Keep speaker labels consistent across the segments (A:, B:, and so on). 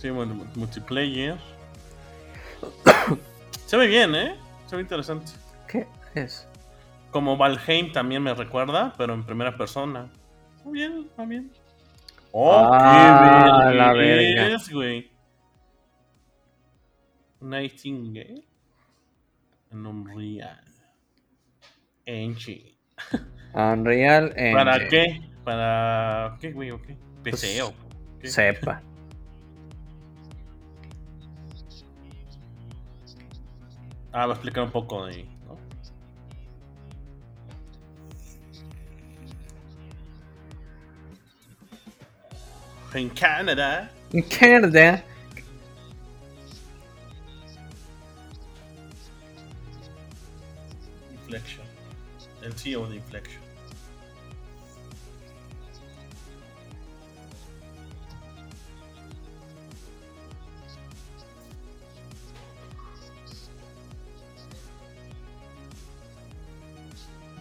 A: Tuvimos el multiplayer. Se ve bien, ¿eh? Se ve interesante.
B: ¿Qué es?
A: Como Valheim también me recuerda, pero en primera persona. Está bien, está bien. Oh,
B: Ah,
A: qué
B: la
A: bien
B: verga.
A: es, güey. Nightingale. En Unreal. Engine.
B: Unreal Engine.
A: ¿Para qué? ¿Para qué, güey? ¿O qué?
B: Pues
A: ¿PC o qué?
B: Sepa.
A: Ah, va a explicar un poco de. ¿no? En Canadá.
B: Izquierda.
A: Inflection. El CEO de Inflection.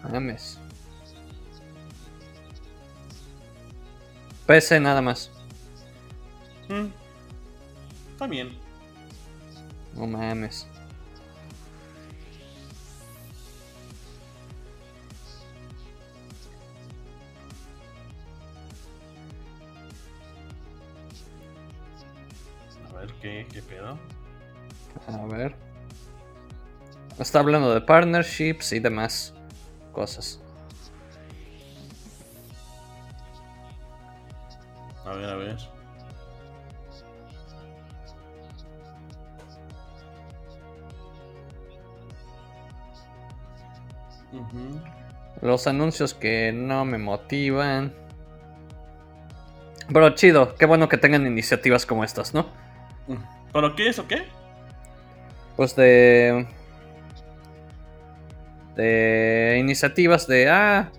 B: Mames. PC nada más.
A: Mm. Está bien.
B: No mames.
A: A ver qué, qué pedo.
B: A ver. Está hablando de partnerships y demás cosas.
A: A ver, a ver. Ujú.
B: Los anuncios que no me motivan. Pero chido, qué bueno que tengan iniciativas como estas, ¿no?
A: ¿Pero qué es o qué?
B: Pues de. De iniciativas de. Ah,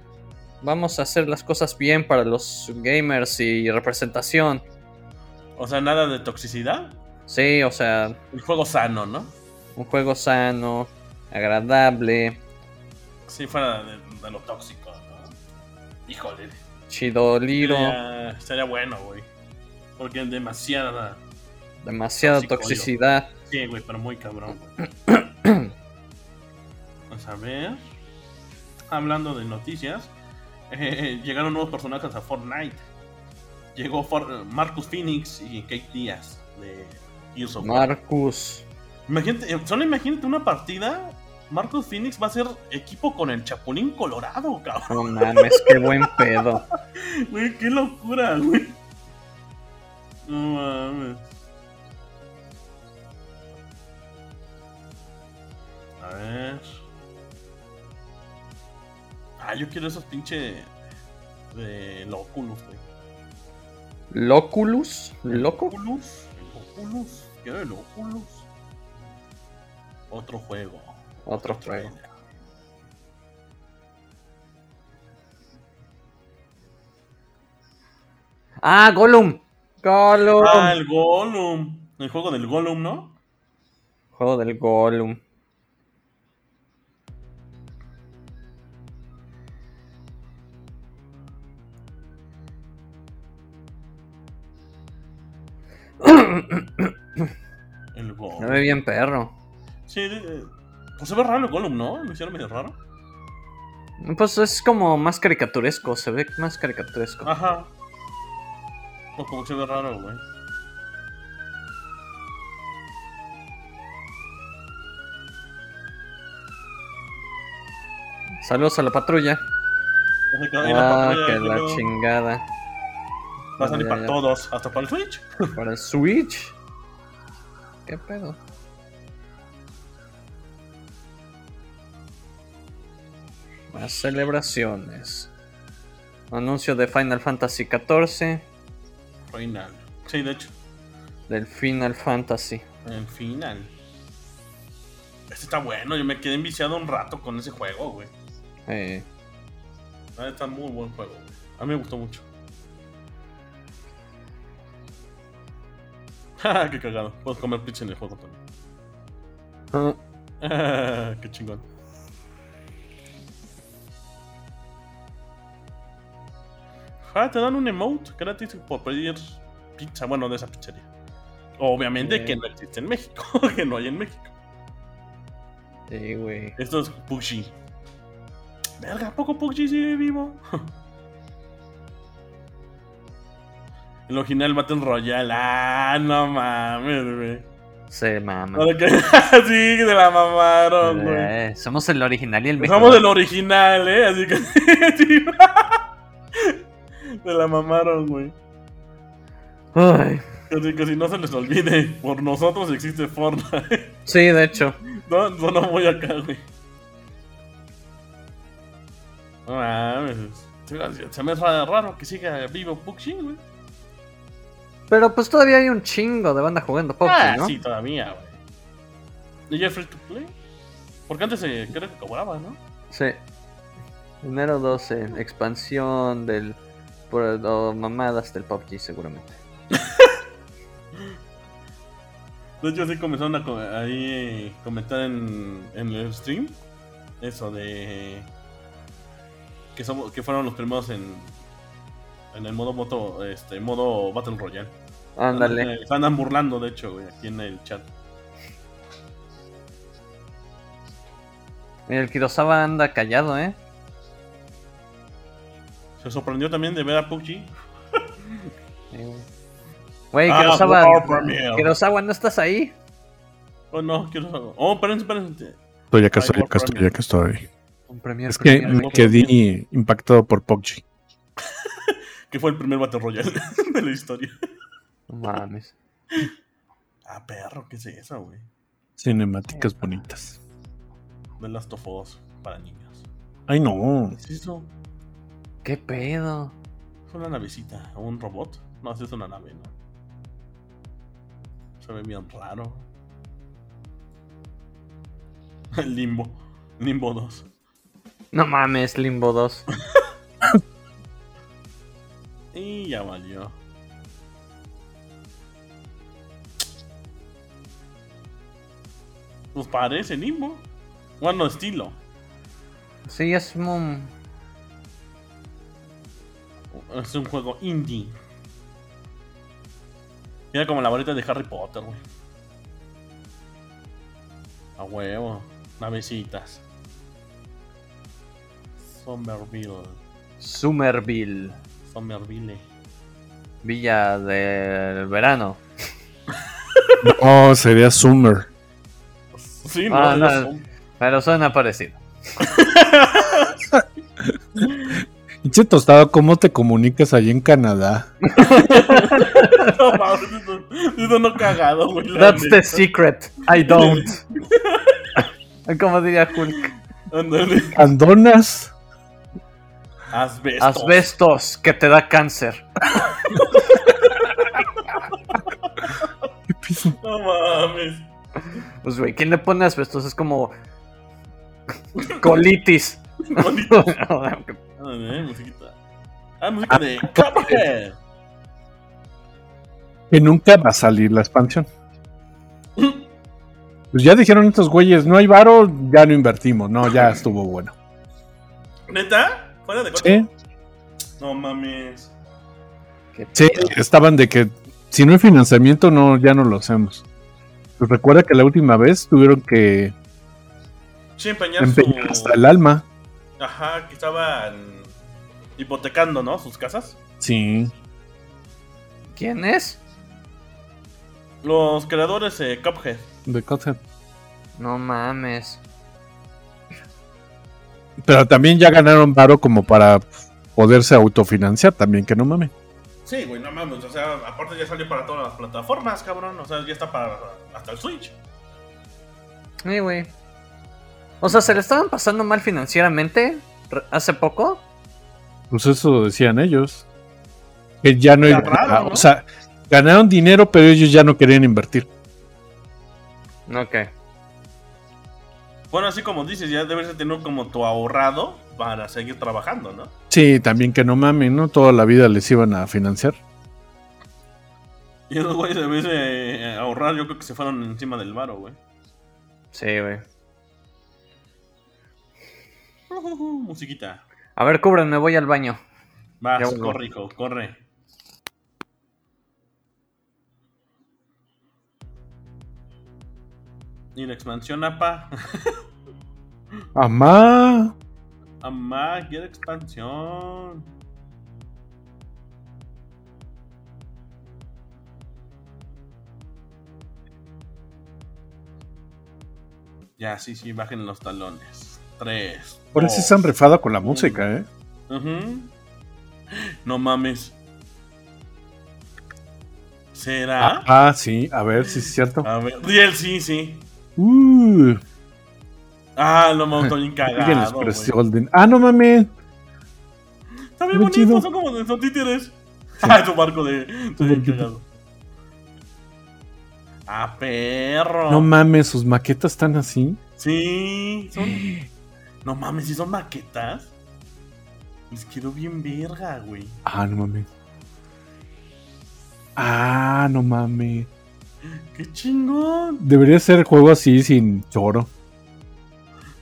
B: vamos a hacer las cosas bien para los gamers y representación.
A: O sea, nada de toxicidad.
B: Sí, o sea,
A: El juego sano, ¿no?
B: un juego sano, agradable,
A: Si fuera de, de lo tóxico, ¿no? Híjole.
B: chidoliro.
A: Sería, sería bueno, güey. Porque es demasiada.
B: demasiada
A: Tóxico,
B: toxicidad.
A: Sí, güey, pero muy cabrón, güey. Vamos a ver. Hablando de noticias, eh, llegaron nuevos personajes a Fortnite. Llegó For- Marcus Phoenix y Kate Díaz de Gears
B: Ah.
A: of War.
B: Marcus.
A: Imagínate, eh, solo imagínate una partida. Marcus Phoenix va a ser equipo con el Chapulín Colorado, cabrón.
B: No mames, qué buen pedo.
A: Güey, qué locura, güey. No mames. A ver. Ah, yo quiero esos pinche. de Loculus, güey.
B: Loculus, loco.
A: Oculus, el Oculus, quiero el Oculus. Otro juego.
B: Otro juego.
A: trailer.
B: Ah, Gollum. Gollum.
A: Ah, el Gollum. El juego del Gollum, ¿no?
B: Juego del Gollum.
A: El Gollum.
B: Se ve bien perro.
A: Sí, eh, pues se ve raro el Gollum, ¿no? Lo hicieron medio raro.
B: Pues es como más caricaturesco, se ve más caricaturesco.
A: Ajá. Pues como que se ve raro, güey.
B: Saludos a la patrulla.
A: O sea, que ahí la
B: Ah,
A: pantalla,
B: que
A: yo
B: la
A: creo,
B: chingada.
A: Va a salir
B: Ya,
A: para
B: ya.
A: todos, hasta para el Switch.
B: Para el Switch. ¿Qué pedo? Más celebraciones. Anuncio de Final Fantasy XIV.
A: Final. Sí, de hecho.
B: Del Final Fantasy.
A: El final. Este está bueno, yo me quedé enviciado un rato con ese juego, güey.
B: Eh,
A: Ah, Está muy buen juego, güey. A mí me gustó mucho. Jaja, qué cagado. Puedo comer pizza en el juego
B: ah,
A: también. qué chingón. Ah, te dan un emote gratis por pedir pizza, bueno, de esa pizzería. Obviamente
B: Sí.
A: que no existe en México, que no hay en México.
B: Sí, güey.
A: Esto es Puggy. Verga, ¿a poco Puggy sigue vivo? El original Battle Royale. Ah, no mames, güey.
B: Se mama.
A: Ahora que- sí, que se la mamaron, güey.
B: Eh, somos el original y el mejor.
A: Somos el original, eh. Así que. sí. se la mamaron, güey.
B: Ay,
A: Así que si no se les olvide, por nosotros existe Fortnite.
B: Sí, de hecho.
A: No, no, no voy acá, güey. No mames. Se- Se me hace raro que siga vivo Puxi, güey.
B: Pero pues todavía hay un chingo de banda jugando PUBG,
A: ah,
B: ¿no?
A: sí, todavía, güey. ¿Y ya es free to play? Porque antes eh, creo que cobraba, ¿no?
B: Sí. Enero 12, expansión del. Por, o mamadas del PUBG, seguramente.
A: De hecho, sí comenzaron a co- ahí eh, comentar en, en el stream eso de que somos que fueron los primeros en en el modo moto, este modo Battle Royale.
B: Ándale.
A: Andan, eh, Se andan burlando, de hecho, güey, aquí en el chat.
B: El Kirosawa anda callado, ¿eh?
A: Se sorprendió también de ver a PUBG.
B: Sí, güey. Güey,
A: Ah,
B: Kirosawa.
A: War Premier.
B: Kirosawa, ¿no estás ahí?
A: Oh, no, quiero. Oh, espérense, espérense.
C: Estoy
A: Ay,
C: acá, estoy acá,
A: Warframe.
C: estoy acá, estoy.
B: Un premier,
C: Es que
B: premier,
C: me
B: güey.
C: quedé impactado por PUBG.
A: Que fue el primer Battle Royale de la historia.
B: No mames.
A: Ah, perro, ¿qué es eso, güey?
C: Cinemáticas bonitas.
A: The Last of Us para niños.
C: Ay, no.
A: ¿Qué es eso?
B: ¿Qué pedo?
A: Es una navecita, un robot. No, sí es una nave, ¿no? Se ve bien raro. Limbo. Limbo 2.
B: No mames, Limbo 2.
A: Y ya valió. Pues parece Limbo. Bueno, estilo.
B: Sí, es un.
A: Es un juego indie. Mira como la varita de Harry Potter, güey. A huevo. Navecitas. Somerville.
B: Summerville.
A: Somerville.
B: Villa del verano.
C: No, sería Summer.
A: Sí, no,
B: Ah,
A: es
B: no.
A: som-
B: Pero suena parecido.
C: Pinche tostado, ¿cómo te comunicas allí en Canadá?
A: no, mames, eso- eso no cagado, güey. la
B: That's the
A: neta.
B: secret. I don't. Como diría Hulk.
A: Ándale.
C: Andonas.
A: Asbesto.
B: Asbestos que te da cáncer.
C: ¿Qué piso?
A: No mames.
B: Pues, güey, ¿quién le pone asbestos? Es como. Colitis.
A: Bonito. Ándale, musiquita. Ah, música de Cuphead.
C: Que nunca va a salir la expansión. Pues ya dijeron estos güeyes, no hay varo, ya no invertimos. No, ya estuvo bueno.
A: ¿Neta? ¿Fuera de coche?
C: Sí,
A: No mames.
B: Qué
C: sí,
B: pedo.
C: estaban de que si no hay financiamiento, no, ya no lo hacemos. Pues recuerda que la última vez tuvieron que
A: Sí, empeñar
C: empeñar
A: su.
C: hasta el alma.
A: Ajá, que estaban hipotecando, ¿no? Sus casas.
C: Sí.
B: ¿Quién es?
A: Los creadores de Cuphead.
C: De Cuphead.
B: No mames.
C: Pero también ya ganaron varo como para poderse autofinanciar también, que no mames.
A: Sí, güey, no mames. O sea, aparte ya salió para todas las plataformas, cabrón. O sea, ya está para hasta el Switch.
B: Sí, güey. O sea, se le estaban pasando mal financieramente re- hace poco.
C: Pues eso decían ellos. Que ya no
A: Está
C: iban
A: raro,
C: a-
A: ¿no?
C: O sea, ganaron dinero, pero ellos ya no querían invertir.
B: Ok.
A: Bueno, así como dices, ya debes de tener como tu ahorrado para seguir trabajando, ¿no?
C: Sí, también que no mamen, ¿no? Toda la vida les iban a financiar.
A: Y esos güeyes, en vez de ahorrar, yo creo que se fueron encima del varo, güey.
B: Sí, güey.
A: musiquita.
B: A ver, cúbranme, voy al baño. Ya
A: Vas,
B: volvemos.
A: corre, hijo, corre. Y la expansión APA.
C: Amá.
A: Amá, quiero expansión. Ya, sí, sí, bajen los talones. Tres.
C: Ahora sí
A: dos.
C: se han refado con la música, ¿eh?
A: Ujú. No mames. ¿Será?
C: Ah, sí, a ver si sí, es cierto.
A: A ver. Riel, sí, sí.
C: Uh,
A: Ah, lo mató bien
C: alguien les
A: cagado. güey.
C: prestó Golden. Ah, no mames.
A: Está bien
C: Muy
A: bonito,
C: chido.
A: son como son títeres. Ah, tu barco de. está bien
C: barquito.
A: cagado. Ah, perro.
C: No mames, sus maquetas están así.
A: Sí, son. No mames, si son maquetas. Les quedó bien verga, güey.
C: Ah, no mames. Ah, no mames.
A: ¡Qué chingón!
C: Debería ser el juego así sin choro.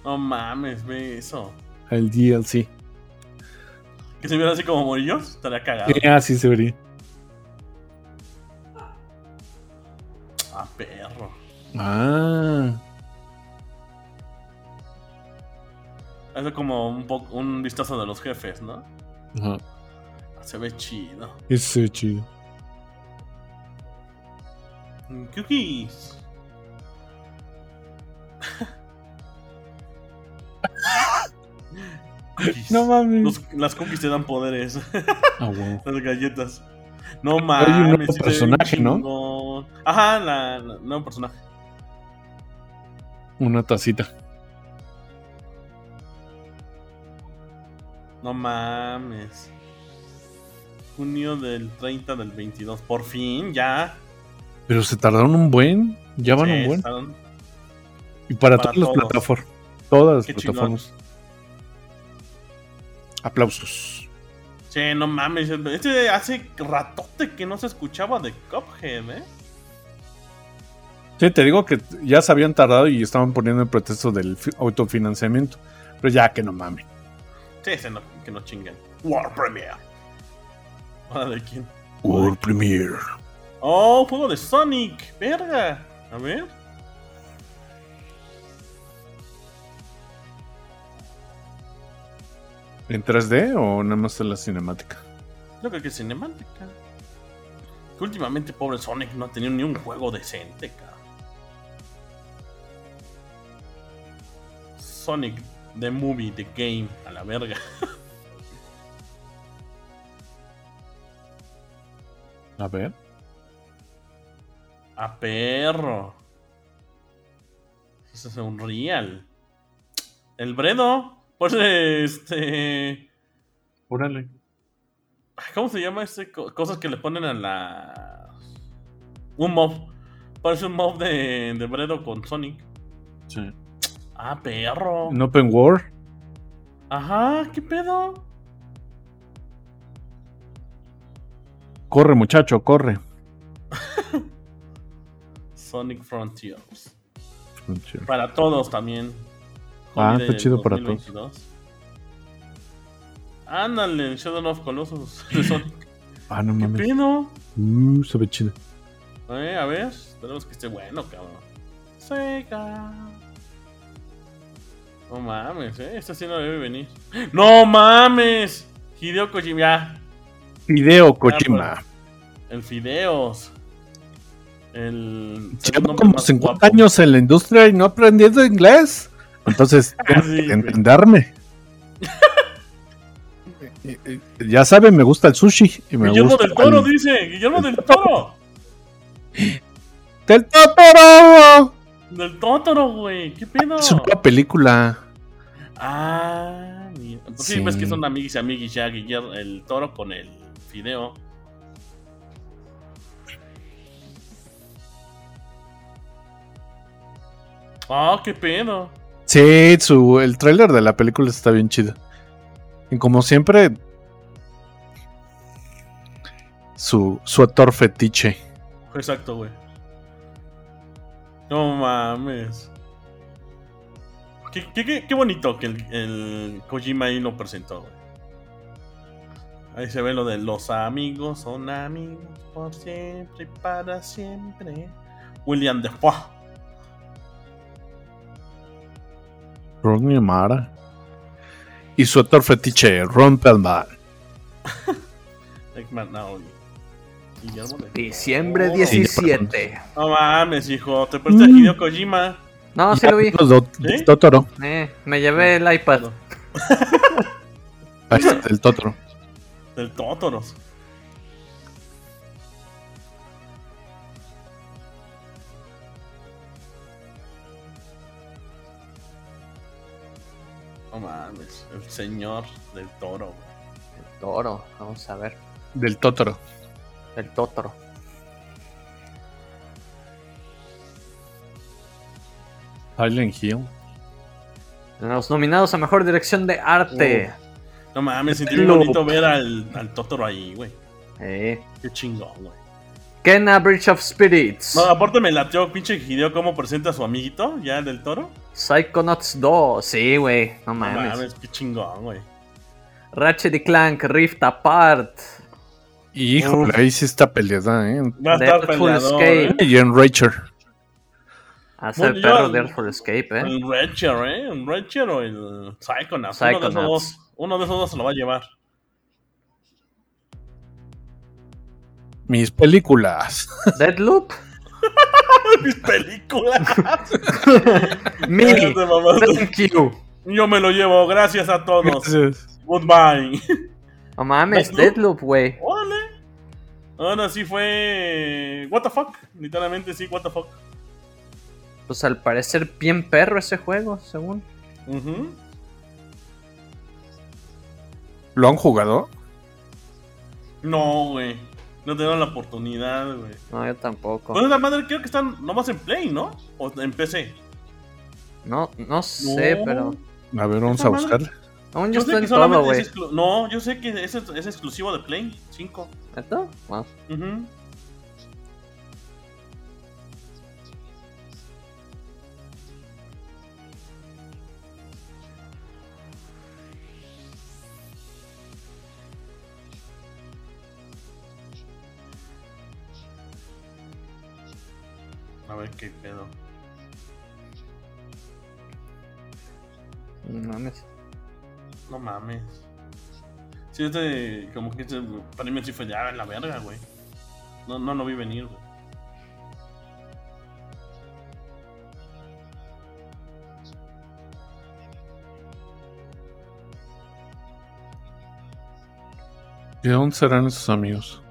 A: No mames, ve eso.
C: El DLC.
A: Que se viera así como morillos, estaría cagado.
C: Eh, Ah, sí, se vería.
A: Ah, perro.
C: Ah.
A: Hace como un, po- un vistazo de los jefes, ¿no?
C: Ajá.
A: Se ve chido.
C: Eso es chido.
A: Mm, Cookies. Cookies.
C: No mames.
A: Los- las cookies te dan poderes,
C: Ah, wow.
A: las galletas. No mames.
C: Hay un
A: sí
C: nuevo
A: se ve bien
C: personaje, ¿no?
A: chingón. Ajá, la, la- nuevo personaje.
C: Una tacita.
A: No mames. Junio del 30 del 22. Por fin, ya.
C: Pero se tardaron un buen. Ya van
A: Sí,
C: un buen.
A: estaban-
C: Y para,
A: para
C: todas las
A: todos.
C: plataformas. Todas las
A: Qué
C: plataformas. Aplausos.
A: Che, no mames, este hace ratote que no se escuchaba de Cuphead, ¿eh?
C: Sí, te digo que ya se habían tardado y estaban poniendo el pretexto del fi- autofinanciamiento. Pero ya que no mames.
A: Sí, ese no, que no chinguen. War Premier. ¿Ahora de quién?
C: World Premiere.
A: Oh, juego de Sonic. Verga. A ver.
C: ¿En 3D o nada más en la cinemática?
A: Yo creo que es cinemática. Que últimamente, pobre Sonic no ha tenido ni un juego decente, cabrón. Sonic, the movie, the game, a la verga.
C: A ver.
A: A perro. Eso es un real. El Bredo. Pues este.
C: Órale.
A: Ay, ¿Cómo se llama ese? co- Cosas que le ponen a la. Un mob. Parece un mob de, de Bredo con Sonic.
C: Sí.
A: Ah, perro.
C: En Open World.
A: Ajá, ¿qué pedo?
C: Corre, muchacho, corre.
A: Sonic Frontiers. Para todos también.
C: Ah,
A: Holiday
C: está chido para
A: 2022. Ándale, Shadow of Colossus de Sonic.
C: Ah, no
A: ¿Qué
C: mames.
A: pedo?
C: Uh, se ve chido.
A: Eh, a ver, tenemos que esté bueno, cabrón. Sega. No mames, eh. Esta sí no debe venir. ¡No mames! Hideo Kojima.
C: Video
A: Ah,
C: Kojima.
A: El Fideos. El.
C: Llevo
A: segundo
C: como
A: más
C: 50
A: guapo.
C: años en la industria y no he aprendido inglés. Entonces, tengo
A: Ah, sí,
C: que
A: güey.
C: entenderme. Eh, eh, ya saben, me gusta el sushi y me
A: Guillermo
C: gusta
A: del Toro,
C: el...
A: dice. Guillermo del Toro.
C: ¡Del Totoro!
A: Del Totoro, güey. ¿Qué pedo?
C: Es una película.
A: Ah, mira. Pues sí,
C: Sí.
A: ves que son amiguis y amiguis ya. Guillermo, el Toro con el Fideo. Ah, qué pedo.
C: Sí, su, el tráiler de la película está bien chido. Y como siempre, su, su actor fetiche.
A: Exacto, güey. No mames. Qué, qué- qué- qué bonito que el, el Kojima ahí lo presentó, güey. Ahí se ve lo de los amigos son amigos por siempre y para siempre. William Defoe.
C: Ronnie Amara. Y su actor fetiche, Ron Perlman.
A: Eggman Naomi. Guillermo del Toro.
B: Diciembre
A: Oh,
B: 17.
A: No mames, hijo. Te presta Hideo Kojima.
B: No, Ah, sí
C: Y
B: lo vi.
C: los do-
A: ¿Sí?
C: Totoro.
B: Eh, me llevé el iPad.
C: Ahí está, el Totoro.
A: Del Tótoros. No mames, el señor del toro. güey.
B: El toro, vamos a ver.
C: Del Totoro.
B: El Totoro.
C: Silent Hill.
B: Los nominados a mejor dirección de arte.
A: No mames, sentí bien
B: Loop.
A: bonito ver al, al Totoro ahí, güey.
B: Eh,
A: Qué chingón, güey.
B: Kena Bridge of Spirits.
A: No, aparte me lateó pinche Hideo cómo presenta a su amiguito, ya del toro.
B: Psychonauts 2. Sí, güey. No
A: No
B: mames.
A: mames, qué chingón, güey.
B: Ratchet y Clank Rift Apart.
C: Híjole, ahí sí está peleada, ¿eh?
A: Va a estar
B: Deadpool
A: peleador,
B: Escape.
A: ¿eh?
C: Y en Rachel.
B: Hacer
A: Bueno, yo-
B: perro de Earthful Escape, eh.
A: El Ratcher, ¿eh? El Ratcher o el Psychonauts. Uno de esos
B: Psychonauts.
A: dos. Uno de esos dos se lo va a llevar.
C: Mis películas.
B: Deadloop.
A: Mis películas.
B: Miri.
A: Te mamaste.
B: Thank you.
A: Yo me lo llevo, gracias a todos.
C: Gracias.
A: Goodbye.
B: No mames,
A: Deadloop.
B: Deadloop, güey.
A: Órale. Ahora sí fue. What the fuck. Literalmente sí, what the fuck.
B: Pues al parecer bien perro ese juego, según.
A: Ujú.
C: ¿Lo han jugado?
A: No, güey. No te dan la oportunidad, güey.
B: No, yo tampoco.
A: ¿Dónde la madre? Creo que están nomás en Play, ¿no? O en PC.
B: No, no sé,
A: No.
B: pero.
C: A ver, vamos
A: Esa
C: a
A: madre-
C: buscar.
B: Aún yo
A: Yo sé
B: estoy
A: que
B: en todo,
A: solamente
B: güey.
A: es exclu- No, yo sé que es, es exclusivo de Play 5.
B: ¿Neta? Wow.
A: Ujú. A ver qué pedo.
B: No mames.
A: No mames. Si este, como que este premio sí fue ya a la verga, güey. No, no lo vi venir, güey.
C: ¿De dónde serán esos amigos?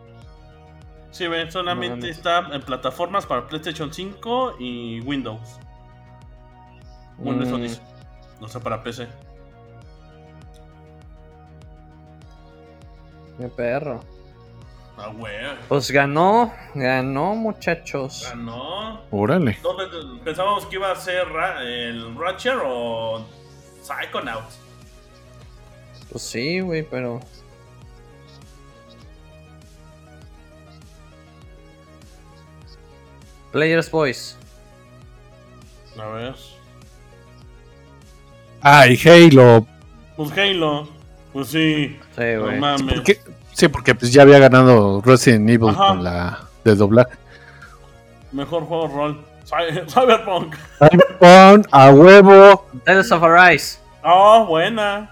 A: Sí, güey, solamente
B: No mames.
A: está en plataformas para PlayStation 5 y Windows. Bueno, eso
B: Mm.
A: dice. No sé, para PC.
B: Qué perro.
A: Ah, güey.
B: Pues ganó, ganó, muchachos.
A: Ganó.
C: Órale.
A: ¿Dónde pensábamos que iba a ser Ra- el Ratcher o Psychonauts?
B: Pues sí, güey, pero. Players Boys.
A: A ver.
C: Ay, Ah, Halo.
A: Pues Halo. Pues sí.
B: Sí,
A: No
B: güey.
A: mames.
C: ¿Por qué? Sí, porque pues ya había ganado Resident Evil
A: Ajá.
C: con la de doblar.
A: Mejor juego rol. Cy- Cyberpunk.
C: Cyberpunk, a huevo.
B: Tales of Arise.
A: Oh, buena.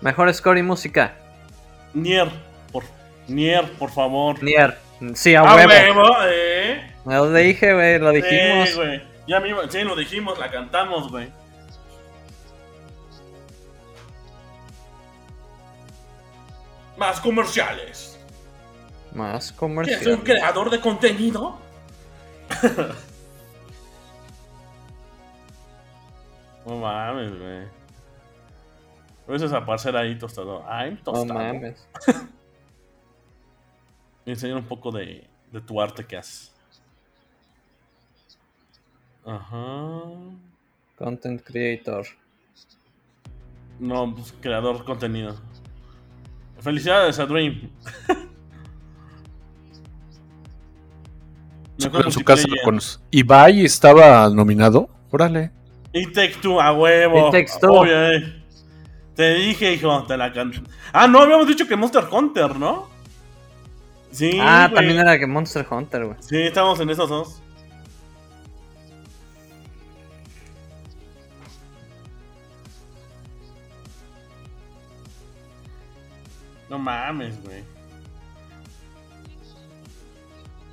B: Mejor score y música.
A: Nier. Por, Nier, por favor.
B: Nier. Sí, a
A: Ah,
B: huevo.
A: huevo, eh.
B: Lo dije, güey, lo dijimos.
A: Sí, güey. Ya me iba- sí, lo dijimos, la cantamos, güey. Más comerciales.
B: Más
A: ¿Qué es un
B: comercial.
A: creador de contenido? no mames, güey. Veces aparecer ahí tostado. Ay,
B: No
A: tostado.
B: mames.
A: enseñar un poco de, de tu arte que haces. Ajá.
B: Content creator.
A: No, pues creador de contenido. Felicidades a Dream. Mejor
C: en su casa
A: multiplayer.
C: con Ibai estaba nominado. Órale.
A: Y Take Two, a huevo.
B: Y Take Two.
A: Obvio, eh. Te dije, hijo, te la canto. Ah, no, habíamos dicho que Monster Hunter, ¿no? Sí.
B: ah,
A: güey.
B: también era que Monster Hunter, güey.
A: Sí, estamos en esos dos. No mames, güey.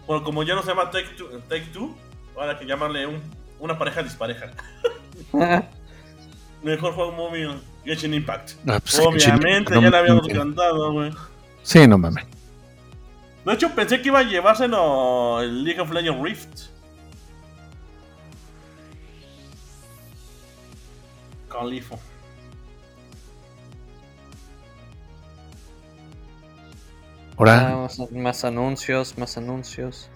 A: Bueno, como ya no se llama Take Two, Take Two ahora hay que llamarle un- una pareja dispareja. Mejor juego móvil, Genshin Impact.
C: Ah, pues,
A: Obviamente,
C: chingada,
A: ya
C: no
A: la habíamos
C: mames.
A: cantado, güey.
C: Sí, no mames.
A: De hecho, pensé que iba a llevárselo el League of Legends Rift. Califo.
C: Ahora,
B: Vamos a- más anuncios, más anuncios.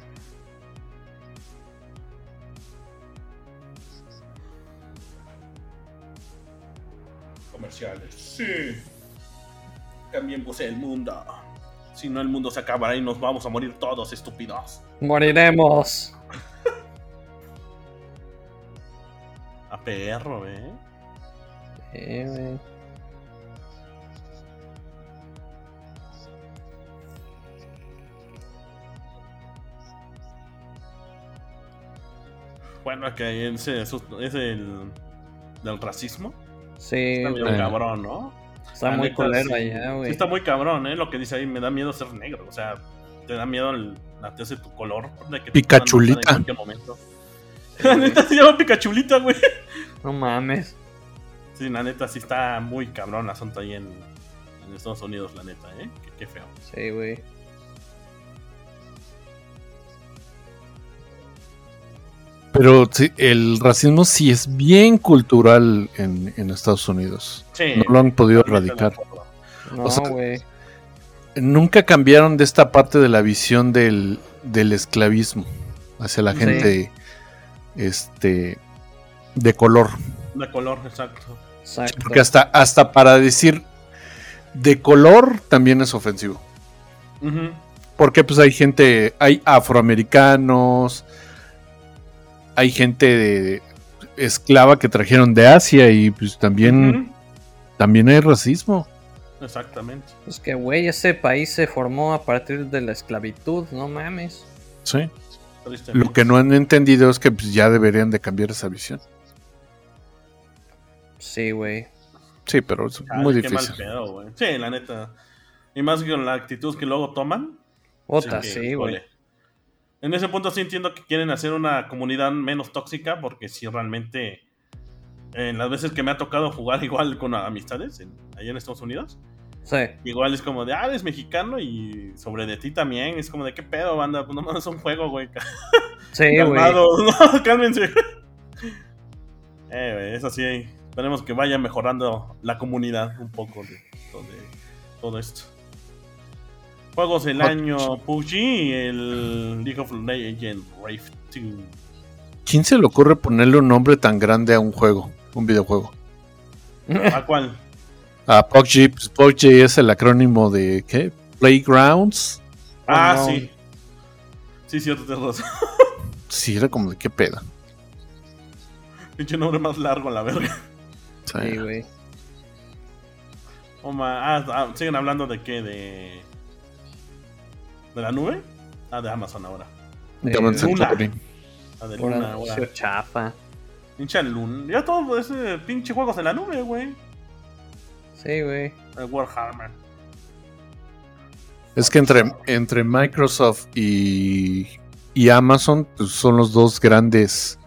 A: Comerciales. Sí. También puse el mundo. Si no, el mundo se acabará y nos vamos a morir todos, estúpidos.
B: Moriremos.
A: A perro, eh.
B: Eh, güey.
A: Bueno, que ese asunto- es el. del racismo.
B: sí,
A: Está medio
C: Eh.
A: cabrón, ¿no?
B: está
A: La
B: muy
A: neta,
B: colero
A: sí.
B: allá,
A: Sí
B: güey.
A: está muy cabrón, ¿eh? Lo que dice ahí, me da miedo ser negro. O sea, te da miedo el, la tez de tu color. De que te puedan matar
C: Picachulita.
A: En cualquier momento. la neta se llama Picachulita, güey.
B: No mames.
A: Sí, la neta sí está muy cabrón el asunto ahí en, en Estados Unidos, la neta, ¿eh? Qué, qué feo.
B: Sí, güey.
C: pero sí, el racismo sí es bien cultural en, en Estados Unidos.
A: Sí.
C: No lo han podido
A: totalmente de
C: erradicar.
A: acuerdo.
B: No,
C: sea-
B: güey.
C: Nunca cambiaron de esta parte de la visión del, del esclavismo hacia la
B: Sí.
C: gente este, de color.
A: De color, exacto.
B: Exacto.
C: Porque hasta, hasta para decir de color también es ofensivo.
A: Ujú.
C: Porque pues hay gente, hay afroamericanos, hay gente de- esclava que trajeron de Asia y pues también, también hay racismo.
A: Ujú. Exactamente.
B: Es que, güey, ese país se formó a partir de la esclavitud, no mames.
C: Sí.
A: Tristemente.
C: Lo que no han entendido es que pues, ya deberían de cambiar esa visión.
B: Sí, güey.
C: Sí, pero es
A: Chale,
C: muy
A: Ah, qué
C: difícil.
A: mal pedo, güey. Sí, la neta. Y más con la actitud que luego toman.
B: Otra,
A: que,
B: sí, güey.
A: híjole. En ese punto sí entiendo que quieren hacer una comunidad menos tóxica, porque si realmente en las veces que me ha tocado jugar igual con amistades en- allá en Estados Unidos,
B: Sí.
A: igual es como de, ah, eres mexicano y sobre de ti también, es como de, ¿qué pedo, banda? Pues nomás es un juego, güey.
B: Sí, güey.
A: Calmado, no, cálmense. Eh, güey, eso sí, esperemos que vaya mejorando la comunidad un poco de, de todo esto. Juegos del
C: Ot-
A: año PUBG y el League of Legends Rift 2.
C: ¿Quién se le ocurre ponerle un nombre tan grande a un juego, un videojuego?
A: ¿A cuál?
C: A PUBG, pues PUBG es el acrónimo de ¿qué? Playgrounds.
A: Ah,
B: Oh, no.
A: sí. Sí, cierto, te razón.
C: Sí, era como de qué pedo.
A: Pinche nombre más largo, la verga.
C: O sea,
B: Sí, güey.
A: Oh, ma- ah, ah, ¿Siguen hablando de qué? ¿De. ¿De la nube? Ah, de Amazon ahora.
C: ya van a ser
A: Luna.
C: Turing.
A: Ah, de
B: Por
A: Luna ahora.
B: anuncio chafa.
A: Pinche Luna. Ya todo ese pinche juegos en la nube, güey.
B: Sí, güey.
A: El Warhammer.
C: Es que entre, entre Microsoft y, y Amazon pues, son los dos grandes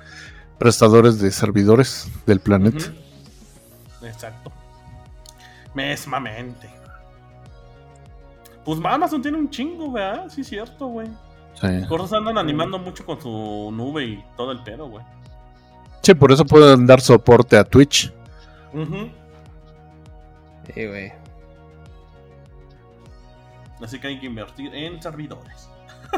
C: prestadores de servidores del planeta.
A: Ujú. Exacto. Mesmamente. Pues Amazon tiene un chingo, ¿verdad? Sí, cierto, güey.
C: Sí.
A: Cortos andan animando mucho con su nube y todo el pedo, güey.
C: Sí, por eso pueden dar soporte a Twitch.
A: Ujú.
B: Sí, güey.
A: Así que hay que invertir en servidores.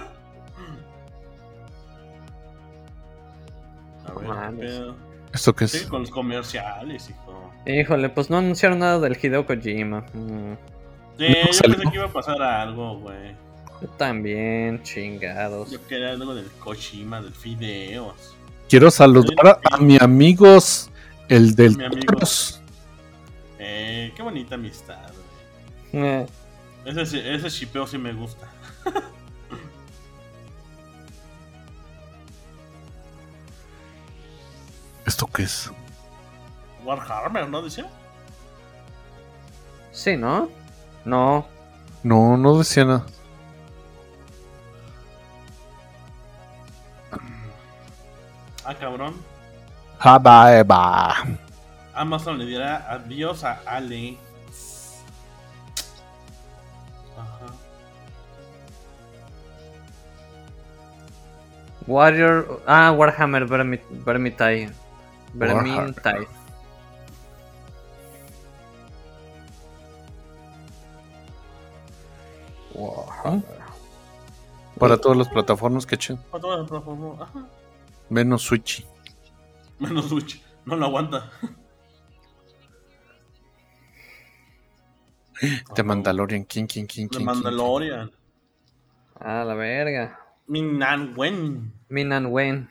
A: A ver, ¿qué
B: Mames.
A: pedo?
C: ¿Esto que es?
A: Sí, con los comerciales, hijo.
B: Híjole, pues no anunciaron nada del Hideo Kojima. Mm,
A: Sí,
C: No
A: yo
C: salió.
A: pensé que iba a pasar algo, güey.
B: yo también, chingados.
A: Yo quería algo del Kojima, del Fideos.
C: Quiero saludar a mi amigos, el del
A: Mi amigo.
C: Tacos.
A: Eh, qué bonita amistad, güey.
B: Eh,
A: Ese, sí- ese shipeo sí me gusta.
C: ¿Esto qué es?
A: Warhammer, ¿no? Dice.
B: Sí, ¿no? No.
C: No, no decía nada.
A: Ah, cabrón.
C: Ah, eh, Jabaeba.
A: Amazon le dirá adiós a Ale. Ajá.
B: Warrior. Ah, Warhammer Vermi- Vermintide. Vermintide.
C: Para todas las plataformas, que chido.
A: Para todas las plataformas. Ajá.
C: Menos Switch.
A: Menos Switch. No lo aguanta.
C: De Mandalorian. King, King, King,
A: De
C: King.
A: Mandalorian.
B: Ah, la verga.
A: Minan Wen.
B: Minan Wayne.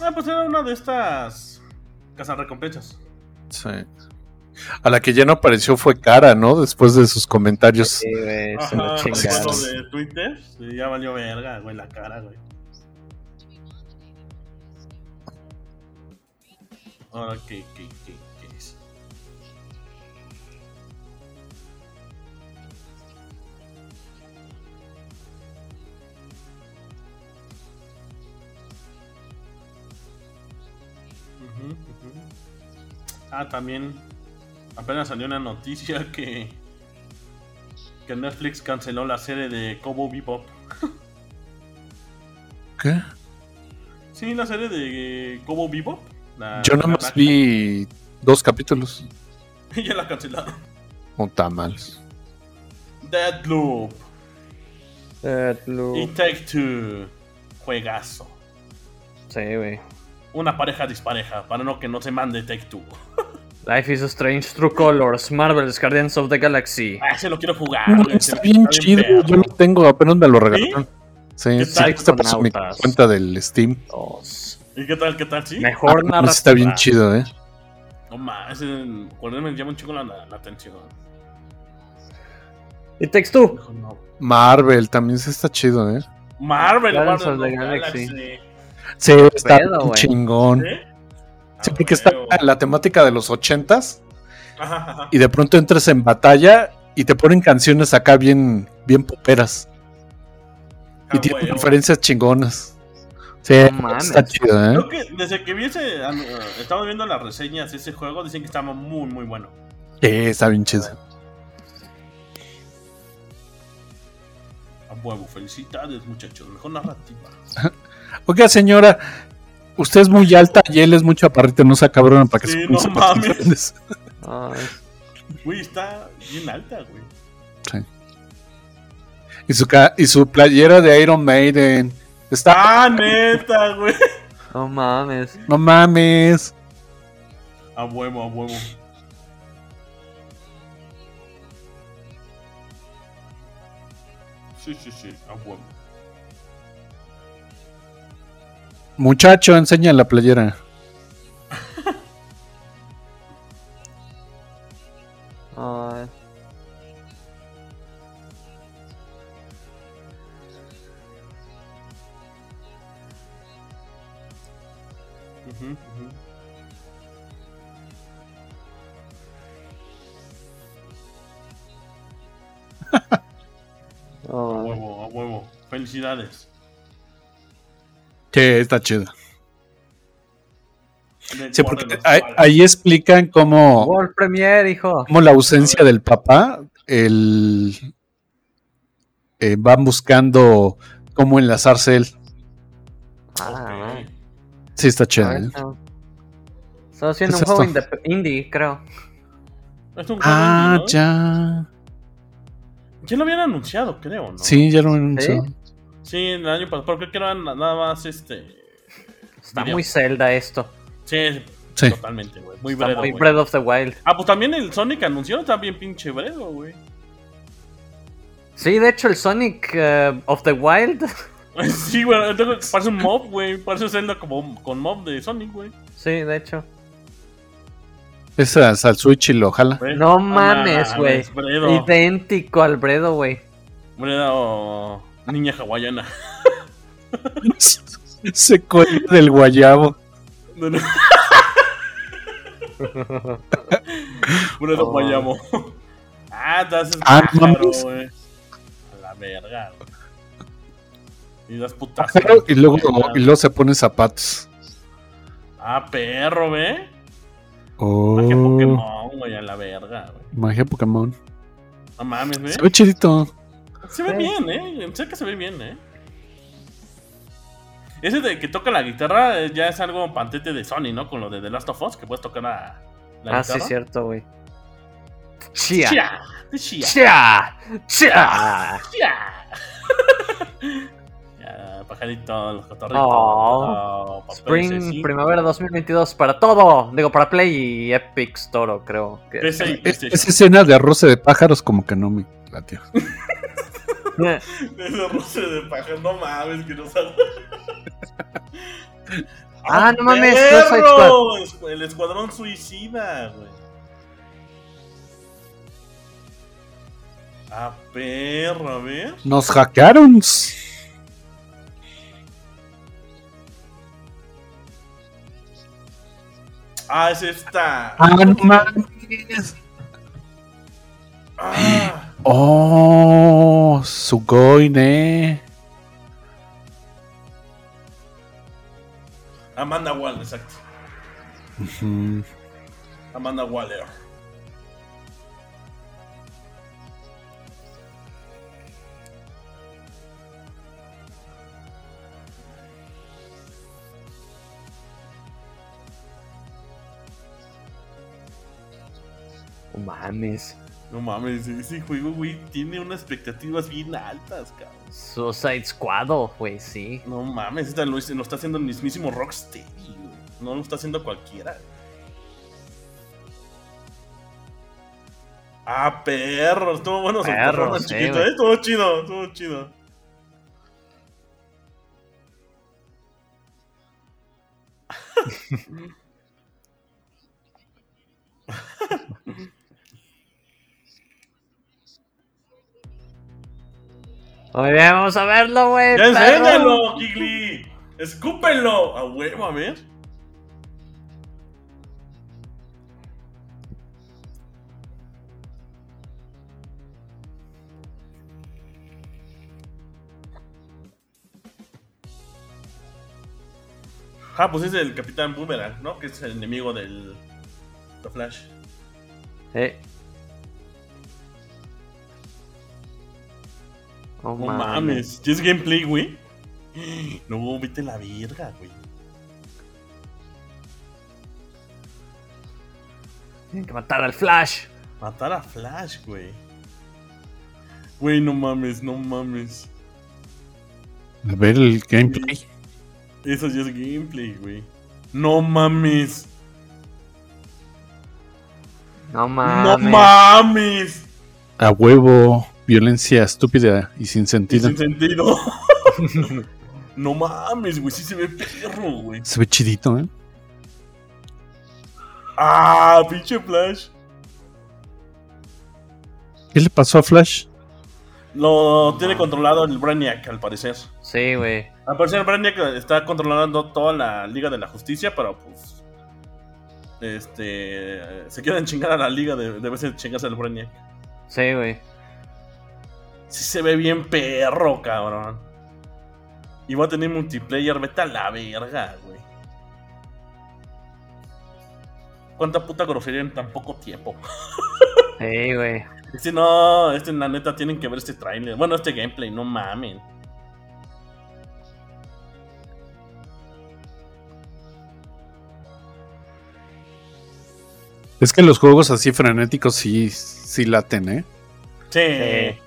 A: Ah, pues era una de estas cazarrecompensas.
C: Sí. A la que ya no apareció fue Cara, ¿no? Después de sus comentarios.
B: Sí, güey, se lo
A: Ajá,
B: chingaron.
A: foto de Twitter. Sí, ya valió verga, güey, la cara, güey. Ahora, ¿qué, qué, qué, qué es? Ujú, ujú. Ah, también apenas salió una noticia que que Netflix canceló la serie de Cobo Bebop.
C: ¿Qué?
A: Sí, la serie de Cobo Bebop. la-
C: Yo
A: Ah, la
C: nomás
A: vaca.
C: vi dos capítulos. Oh,
A: ya la cancelaron.
C: No tan malos.
A: Deadloop.
B: Deathloop.
C: Oh.
A: Y Take Two. Juegazo.
B: Sí, güey.
A: Una pareja dispareja, para no que no se mande Take Two.
B: Life is Strange, True Colors, Marvel's Guardians of the Galaxy.
A: Ah, se lo quiero jugar.
C: No,
A: güey, se
C: está
A: me-
C: bien
A: está
C: chido.
A: bien perro.
C: Yo lo tengo, apenas me lo regalaron. Sí,
A: ¿Qué
C: sí,
A: tal,
C: está por mi
B: Argonautas?
C: cuenta del Steam.
B: Dos.
A: ¿Y qué tal, qué tal, sí?
B: Mejor
C: Ah,
B: narrativa.
C: está bien chido, ¿eh?
A: No más, él me llama un chico la, la atención.
B: Y Text Two.
A: Mejor no.
C: Marvel también se está chido, ¿eh?
A: Marvel,
B: Guardians of
A: Marvel,
B: the Galaxy.
C: Sí, está
B: pedo,
C: bien
B: güey.
C: chingón.
A: ¿Eh?
C: Sí,
A: Ah,
C: porque está
A: huevo.
C: la temática de los ochentas
A: Ajá, ajá.
C: y de pronto entras en batalla y te ponen canciones acá bien, bien poperas.
A: Ah,
C: Y tienen
A: huevo.
C: referencias chingonas. Sí,
B: No mames.
C: está chido, ¿eh?
A: Creo que desde que vi ese, ah, eh, estaba viendo las reseñas de ese juego, dicen que estaba muy, muy bueno.
C: Sí, está bien chido.
A: A huevo, felicidades, muchachos. Mejor narrativa.
C: Oiga, señora, usted es muy alta y él es muy chaparrito, no sea cabrón para que
A: Sí,
C: se ponga
A: no
C: zapatos
A: mames.
C: grandes.
B: Ay,
A: Güey, está bien alta, güey.
C: Y su, ca- y su playera de Iron Maiden. Está.
A: ¡Ah, neta, güey!
B: no mames.
C: No mames.
A: A huevo, a huevo. Sí, sí, sí, a huevo.
C: Muchacho, enseña la playera.
B: Ay.
A: Ujú, ujú. A
B: Ay.
A: huevo, a huevo. Felicidades.
C: Sí, está chida.
A: De
C: Sí, porque
A: guarden los
C: ahí,
A: palos.
C: ahí explican cómo,
B: World Premiere, hijo.
C: cómo la ausencia del papá, el eh, van buscando cómo enlazarse él.
B: Ah,
A: Ok.
C: Sí, está
B: no.
C: chido. ¿eh?
B: Estaba haciendo
C: ¿Qué
B: un
C: es
B: juego
C: esto?
B: indep- indie, creo.
A: Es un juego indie,
C: Ah,
A: ¿no?
C: ya.
A: Ya lo habían anunciado, creo, ¿no?
C: Sí, ya lo anunciado.
A: Sí, el año pasado, pero creo que era na- nada más este.
B: Está
A: Video.
B: muy Zelda esto.
A: Sí,
C: Sí.
A: totalmente, güey. Muy
B: Está
A: breve.
B: muy
A: güey.
B: Breath of the Wild.
A: Ah, pues también el Sonic anunció, está bien pinche breve, güey.
B: Sí, de hecho, el Sonic eh, of the Wild.
A: Sí, güey, entonces parece un mob, güey. Parece un Zelda como con mob de Sonic, güey.
B: Sí, de hecho.
C: Esa es al Switch y lo jala.
A: Güey,
B: No mames, güey.
A: Bredo,
B: Idéntico al Bredo, güey.
A: Bredo, niña hawaiana.
C: Se cuelga del guayabo.
A: No, no. Bredo
B: Oh.
A: Guayabo. Ah, Ah, entonces
C: Ah,
A: pájaro,
C: mames.
A: güey. A la verga, güey. Y das putas.
C: Pájaro y luego, y luego se pone zapatos.
A: Ah, perro, ve.
C: Oh,
A: Magia Pokémon, güey, a la verga, güey.
C: magia Pokémon.
A: No mames, ve.
C: Se ve chidito.
A: Se ve
B: Sí.
A: bien, eh. En serio que se ve bien, eh. Ese de que toca la guitarra eh, ya es algo pantete de Sony, ¿no? Con lo de The Last of Us, que puedes tocar la, la
B: Ah, sí,
A: guitarra.
B: cierto, güey. Chia.
A: Chia, chia,
B: Chia.
A: Ah,
B: Chia.
A: chia. Ya, pajarito, los cotorritos.
B: Oh.
A: oh, papá
B: Spring
A: pececito.
B: Primavera 2022 para todo. Digo, para Play y Epic Store, creo. que-
A: Pese y
C: Es-
A: pese.
C: esa escena de arroz de pájaros como que no me latió.
A: Ese roce de pájaro, no mames, que no sabe.
B: Ah, no mames, Suicide
A: ¡Perro! El escuadrón suicida, güey. Ah, perro, a ver.
C: Nos hackearon.
A: Ah, es esta.
C: Ah, no mames.
A: Ah,
C: Oh, Sugoi, ne.
A: Amanda Waller, exacto.
C: Ujú.
A: Amanda Waller.
B: No mames.
A: No mames, ese juego, güey, tiene unas expectativas bien altas, cabrón.
B: Suicide Squad, güey, sí.
A: No mames, esta lo, lo está haciendo el mismísimo Rocksteady, güey. No lo está haciendo cualquiera. Ah, perro, estuvo bueno su
B: Perro,
A: performance
B: sí,
A: chiquito,
B: güey.
A: eh. Estuvo chido, estuvo chido.
B: Muy bien, vamos a verlo, güey.
A: ¡Ya
B: perro.
A: enséñalo, Kigli! ¡Escúpenlo! A huevo, a ver. Ah, pues es el Capitán Boomerang, ¿no? Que es el enemigo del. de Flash.
B: Eh. Oh,
A: No mames, ¿tienes gameplay, güey? No, vete la verga, güey.
B: Tienen que matar al Flash.
A: Matar a Flash, güey. Güey, no mames, no mames.
C: A ver el gameplay.
A: Eso ya es gameplay, güey. No mames.
B: No mames.
A: No mames.
C: A huevo, violencia estúpida y sin
A: Y
C: sentido.
A: Sin sentido. no mames, güey. Sí se ve perro, güey.
C: Se ve chidito, ¿eh?
A: Ah, pinche Flash.
C: ¿Qué le pasó a Flash?
A: Lo tiene controlado el Brainiac, al parecer.
B: Sí, güey.
A: Al parecer, Brainiac está controlando toda la Liga de la Justicia, pero pues. Este. Se quieren chingar a la Liga de, de veces chingarse al Brainiac.
B: Sí, güey.
A: Sí se ve bien perro, cabrón. Y va a tener multiplayer, vete a la verga, güey. Cuánta puta grosería en tan poco tiempo.
B: Sí, güey.
A: Este no, este la neta tienen que ver este trailer. Bueno, este gameplay, no mamen.
C: Es que los juegos así frenéticos sí, sí laten, ¿eh?
A: Sí.
B: Sí.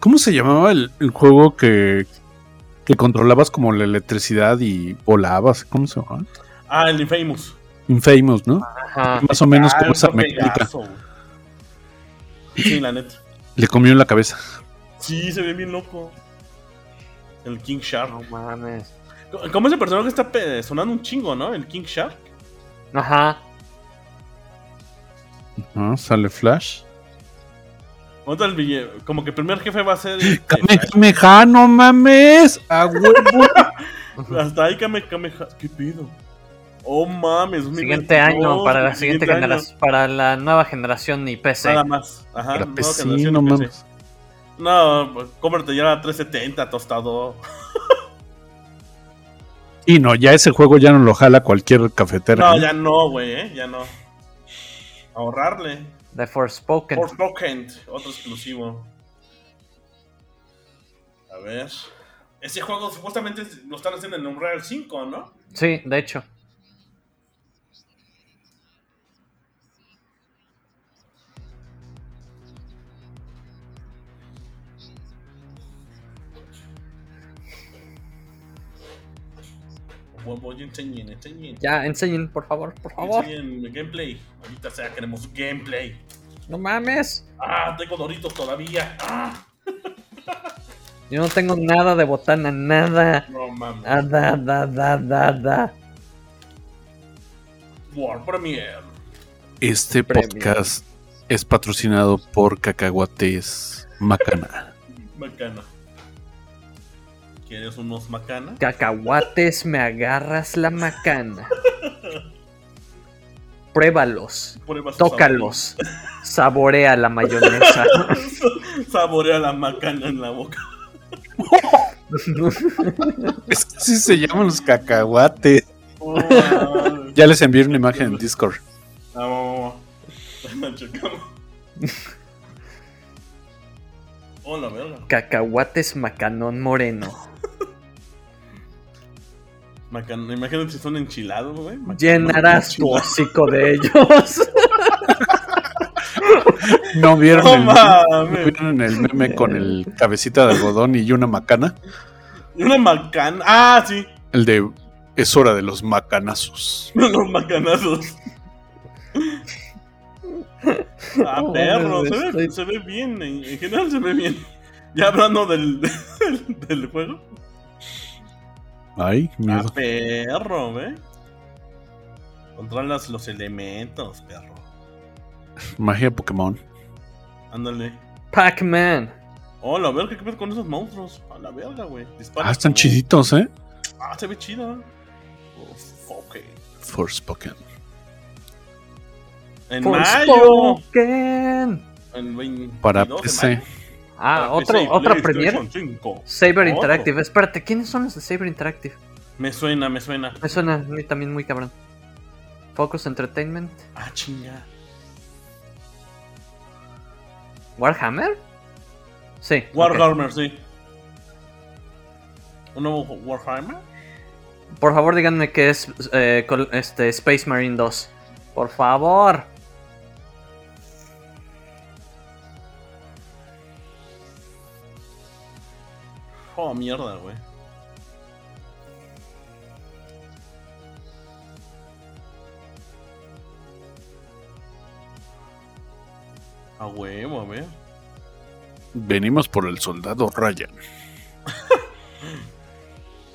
C: ¿Cómo se llamaba el, el juego que, que controlabas como la electricidad y volabas? ¿Cómo se llamaba?
A: Ah, el Infamous.
C: Infamous, ¿no?
B: Ajá.
C: Más o menos
A: Ah,
C: como esa
A: un
C: mecánica.
A: pegazo, güey. Sí, la neta.
C: Le comió en la cabeza.
A: Sí, se ve bien loco. El King
B: No
A: Shark.
B: mames.
A: ¿Cómo ese personaje está pe- sonando un chingo, no? El King Shark.
B: Ajá.
C: Ah, Sale Flash.
A: Ahorita el ville- como que el primer jefe va a ser. este,
C: ¡Kame, Kameha, no mames! ¡A huevo!
A: Hasta ahí Kame Kameha. ¿Qué pido? Oh mames,
B: Siguiente
A: 2022,
B: año, para la
A: el
B: siguiente
A: año.
B: generación, para la nueva generación y PC.
A: Nada más. Ajá.
C: Para
A: nueva
C: PC,
A: generación
C: pues no
A: de PC.
C: mames.
A: No, pues, cómprate ya la 370, tostado.
C: Y no, ya ese juego ya no lo jala cualquier cafetera.
A: No,
C: ¿eh?
A: ya no, güey, ¿eh? ya no. Ahorrarle.
B: The Forspoken.
A: Por Forspoken, otro exclusivo. A ver. Ese juego supuestamente es- lo están haciendo en Unreal 5, ¿no?
B: Sí, de hecho.
A: Voy- Voy enseñen, enseñen.
B: Ya, enseñen, por favor, por favor.
A: Enseñen gameplay. Ahorita sea, queremos gameplay.
B: No mames.
A: Ah, tengo doritos todavía. Ah,
B: Yo no tengo nada de botana, nada.
A: no mames.
B: Nada, nada, nada, nada.
A: War Premier.
C: Este
B: Premio.
C: podcast es patrocinado por Cacahuates Macana.
A: Macana. ¿Quieres unos macana?
B: Cacahuates, me agarras la macana. Pruébalos,
A: Prueba su
B: tócalos, saborea la mayonesa.
A: sabor. Saborea la macana en la boca.
C: Es que así se llaman los cacahuates.
A: Oh, ah,
C: Ya les envié una imagen en Discord.
A: vamos, vamos, vamos. Chocamos. Oh, la verga.
B: Cacahuates macanón moreno.
A: Macana. Imagínate si son enchilados, güey. Mac-
B: Llenarás tu hocico de ellos.
C: ¿No vieron,
A: No
C: el,
A: mames.
C: ¿no vieron el meme con el cabecita de algodón y una macana?
A: Y Una macana. Ah, sí.
C: El de es hora de los macanazos.
A: Los macanazos. Ah,
B: No,
A: perro.
B: hombre,
A: Se ve,
B: estoy-
A: se ve bien. En, en general se ve bien. Ya hablando del, del, del juego.
C: Ay,
A: Ah,
C: miedo.
A: perro, ¿ve? Controlas los elementos, perro. Ah.
C: Magia Pokémon.
A: Ándale.
B: Pac-Man.
A: Oh, la verga, ¿qué pasa con esos monstruos? A la verga, güey. Dispara
C: Ah, están
A: como-
C: chiditos, ¿eh?
A: Ah, se ve chida. Oh, ok.
C: Forspoken.
A: En mayo.
B: Forspoken.
A: En 22
C: Para
A: de mayo.
C: PC.
B: Ah,
A: Para
B: otro,
A: PC y
B: otra
A: PlayStation
B: premier.
A: 5.
B: Saber
A: Otro.
B: Interactive. Espérate, ¿quiénes son los de Saber Interactive?
A: Me suena, me suena.
B: Me suena a mí también muy cabrón. Focus Entertainment.
A: Ah, chinga.
B: ¿Warhammer? Sí. ok.
A: Warhammer, sí. ¿Un nuevo Warhammer?
B: Por favor, díganme que es eh, col- este, Space Marine 2. Por favor.
A: Oh, mierda, güey. A huevo, a ver.
C: Venimos por el soldado Ryan.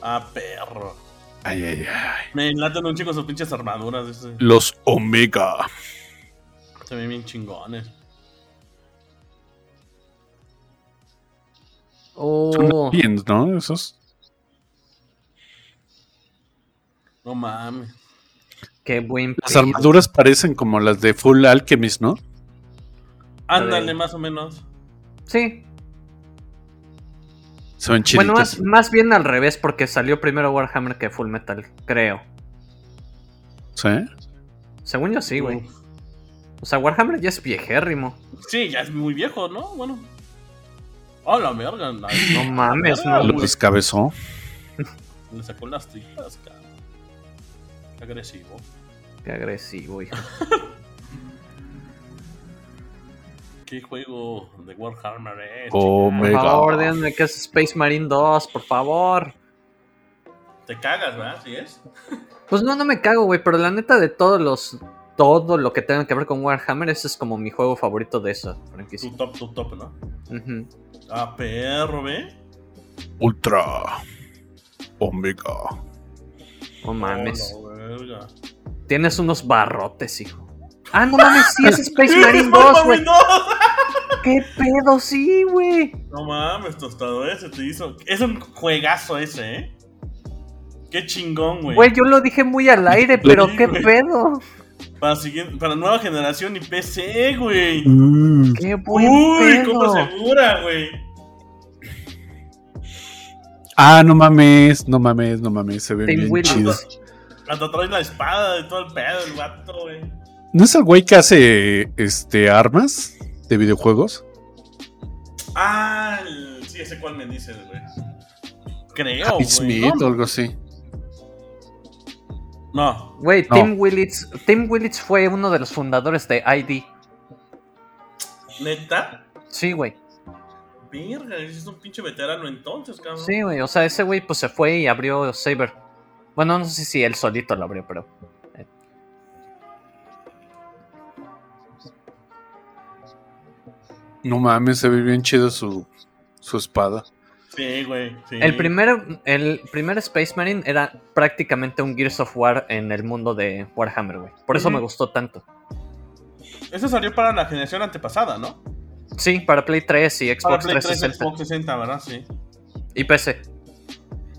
A: Ah, perro.
C: Ay, ay, ay.
A: Me enlatan un chico sus pinches armaduras. ese-
C: Los Omega.
A: Se ven bien chingones.
B: Oh,
C: Son bien, ¿no? Esos.
A: No mames.
B: qué buen
C: Las
B: pedo.
C: armaduras parecen como las de Full Alchemist, ¿no?
A: Ándale,
B: bien.
A: más o menos.
B: Sí.
C: Se ven
B: Bueno,
C: chiditas.
B: más, más bien al revés, porque salió primero Warhammer que Full Metal, creo. Ah,
C: ¿Sí?
B: Según yo sí, güey.
A: Uf.
B: O sea, Warhammer ya es viejérrimo.
A: Sí, ya es muy viejo, ¿no? Bueno. Oh, la verga. la-
B: No mames,
A: Ah,
B: no.
C: Los
A: güey.
C: descabezó.
A: Le sacó las tripas, cabrón. Agresivo.
B: Qué agresivo, hijo.
A: ¿Qué juego de Warhammer eh, es?
B: Por
C: Omega.
B: favor, díganme que es Space Marine 2, por favor.
A: chica? Te cagas, ¿verdad? ¿Sí es?
B: Pues no, no me cago, güey, pero la neta de todos los. Todo lo que tenga que ver con Warhammer, ese es como mi juego favorito de esa franquicia.
A: Tu top, tu top, ¿no?
B: Ujú.
A: Ah, perro, ¿ve?
C: Ultra. Omega.
B: No mames.
A: Oh, la verga.
B: Tienes unos barrotes, hijo. Ah, no mames, sí, es Space Marine
A: ¡Es
B: 2,
A: Warhammer
B: güey.
A: 2!
B: ¿Qué pedo, sí, güey?
A: No mames, tostado ese te hizo. Es un juegazo ese, ¿eh? Qué chingón, güey.
B: Güey, yo lo dije muy al aire, pero
A: Sí,
B: qué
A: güey.
B: pedo.
A: Para, siguiente- para nueva generación y PC, güey.
C: Mm.
B: Qué buen
A: Uy,
B: pedo.
A: cómo segura, güey.
C: Ah, no mames, no mames, no mames, se ve
B: Tim
C: bien
B: Willits.
C: chido.
A: Hasta trae la espada de todo el pedo, el vato, güey.
C: ¿No es el güey que hace este armas de videojuegos?
A: Ah, el- sí, ese cuál me dices, güey. Creo,
C: Javi
A: güey.
C: Smith o algo así.
A: No.
B: Güey,
C: No.
B: Tim Willits, Tim Willits fue uno de los fundadores de ID.
A: ¿Neta?
B: Sí, güey.
A: Verga, es un pinche veterano entonces, cabrón.
B: Sí, güey. O sea, ese güey pues se fue y abrió Saber. Bueno, no sé si él solito lo abrió, pero.
C: No mames, se ve bien chido su, su espada.
A: Sí, güey. sí.
B: El primer, el primer Space Marine era prácticamente un Gears of War en el mundo de Warhammer, güey. Por eso
A: Ujú.
B: me gustó tanto.
A: Eso salió para la generación antepasada, ¿no?
B: Sí, para Play 3 y
A: Para
B: Xbox
A: Play 3,
B: 360
A: Xbox 60, ¿verdad? Sí.
B: y PC.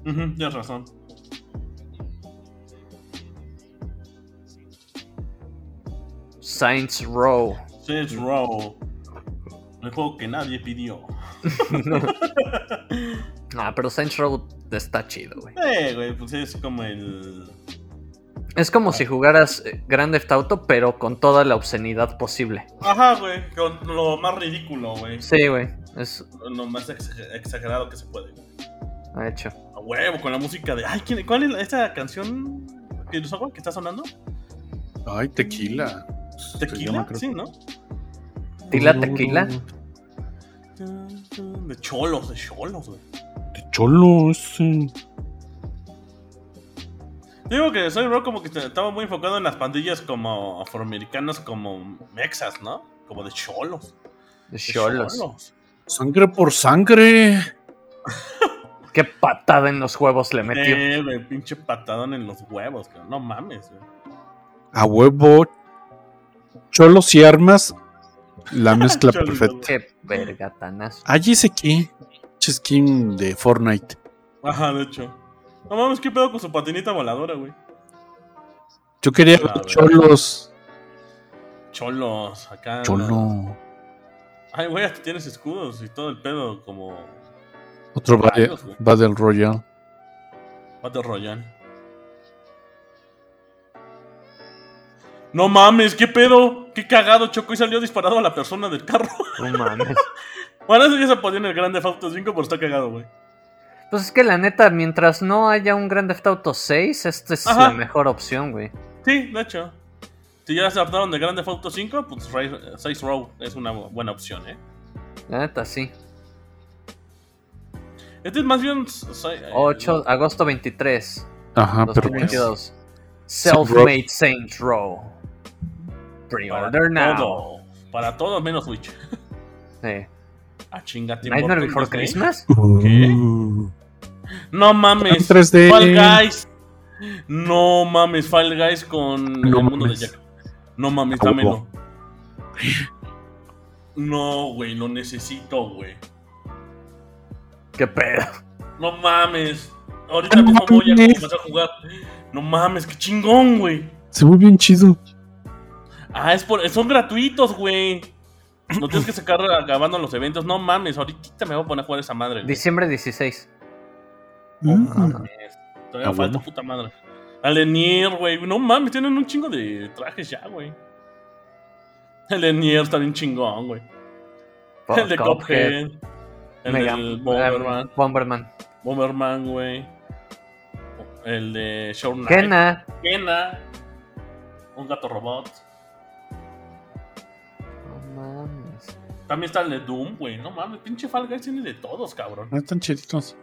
A: Ujú, tienes razón.
B: Science Row.
A: Saints Row. El juego que nadie pidió.
B: Ah, pero Saints Row está chido, güey.
A: Eh, güey, pues es como el.
B: Es como si jugaras eh, Grand Theft Auto, pero con toda la obscenidad posible.
A: Ajá, güey, con lo más ridículo, güey.
B: Sí, güey. Es
A: Lo más ex- exagerado que se puede.
B: de hecho.
A: A huevo, con la música de. Ay, ¿quién- ¿cuál es la- esta canción que nos hago- que está sonando?
C: Ay, tequila. Se
A: Tequila,
C: llama, creo.
A: sí, ¿no?
B: Tila tequila.
A: De cholos, de cholos, güey.
C: De cholos. sí.
A: Digo que soy Rock como que estaba muy enfocado en las pandillas como afroamericanas, como mexas, ¿no? Como de cholos.
B: De
A: de
B: cholos.
C: Sangre por sangre.
B: Qué patada en los huevos le metió.
A: Eh, güey, pinche patadón en los huevos, cabrón. No mames, güey.
C: A huevo. Cholos y armas. La mezcla
A: Cholos.
C: perfecta.
B: Qué vergatanazo.
C: Allí se aquí. Skin de Fortnite.
A: Ajá, de hecho. No mames, qué pedo con su patinita voladora, güey.
C: Yo quería
A: A ver.
C: cholos.
A: Cholos, acá.
C: Cholo.
A: Ay, güey, hasta tienes escudos y todo el pedo como
C: Otro Battle,
A: Rayos, güey.
C: Battle Royale.
A: Battle Royale. No mames, qué pedo. Qué cagado, chocó y salió disparado a la persona del carro.
B: No mames.
A: Bueno, eso ya se podía en el Grande Auto 5, pero está cagado, güey.
B: Pues es que la neta, mientras no haya un Grand Theft Auto 6, esta es
A: Ajá.
B: la mejor opción, güey.
A: Sí, de hecho. Si ya se adaptaron de Grande Auto 5, pues Ray- Saints Row es una bu- buena opción, ¿eh?
B: La neta, sí.
A: Este es más bien... sa- eh,
B: 8, agosto 23,
C: Ajá, Ah, pero pues. ¿qué
B: 2022.
C: es?
B: Self-made Saints Row. Pre-order
A: para
B: now.
A: todo. Para todo menos Switch.
B: Sí.
A: Ah, chingate.
B: Nightmare Before Christmas.
A: ¿Qué?
C: Uh,
A: No mames.
C: Está en 3D.
A: Fall Guys. No mames, Fall Guys con
C: No
A: el mundo de
C: mames.
A: Jack. No mames,
C: Ah,
A: dámelo. No, güey, lo necesito, güey.
B: Qué pedo.
A: No mames. Ahorita
C: No
A: mismo voy a
C: mames.
A: empezar a jugar. No mames, qué chingón, güey.
C: Se ve bien chido.
A: Ah, es por, son gratuitos, güey. No tienes que sacar acabando los eventos. No mames, ahorita me voy a poner a jugar esa madre. güey.
B: Diciembre 16.
A: No
C: Mm.
A: mames. Todavía
C: Ah,
A: falta
C: bueno.
A: puta madre. Alenier, güey. No mames, tienen un chingo de trajes ya, güey. Alenier está bien chingón, güey. El de
B: Cuphead,
A: Cuphead. El
B: Mega-
A: del
B: eh,
A: Bomberman.
B: Bomberman.
A: Bomberman, güey. El de Show Knight.
B: Kena.
A: Kena. Un gato robot.
B: No mames.
A: También está el de Doom, güey. No mames, pinche Fall Guys tiene de todos, cabrón.
C: No están chiditos.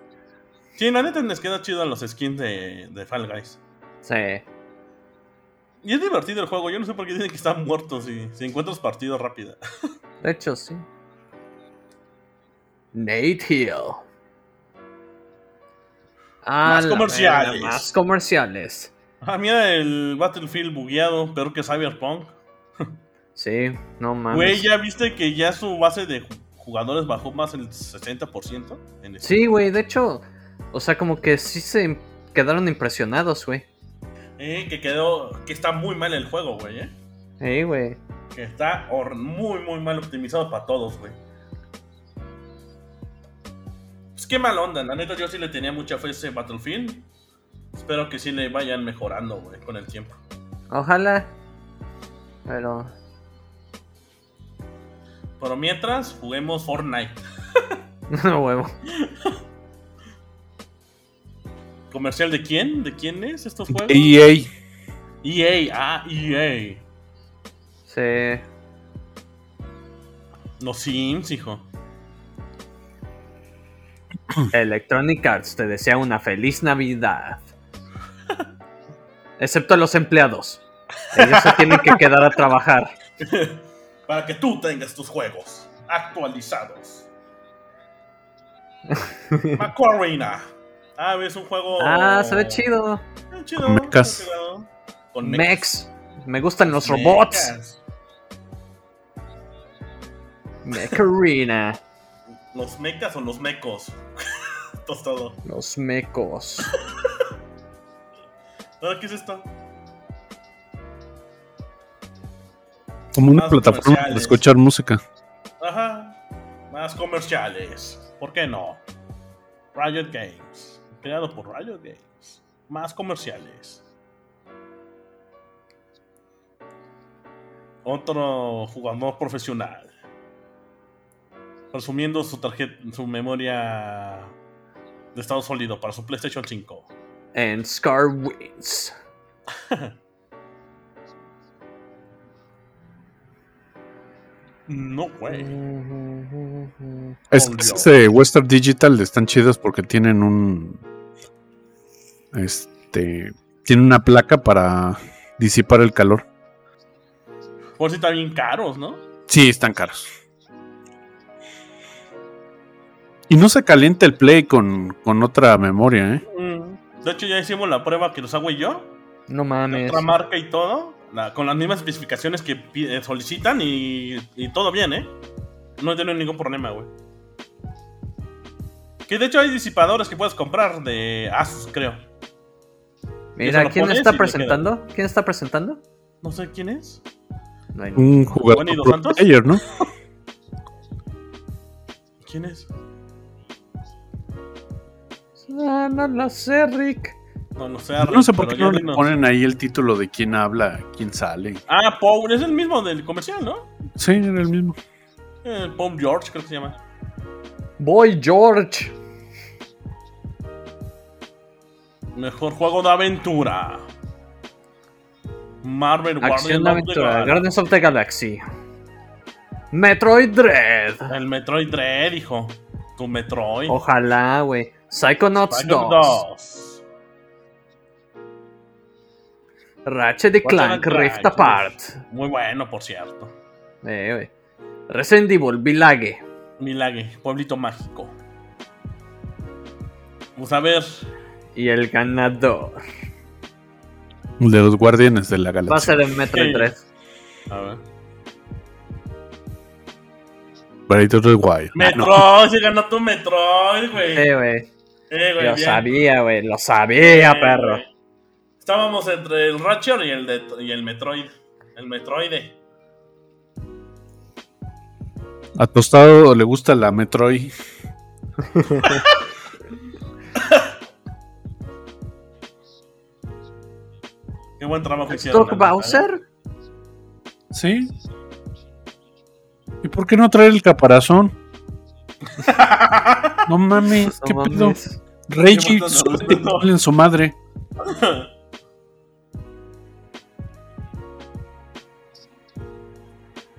A: Sí, la neta les queda chido a los skins de, de Fall Guys.
B: Sí.
A: Y es divertido el juego. Yo no sé por qué dicen que están muertos si, si encuentras partido rápida.
B: De hecho, sí. Nate Hill. Ah,
A: Más
B: la
A: comerciales.
B: verga, más comerciales.
A: Ah, mira el Battlefield bugueado, peor que Cyberpunk.
B: Sí, no mames.
A: Güey, ¿ya viste que ya su base de ju- jugadores bajó más el 60%? En el-
B: Sí, güey, de hecho, o sea, como que sí se quedaron impresionados, güey.
A: Eh, que quedó. Que está muy mal el juego, güey, eh.
B: Sí, güey.
A: Que está hor- muy, muy mal optimizado para todos, güey. Pues qué mal onda, la neta yo sí le tenía mucha fe a ese Battlefield. Espero que sí le vayan mejorando, güey, con el tiempo.
B: Ojalá. Pero.
A: Pero mientras, juguemos Fortnite.
B: No huevo.
A: ¿Comercial de quién? ¿De quién es
C: E
A: estos juegos?
C: EA.
A: EA, ah, EA.
B: Sí.
A: Los Sims, hijo.
B: Electronic Arts te desea una feliz Navidad. Excepto a los empleados. Ellos se tienen que quedar a trabajar.
A: Para que tú tengas tus juegos actualizados. Macorina. Ah, es un juego.
B: Ah, se ve chido.
A: Eh, chido,
C: Con mechas.
A: está chido. Con mechas.
B: Mex. Me gustan los
A: Mechas.
B: robots. Mecarina.
A: ¿Los mechas o los mecos? Tostado.
B: Los mecos.
A: Ahora, ¿Qué es esto?
C: Como una
A: Más
C: plataforma para
A: comerciales.
C: escuchar música.
A: Ajá. Más comerciales. ¿Por qué no? Riot Games. Creado por Riot Games. Más comerciales. Otro jugador profesional. Consumiendo su tarjeta, su memoria de estado sólido para su PlayStation 5.
B: And Scar wins.
A: No,
B: Mm.
A: güey.
C: Es,
A: Obvio.
C: esas de Western Digital están chidas porque tienen un. Este. Tienen una placa para disipar el calor.
A: Por si están bien caros, ¿no?
C: Sí, están caros. Y no se calienta el play con, con otra memoria, ¿eh?
A: De hecho, ya hicimos la prueba que los hago y yo.
B: No
A: de
B: mames.
A: otra marca y todo, la- con las mismas especificaciones que pi- eh, solicitan y, y todo bien, ¿eh? No tiene ningún problema, güey. Que de hecho hay disipadores que puedes comprar de Asus, creo. se
B: Mira,
A: lo
B: ¿quién
A: pones
B: está
A: y te
B: presentando? ¿Quién está presentando?
A: No sé quién es.
B: No hay-
C: Un jugador
A: Bueno, ¿y los
C: pro
A: Santos?
C: player, ¿no?
A: ¿Quién es?
B: Ah, no lo sé, Rick.
A: No, no sé.
C: No sé por
A: Ah, pero
C: qué
A: ya
C: no le
A: dinos.
C: ponen ahí el título de quién habla, quién sale.
A: Ah, Paul, es el mismo del comercial, ¿no?
C: Sí, era el mismo.
A: Eh, Paul George, creo que se llama.
B: Boy George.
A: Mejor juego de aventura. Marvel
B: Acción
A: Guardians of the
B: aventura.
A: Galaxy.
B: Guardians of the Galaxy. Metroid Dread.
A: El Metroid Dread, hijo. Tu Metroid.
B: Ojalá, güey. Psychonauts
A: Dragon
B: 2.
A: 2.
B: Ratchet y
A: Ratchet and
B: Clank Rift
A: Clank.
B: Apart.
A: Muy bueno, por cierto.
B: Eh, güey. Resident Evil Village.
A: Milague, pueblito mágico. Vamos a ver.
B: Y el ganador
C: El de los guardianes de la galaxia.
B: va a ser el Metroid
A: Sí.
B: Dread.
A: A ver.
C: Breath of the Wild. Ah, no.
A: Metroid, se ganó tu Metroid, güey.
B: Eh, güey.
A: Eh, güey,
B: Lo
A: bien.
B: sabía, güey. Lo
A: Eh,
B: sabía, perro.
A: güey. Estábamos entre el Ratchet y el, de- y el Metroid. El Metroide.
C: A Tostado le gusta la Metroid.
A: Qué buen trabajo hicieron.
B: ¿Stock
A: la neta, ¿eh?
B: Bowser?
C: ¿Sí? ¿Y por qué no traer el caparazón? no mames, qué
B: No
C: pedo.
B: mames.
C: Reggie,
A: montón de
C: súbete y
A: respeto.
C: ponle en su madre.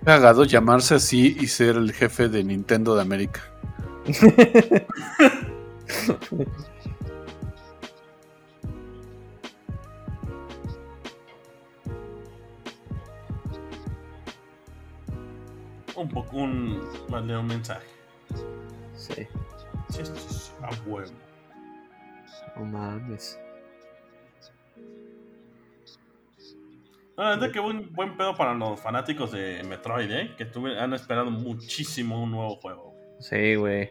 C: Cagado llamarse así y ser el jefe de Nintendo de América.
A: Un poco, un. Mandé un mensaje.
B: Sí.
A: Sí, sí, sí, A huevo.
B: No mames.
A: La verdad que buen, buen pedo para los fanáticos de Metroid, ¿eh? Que tuve- han esperado muchísimo un nuevo juego.
B: Sí, güey.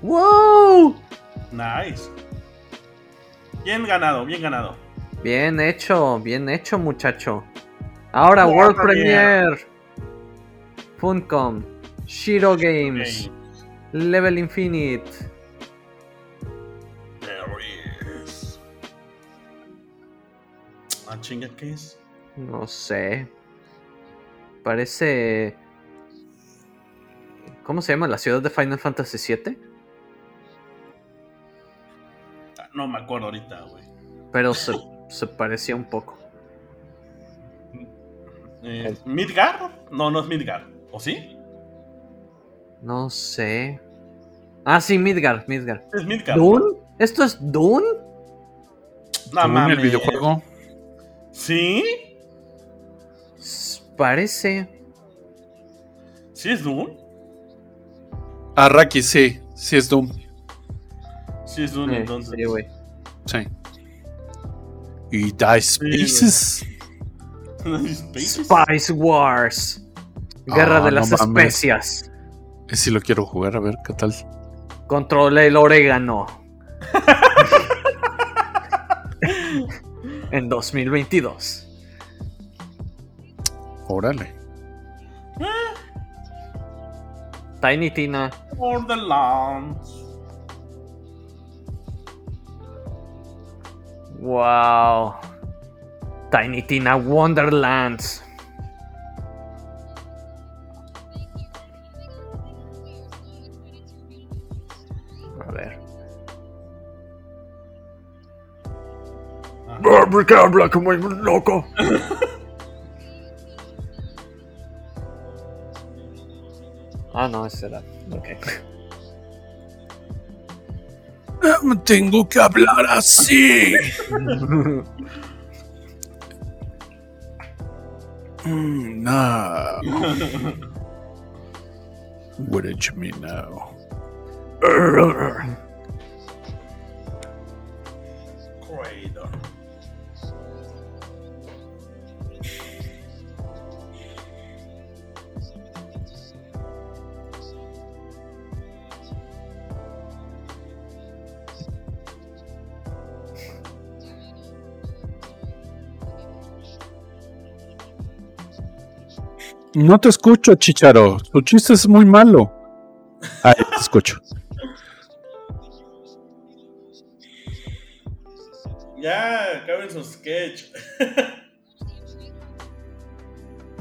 B: ¡Wow!
A: Nice. Bien ganado, bien ganado.
B: Bien hecho, bien hecho, muchacho. Ahora
A: Wow,
B: World
A: bien.
B: Premiere. Funcom. Shiro Games.
A: Ok.
B: Level Infinite.
A: There is. Ah, chinga, ¿qué es?
B: No sé. Parece. ¿Cómo se llama la ciudad de Final Fantasy VII?
A: Ah, No me acuerdo ahorita, güey.
B: Pero se, se parecía un poco.
A: Eh, ¿Midgar? No, no es Midgar. ¿O sí?
B: No sé. Ah, sí, Midgar, Midgar.
A: Es Midgar.
B: ¿Dune? ¿Esto es Dune?
A: No
C: Según
A: mames.
C: el videojuego.
A: ¿Sí?
B: S- Parece.
A: ¿Sí es Doom?
C: Araki, sí. Sí es Doom.
A: Sí es Doom,
B: Eh,
A: entonces.
B: sí, güey.
C: Sí. Y Dice
A: güey.
C: Spaces.
A: Spaces.
B: Spice Wars. Guerra
C: Ah,
B: de
C: no
B: las
C: mames.
B: especias.
C: Ese sí lo quiero jugar, a ver qué tal.
B: Controla el orégano. en 2022.
C: Órale.
B: Tiny Tina.
A: Borderlands.
B: Wow. Tiny Tina Wonderlands. A ver.
A: Ah.
B: que habla como un loco. Ah, no, ese era. Ok.
C: Tengo que hablar así. Mm, no. What did you mean now?
A: Creator.
C: No te escucho, Chicharo. Tu chiste es muy malo. Ay, te escucho.
A: Ya, acaben su sketch.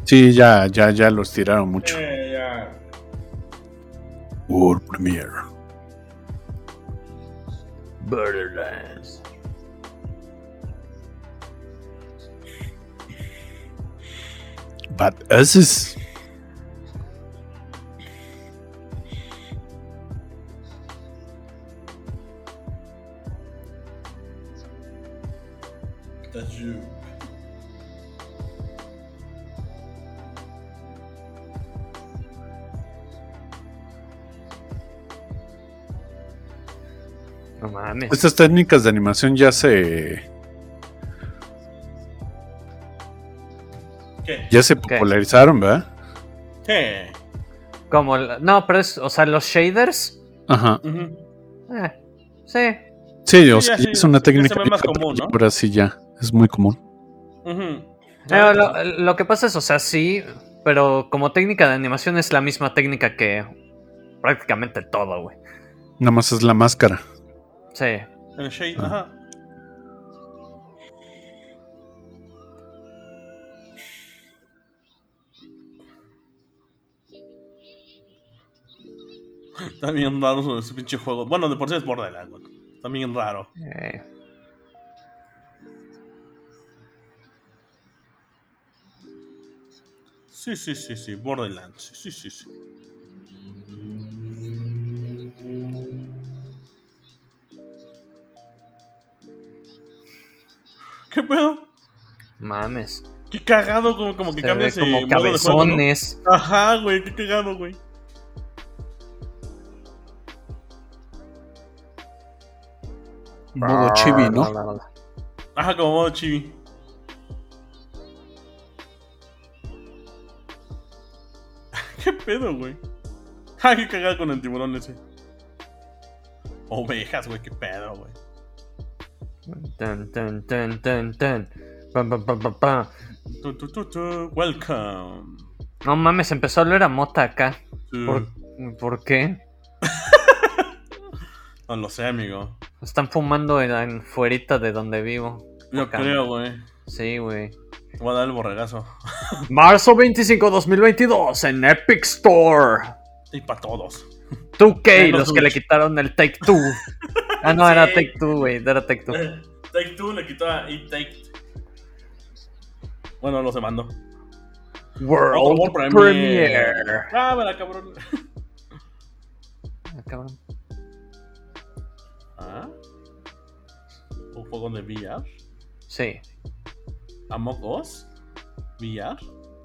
C: Sí, ya, ya, ya los tiraron mucho.
A: Eh, ya.
C: World Premiere.
B: Borderlands.
C: But ese es.
A: That's you.
B: No mames.
C: Estas técnicas de animación ya se.
A: ¿Qué?
C: ya se popularizaron, ¿verdad?
A: ¿Qué?
B: Como la- no, pero es, o sea, los shaders.
C: Ajá.
A: Ujú.
B: eh, sí.
C: Sí, o
A: Sí,
C: sea,
A: ya, sí,
C: es una
A: ya se ve
C: técnica.
A: más
C: ya-
A: común, ¿no?
C: Ahora sí ya. Es muy común.
A: Ujú.
B: No, lo, lo que pasa es, o sea, sí, pero como técnica de animación es la misma técnica que prácticamente todo, güey.
C: Nada más es la máscara.
B: Sí.
A: El shade,
C: Ah.
A: ajá. Está bien raro su- ese pinche juego. Bueno, de por sí es Borderlands, güey. Está bien raro.
B: eh.
A: Sí, sí, sí, sí, Borderlands. Sí, sí, sí. sí. ¿Qué pedo?
B: Mames.
A: Qué cagado, como, como que
B: Se
A: cambia
B: ve
A: ese
B: como
A: modo de juego, ¿no?
B: cabezones.
A: Ajá, güey, qué cagado, güey.
C: Modo chibi, ¿no?
A: Ajá, como modo chibi. ¿Qué pedo, güey? Ay, qué cagado con el tiburón ese. ovejas, güey, qué pedo, güey.
B: Tan, tan, tan, tan, tan. Pam, pam, pam, pam, pam.
A: Tu, tu, tu, tu. Welcome.
B: No mames, empezó a oler a mota acá.
A: to-
B: ¿Por, ¿por qué?
A: No lo sé, amigo.
B: Están fumando en, en fuerita de donde vivo.
A: Yo
B: Acá.
A: creo, güey.
B: Sí, güey.
A: Te Voy a dar el borregazo.
B: Marzo 25, 2022 en Epic Store.
A: Y para todos.
B: 2K,
A: Ya no
B: los que le
A: subes.
B: quitaron el Take Two. Ah, no,
A: Sí.
B: era Take Two, güey. Era Take Two.
A: Take Two le quitó a It Take. Bueno, lo se mandó.
B: World,
A: Otro World eh.
B: Premiere.
A: Premiere. Cámara, cabrón.
B: Ah, cabrón.
A: ¿Ah? Un juego de VR.
B: Sí.
A: Among Us. VR.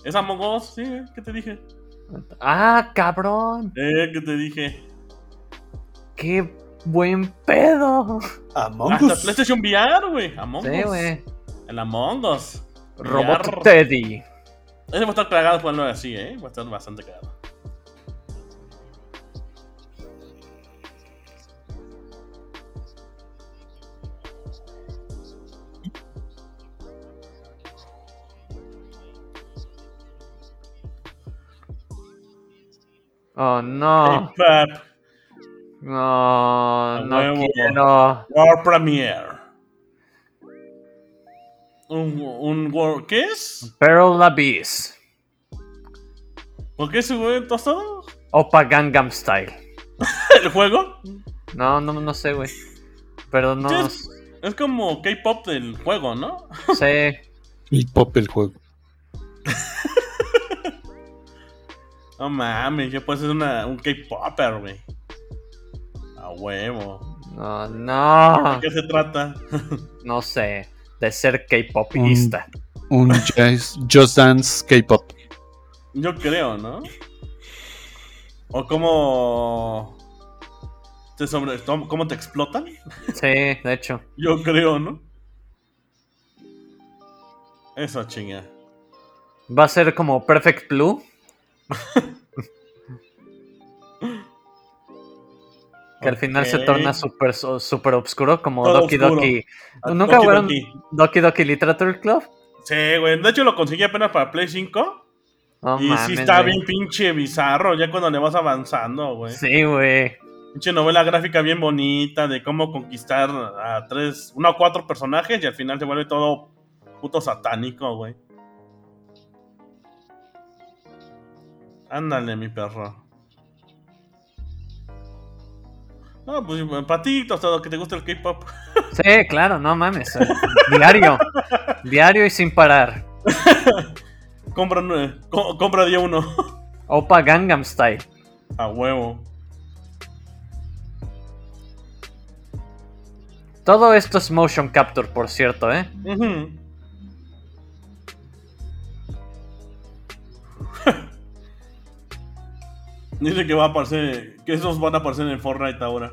A: Es Among Us, sí, eh. ¿qué te dije?
B: Ah, cabrón.
A: Eh, ¿qué te dije?
B: Qué buen pedo.
C: Ah, Among
A: Hasta
C: Us.
A: PlayStation VR, güey. Among
B: Sí,
A: Us.
B: güey.
A: El Among Us.
B: Robot
A: VR.
B: Teddy.
A: Ese va a estar cagado ponerlo así, ¿eh? Va a estar bastante cagado.
B: Oh, no.
A: Hey, pap,
B: No, no
A: huevo.
B: quiero.
A: World Premiere. Un, un World. ¿Qué es?
B: Pearl Abyss.
A: ¿Por qué ese güey tostado?
B: Opa Gangnam Style.
A: ¿El juego?
B: No, no, no sé, güey. Pero no
A: Just- Es como K-pop del juego, ¿no?
B: sé.
C: Y pop el juego.
A: No mames, ya puedes ser una, un K-popper, güey. A huevo.
B: No, no.
A: ¿De qué se trata?
B: No sé. De ser K-popista.
C: Un jazz- Just Dance K-pop.
A: Yo creo, ¿no? O cómo. Te sobre... ¿Cómo te explotan?
B: Sí, de hecho.
A: Yo creo, ¿no? Eso chinga.
B: Va a ser como Perfect Blue. Que al final se
A: Ok.
B: torna súper super obscuro, como
A: Todo
B: Doki
A: oscuro.
B: Doki.
A: Ah,
B: ¿Nunca
A: Doki
B: jugaron
A: Doki.
B: Doki Doki Literature Club?
A: Sí, güey. De hecho, lo conseguí apenas para Play 5.
B: No
A: y sí
B: mames,
A: está
B: güey.
A: bien pinche bizarro. Ya cuando le vas avanzando, güey.
B: Sí, güey.
A: Pinche novela gráfica bien bonita de cómo conquistar a tres, uno o cuatro personajes y al final se vuelve todo puto satánico, güey. Ándale, mi perro. No, pues para ti, tostado, que te gusta el K-pop.
B: Sí, claro, no mames. eh, Diario. Diario y sin parar.
A: Compra, eh, co- compra día uno.
B: Opa Gangnam Style.
A: a huevo.
B: Todo esto es motion capture, por cierto, ¿eh?
A: Ujú. Dice que va a aparecer. Que esos van a aparecer en Fortnite ahora.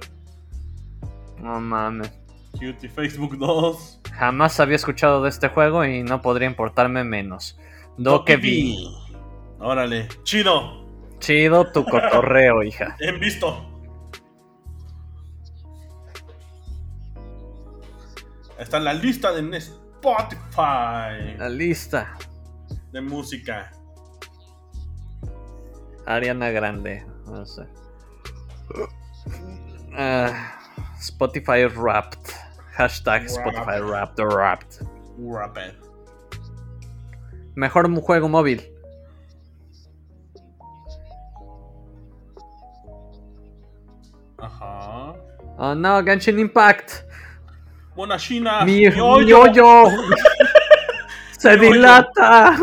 B: No mames.
A: Cutie Facebook 2.
B: Jamás había escuchado de este juego y no podría importarme menos. Doke vi.
A: Órale. Chido.
B: Chido tu cotorreo, hija.
A: En visto. Está en la lista de Spotify
B: La lista.
A: de música.
B: Ariana Grande. No sé. Ah, Spotify Wrapped. Hashtag Spotify Wrapped. Wrapped.
A: Rapid.
B: Mejor mu- juego móvil.
A: Ajá.
B: Oh no, Genshin Impact.
A: Buena China.
B: Ah, Mi,
A: Yoyo.
B: mi hoyo. Se
A: Mi hoyo.
B: dilata.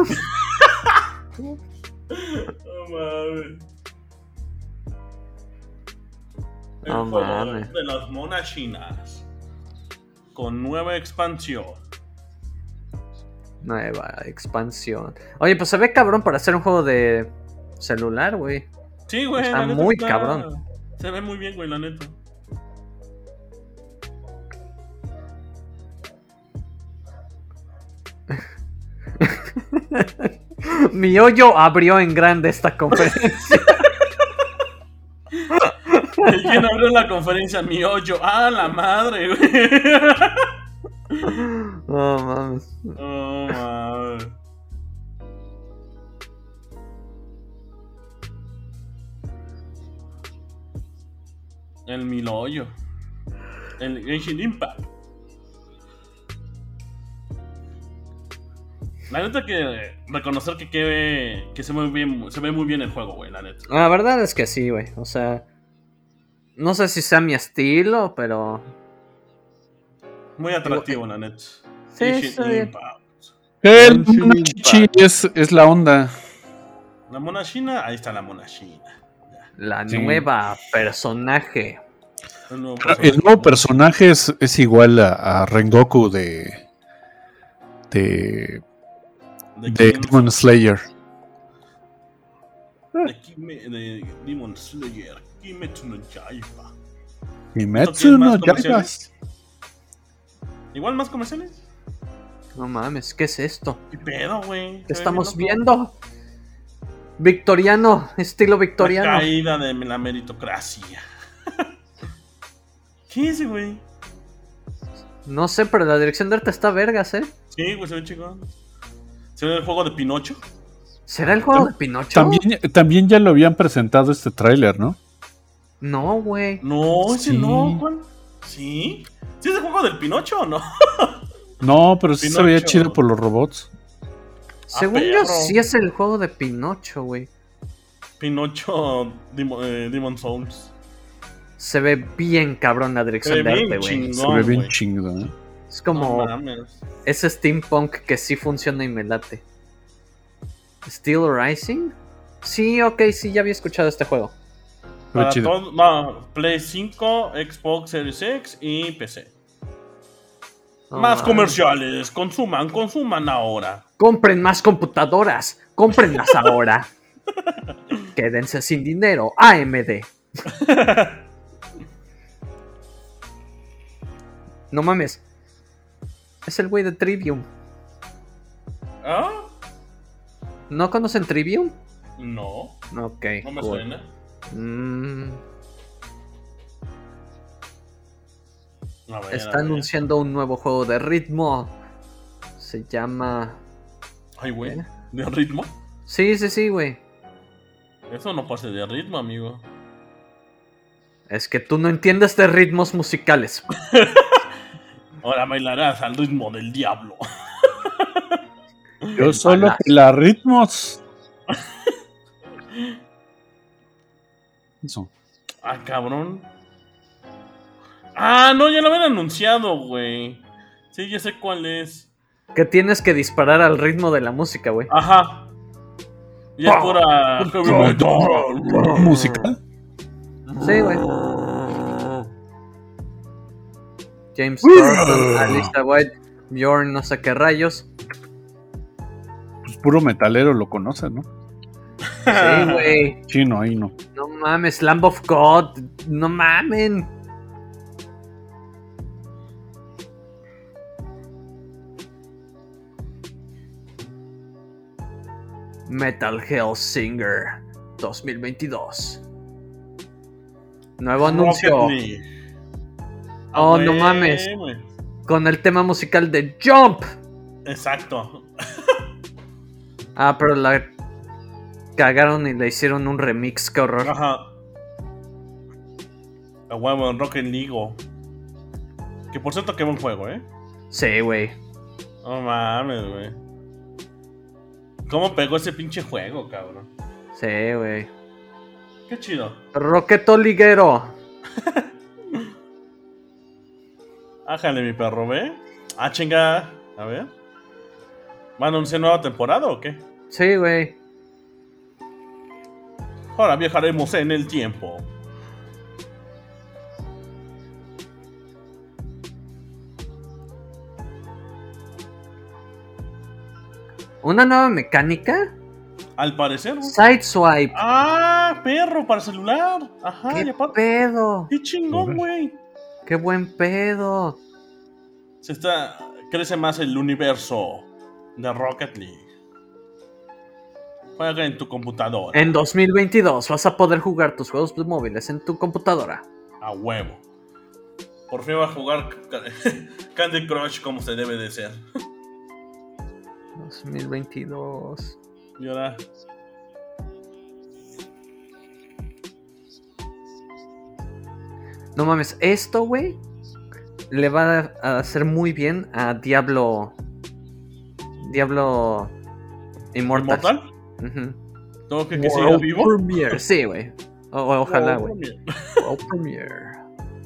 A: No mames. El
B: No
A: juego
B: mames.
A: de las monas chinas. Con nueva expansión.
B: Nueva expansión. Oye, pues se ve cabrón para hacer un juego de celular, güey.
A: Sí, güey.
B: Está
A: la neta
B: muy cabrón.
A: Se ve muy bien, güey, la neta.
B: Mi hoyo abrió en grande esta conferencia.
A: El ¿Quién abrió la conferencia? Mi hoyo. ¡Ah, la madre, güey!
B: No mames.
A: No mames. El Miloyo. El Genshin Impact. La neta que reconocer que, que, que se, ve bien, se ve muy bien el juego, güey, la neta.
B: La verdad es que sí, güey. O sea. No sé si sea mi estilo, pero.
A: Muy atractivo, la neta.
B: eh, Sí,
A: Genshin
B: está bien.
A: Impact.
C: El
D: Sí,
C: mona chichi es, es la onda.
A: La mona china, ahí está la mona china.
B: La
C: Sí.
B: nueva personaje.
A: El nuevo
C: Ah, El nuevo personaje es, es igual a, a Rengoku de, de,
A: de
C: de
A: Kingdom
C: Demon Slayer.
A: de, Kime- de Demon Slayer, Kimetsu no Yaiba.
C: Kimetsu
A: más
C: no Yaiba.
A: comerciales? Igual más comerciales.
B: No mames, ¿qué es esto?
A: ¿Qué pedo, güey?
B: ¿Qué
A: Se ve
B: estamos
A: bien
B: viendo? Victoriano, estilo
A: loco. La
B: victoriano.
A: caída de la meritocracia. ¿Qué es, güey?
B: No sé, pero la dirección de arte está vergas, ¿eh?
A: Sí, güey, se ve chingón. ¿Se ve el juego de Pinocho?
B: ¿Será el juego de Pinocho?
C: También, también ya lo habían presentado este tráiler, ¿no?
B: No, güey.
A: Ah, No, ese
C: Sí.
A: no, ¿cuál? ¿Sí? ¿Sí es el juego del Pinocho o no?
C: No, pero sí se veía
A: Pinocho.
C: chido por los robots.
B: Según yo,
A: perro.
B: sí es el juego de Pinocho, güey.
A: Pinocho Demon, eh, Demon Souls.
B: Se ve bien cabrón la
A: Se
B: dirección de
A: ve
B: arte,
A: bien
B: güey.
C: se ve
A: chingón,
C: bien
A: güey.
C: chido. ¿eh?
B: Es
A: No
B: como
A: mames.
B: ese steampunk que sí funciona y me late. ¿Steel Rising? Sí, ok, sí, ya había escuchado este juego.
C: Se ve
A: Para
C: chido.
A: todo- no, Play 5, Xbox Series X y PC.
B: No
A: Más
B: mames.
A: comerciales, consuman, consuman ahora.
B: Compren más computadoras, cómprenlas ahora. Quédense sin dinero, AMD. No mames. Es el güey de Trivium.
A: ¿Ah?
B: ¿No conocen Trivium?
A: No,
B: Ok.
A: no me
B: cool.
A: suena.
B: Mm,
A: A ver,
B: está
A: a ver.
B: anunciando un nuevo juego de ritmo. Se llama.
A: Ay, güey,
B: ¿Eh?
A: ¿de ritmo?
B: Sí, sí, sí, güey.
A: Eso no pasa de ritmo, amigo.
B: Es que tú no entiendes de ritmos musicales.
A: Ahora bailarás al ritmo del diablo.
C: Yo
B: El
C: solo
B: balazo.
C: la ritmos. Eso.
A: Ah, cabrón. Ah, no, ya lo habían anunciado, güey. Sí, ya sé cuál es.
B: Que tienes que disparar al ritmo de la música, güey.
A: Ajá.
B: Ah,
A: Ya es pura
B: pues,
A: heavy metal.
C: Música.
B: Sí, güey. James Thornton, Alicia White, Bjorn, no sé qué rayos.
C: Pues puro metalero lo conoce, ¿no?
B: Sí, güey.
C: Chino, ahí no.
B: No mames, Lamb of God. No mamen. Metal Hell Singer 2022. Nuevo anuncio
A: Rocket League.
B: Oh,
A: pues, Ah,
B: no
A: güey,
B: mames.
A: güey.
B: con el tema musical de Jump.
A: Exacto.
B: Ah, pero la cagaron y le hicieron un remix, qué horror.
A: Ajá. A huevo en Rocket League. oh. Que por cierto, qué buen juego, ¿eh?
B: Sí, güey.
A: No mames, güey. ¿Cómo pegó ese pinche juego, cabrón?
B: Sí, güey.
A: Qué chido.
B: Roqueto Liguero.
A: Ájale, mi perro, ¿ve? Ah, chinga. A ver. ¿Va a anunciar nueva temporada o qué?
B: Sí, güey.
A: Ahora viajaremos en el tiempo.
B: ¿Una nueva mecánica?
A: Al parecer, güey.
B: Sideswipe.
A: Ah, perro, para celular. Ajá, y
B: ¡Qué
A: aparte.
B: pedo!
A: Qué chingón,
C: Órale.
A: güey.
B: ¡Qué buen pedo!
A: Se está. Crece más el universo de Rocket League. Juega en tu computadora.
B: En 2022 vas a poder jugar tus juegos móviles en tu computadora.
A: A huevo. Por fin va a jugar Candy Crush como se debe de ser.
B: 2022.
A: Y ahora.
B: No mames, esto, güey, le va a hacer muy bien a Diablo. Diablo. Immortal.
A: ¿Mortal?
B: Ujú.
A: ¿Tengo que que siga vivo? Oh,
B: Premiere, sí, güey. O- o- ojalá, güey.
A: Wow,
B: World Premiere.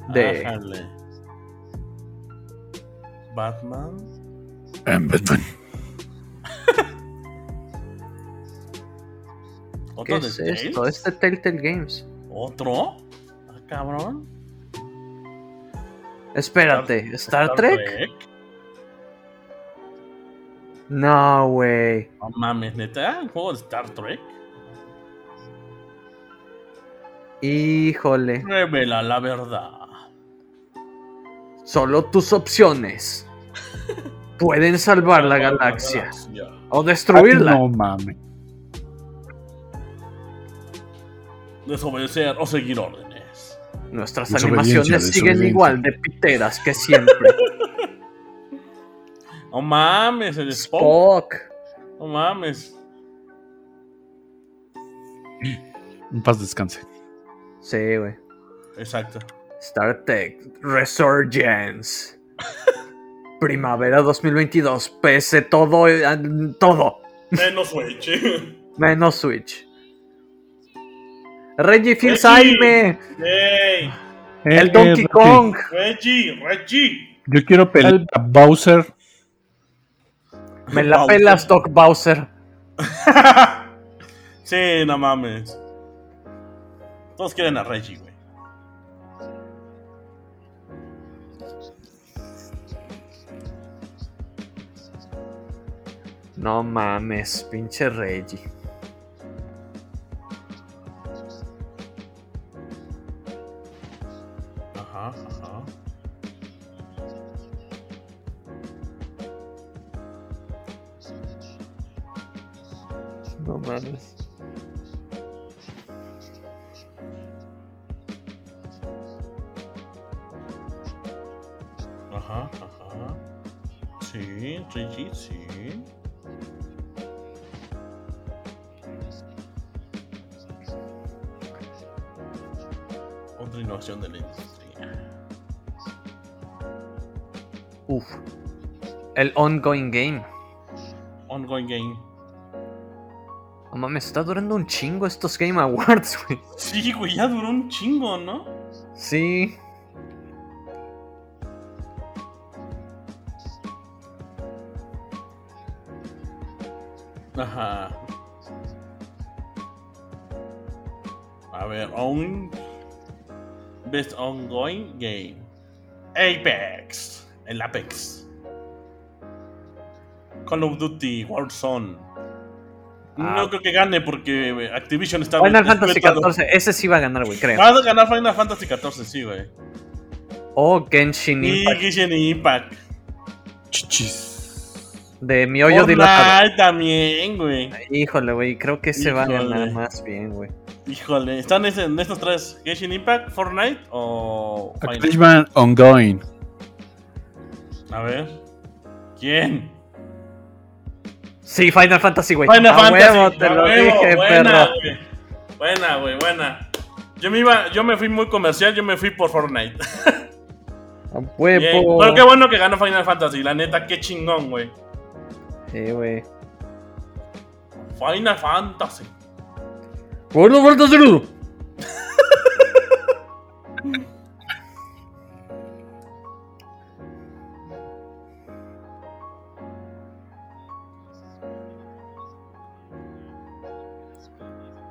B: De.
A: ájale. Batman.
C: I'm Batman.
A: ¿Otro
B: ¿Qué
A: de
B: es
A: Tales?
B: esto? Es de Telltale Games.
A: ¿Otro? Ah, cabrón.
B: Espérate, ¿Star Trek? No, güey.
A: No mames, neta, un juego de Star Trek.
B: Híjole.
A: Revela la verdad.
B: Solo tus opciones pueden salvar la galaxia o
C: Ah, No
B: destruirla.
C: mames.
A: Desobedecer o seguir órdenes.
B: Nuestras
C: Desobediencia,
B: animaciones siguen
C: desobediencia.
B: igual de piteras que siempre.
A: No mames, el Spock.
B: Spock.
A: No mames.
C: Un paz descanse.
B: Sí, güey.
A: Exacto.
B: Star Trek Resurgence. Primavera 2022. PC todo, eh, todo.
A: Menos Switch.
B: Menos Switch. Reggie Fils
A: Reggie.
B: Aime,
A: ¡Ey!
B: el
C: Eh,
B: Donkey
C: Reggie,
B: Kong.
A: Reggie, Reggie.
C: Yo quiero pelear a Bowser.
B: Me la
A: Bowser.
B: pelas, Doc Bowser.
A: sí, no mames. Todos quieren a Reggie, güey.
B: No mames, pinche Reggie.
A: Ajá, ajá.
B: No mames.
A: Ajá, ajá. Sí, Reggie, sí. Otra innovación de la industria.
B: Uf. El ongoing game.
A: Ongoing game.
B: No mames, está durando un chingo estos Game Awards, güey.
A: Sí, güey, ya duró un chingo, ¿no?
B: Sí.
A: Ajá. A ver, on... Best ongoing game. Apex. El Apex. Call of Duty, Warzone.
B: Ah.
A: No creo que gane porque eh, Activision está... Ah.
B: Final Fantasy
A: explotado.
B: XIV, ese sí va a ganar, güey, creo.
A: Va a ganar Final Fantasy XIV, sí, güey.
B: O Oh, Genshin
A: Y
B: Impact
A: Genshin Impact.
C: Chichis.
B: de mi hoyo dilatado.
A: Fortnite también, güey.
B: Híjole, güey, creo que se va a ganar
A: Híjole.
B: más bien, güey.
A: Híjole, están en, en estos tres: Genshin Impact, Fortnite o Final.
C: Activision Ongoing.
A: A ver, ¿quién?
B: Sí, Final Fantasy, güey.
A: Final
B: Pues, A
A: Fantasy.
B: huevo, te
A: a
B: lo
A: huevo,
B: dije,
A: buena,
B: perro.
A: güey. Buena, güey, buena. Yo me iba, yo me fui muy comercial, yo me fui por Fortnite.
B: A
A: Bien.
B: huevo.
A: Pero qué bueno que ganó Final Fantasy, la neta, qué chingón, güey.
B: Sí, güey.
A: Final Fantasy.
B: Final Fantasy.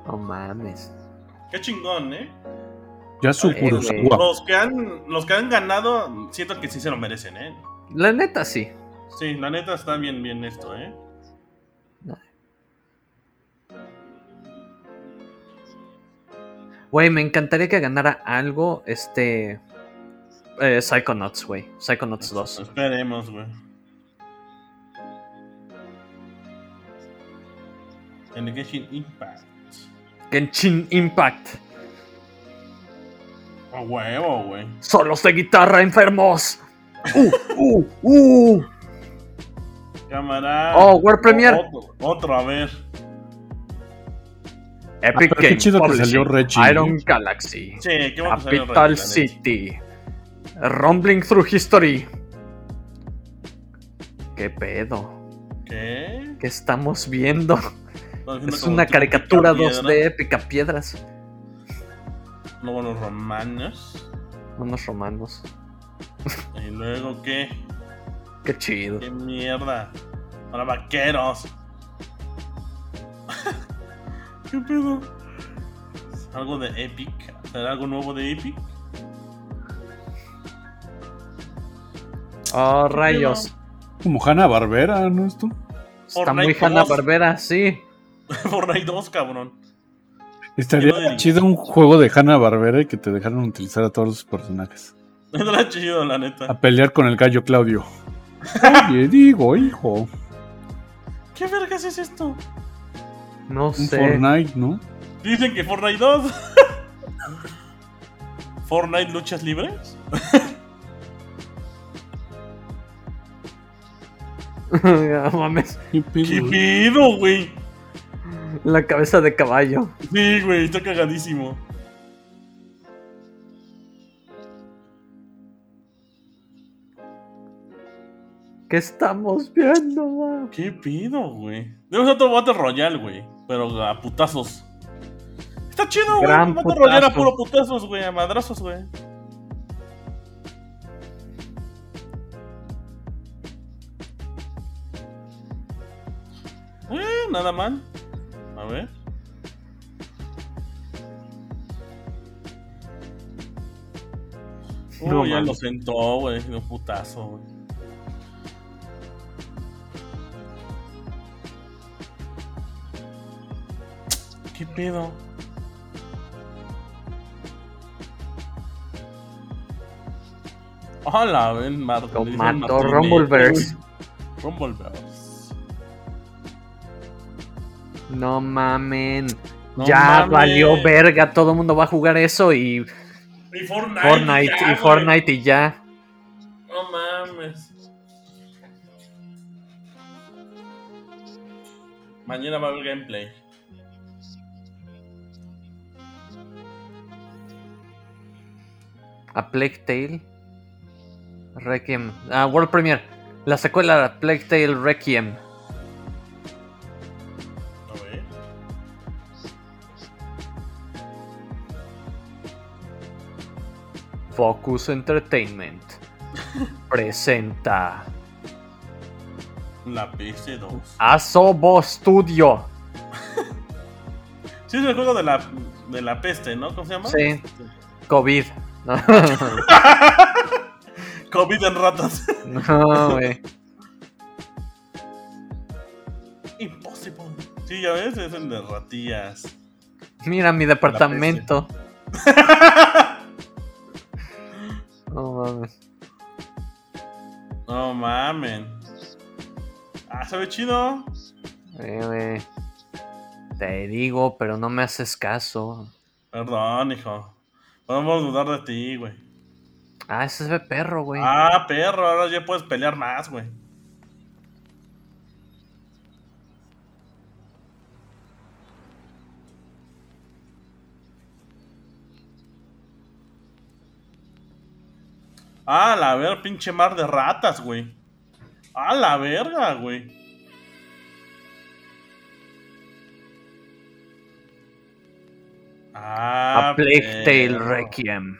B: No mames.
A: Qué chingón, eh.
C: Ya su
B: Eh, güey.
C: Kurosawa.
A: Los que han, los que han ganado, siento que sí se lo merecen, eh.
B: La neta sí.
A: Sí, la neta está bien, bien esto, eh.
B: Güey, me encantaría que ganara algo este. Eh, Psychonauts, güey. Psychonauts 2.
A: Esperemos, güey. En el Genshin Impact.
B: Genshin Impact.
A: O A huevo, güey.
B: Solos de guitarra enfermos. Uh, uh, uh.
A: Cámara.
B: Oh, World Premiere.
A: Otro, otro, a ver.
B: Epic
C: Ah, pero qué
B: Games
C: chido que
B: Publishing,
C: salió Reggie.
B: Iron Galaxy.
A: Sí, qué bueno que salió el
B: Capital
A: Reggie, la neta.
B: City. Rumbling Through History. ¿Qué pedo?
A: ¿Qué?
B: ¿Qué estamos viendo?
A: Están haciendo
B: Es
A: como
B: una
A: tipo
B: caricatura
A: picapiedra,
B: 2D épica piedras.
A: No, bueno, romanos.
B: Unos romanos.
A: Y luego, ¿qué?
B: Qué chido.
A: ¿Qué mierda? Ahora vaqueros. ¿Qué pedo? ¿Algo de Epic? ¿Será algo nuevo de Epic?
B: Oh, rayos.
C: Como Hanna Barbera, ¿no? Esto.
B: Está
A: Fortnite
B: muy
A: dos.
B: Hanna Barbera, sí.
A: Fortnite 2, cabrón.
C: Estaría
A: Lleno de-
C: chido un juego de Hanna Barbera y que te dejaran utilizar a todos los personajes.
A: No era chido, la
B: Ah.
A: neta.
C: A pelear con el gallo Claudio. Oye, digo, hijo.
A: ¿Qué vergas es esto?
B: No
C: Un
B: sé.
C: Fortnite, ¿no?
A: Dicen que Fortnite 2. ¿Fortnite luchas libres?
B: Ah, mames.
C: ¿Qué pedo?
A: ¿Qué pedo, güey?
B: La cabeza de caballo.
A: Sí, güey, está cagadísimo.
B: ¿Qué estamos viendo?
A: ¿Qué pedo, güey? Debemos otro Battle Royale, güey. Pero a putazos. Está chido, güey.
B: Gran
A: Battle Royale a
B: putazo.
A: puro putazos, güey. A madrazos, güey. Eh, nada mal. A ver. Uh,
B: No
A: ya
B: mames.
A: lo sentó, güey. Un putazo, güey. ¿Qué pedo? Hola, ven, Marta.
B: Lo mató Rumbleverse.
A: Rumbleverse.
B: No mamen.
A: No
B: ya
A: mames.
B: valió verga. Todo el mundo va a jugar eso y
A: Y Fortnite.
B: Fortnite
A: ya,
B: y
A: güey.
B: Fortnite y ya.
A: No mames. Mañana va a haber gameplay.
B: A Plague Tale. Requiem. Ah, World Premiere. La secuela de Plague Tale Requiem.
A: A ver.
B: Focus Entertainment. Presenta.
A: La PS2.
B: Asobo Studio.
A: Sí, es el juego de la, de la peste, ¿no? ¿Cómo se llama?
B: Sí. COVID.
A: COVID en ratas.
B: no, güey.
A: Imposible. Sí, ya ves, es el de ratillas.
B: Mira mi departamento. No mames.
A: No mamen. Ah, se ve chido.
B: Eh, güey. Te digo, pero no me haces caso.
A: Perdón, hijo. Podemos dudar de ti, güey.
B: Ah, ese es de perro, güey.
A: Ah, perro, ahora ya puedes pelear más, güey. Ah, la ver, pinche mar de ratas, güey. A la verga, güey. Ah,
B: A Plague Tale
A: perro.
B: Requiem.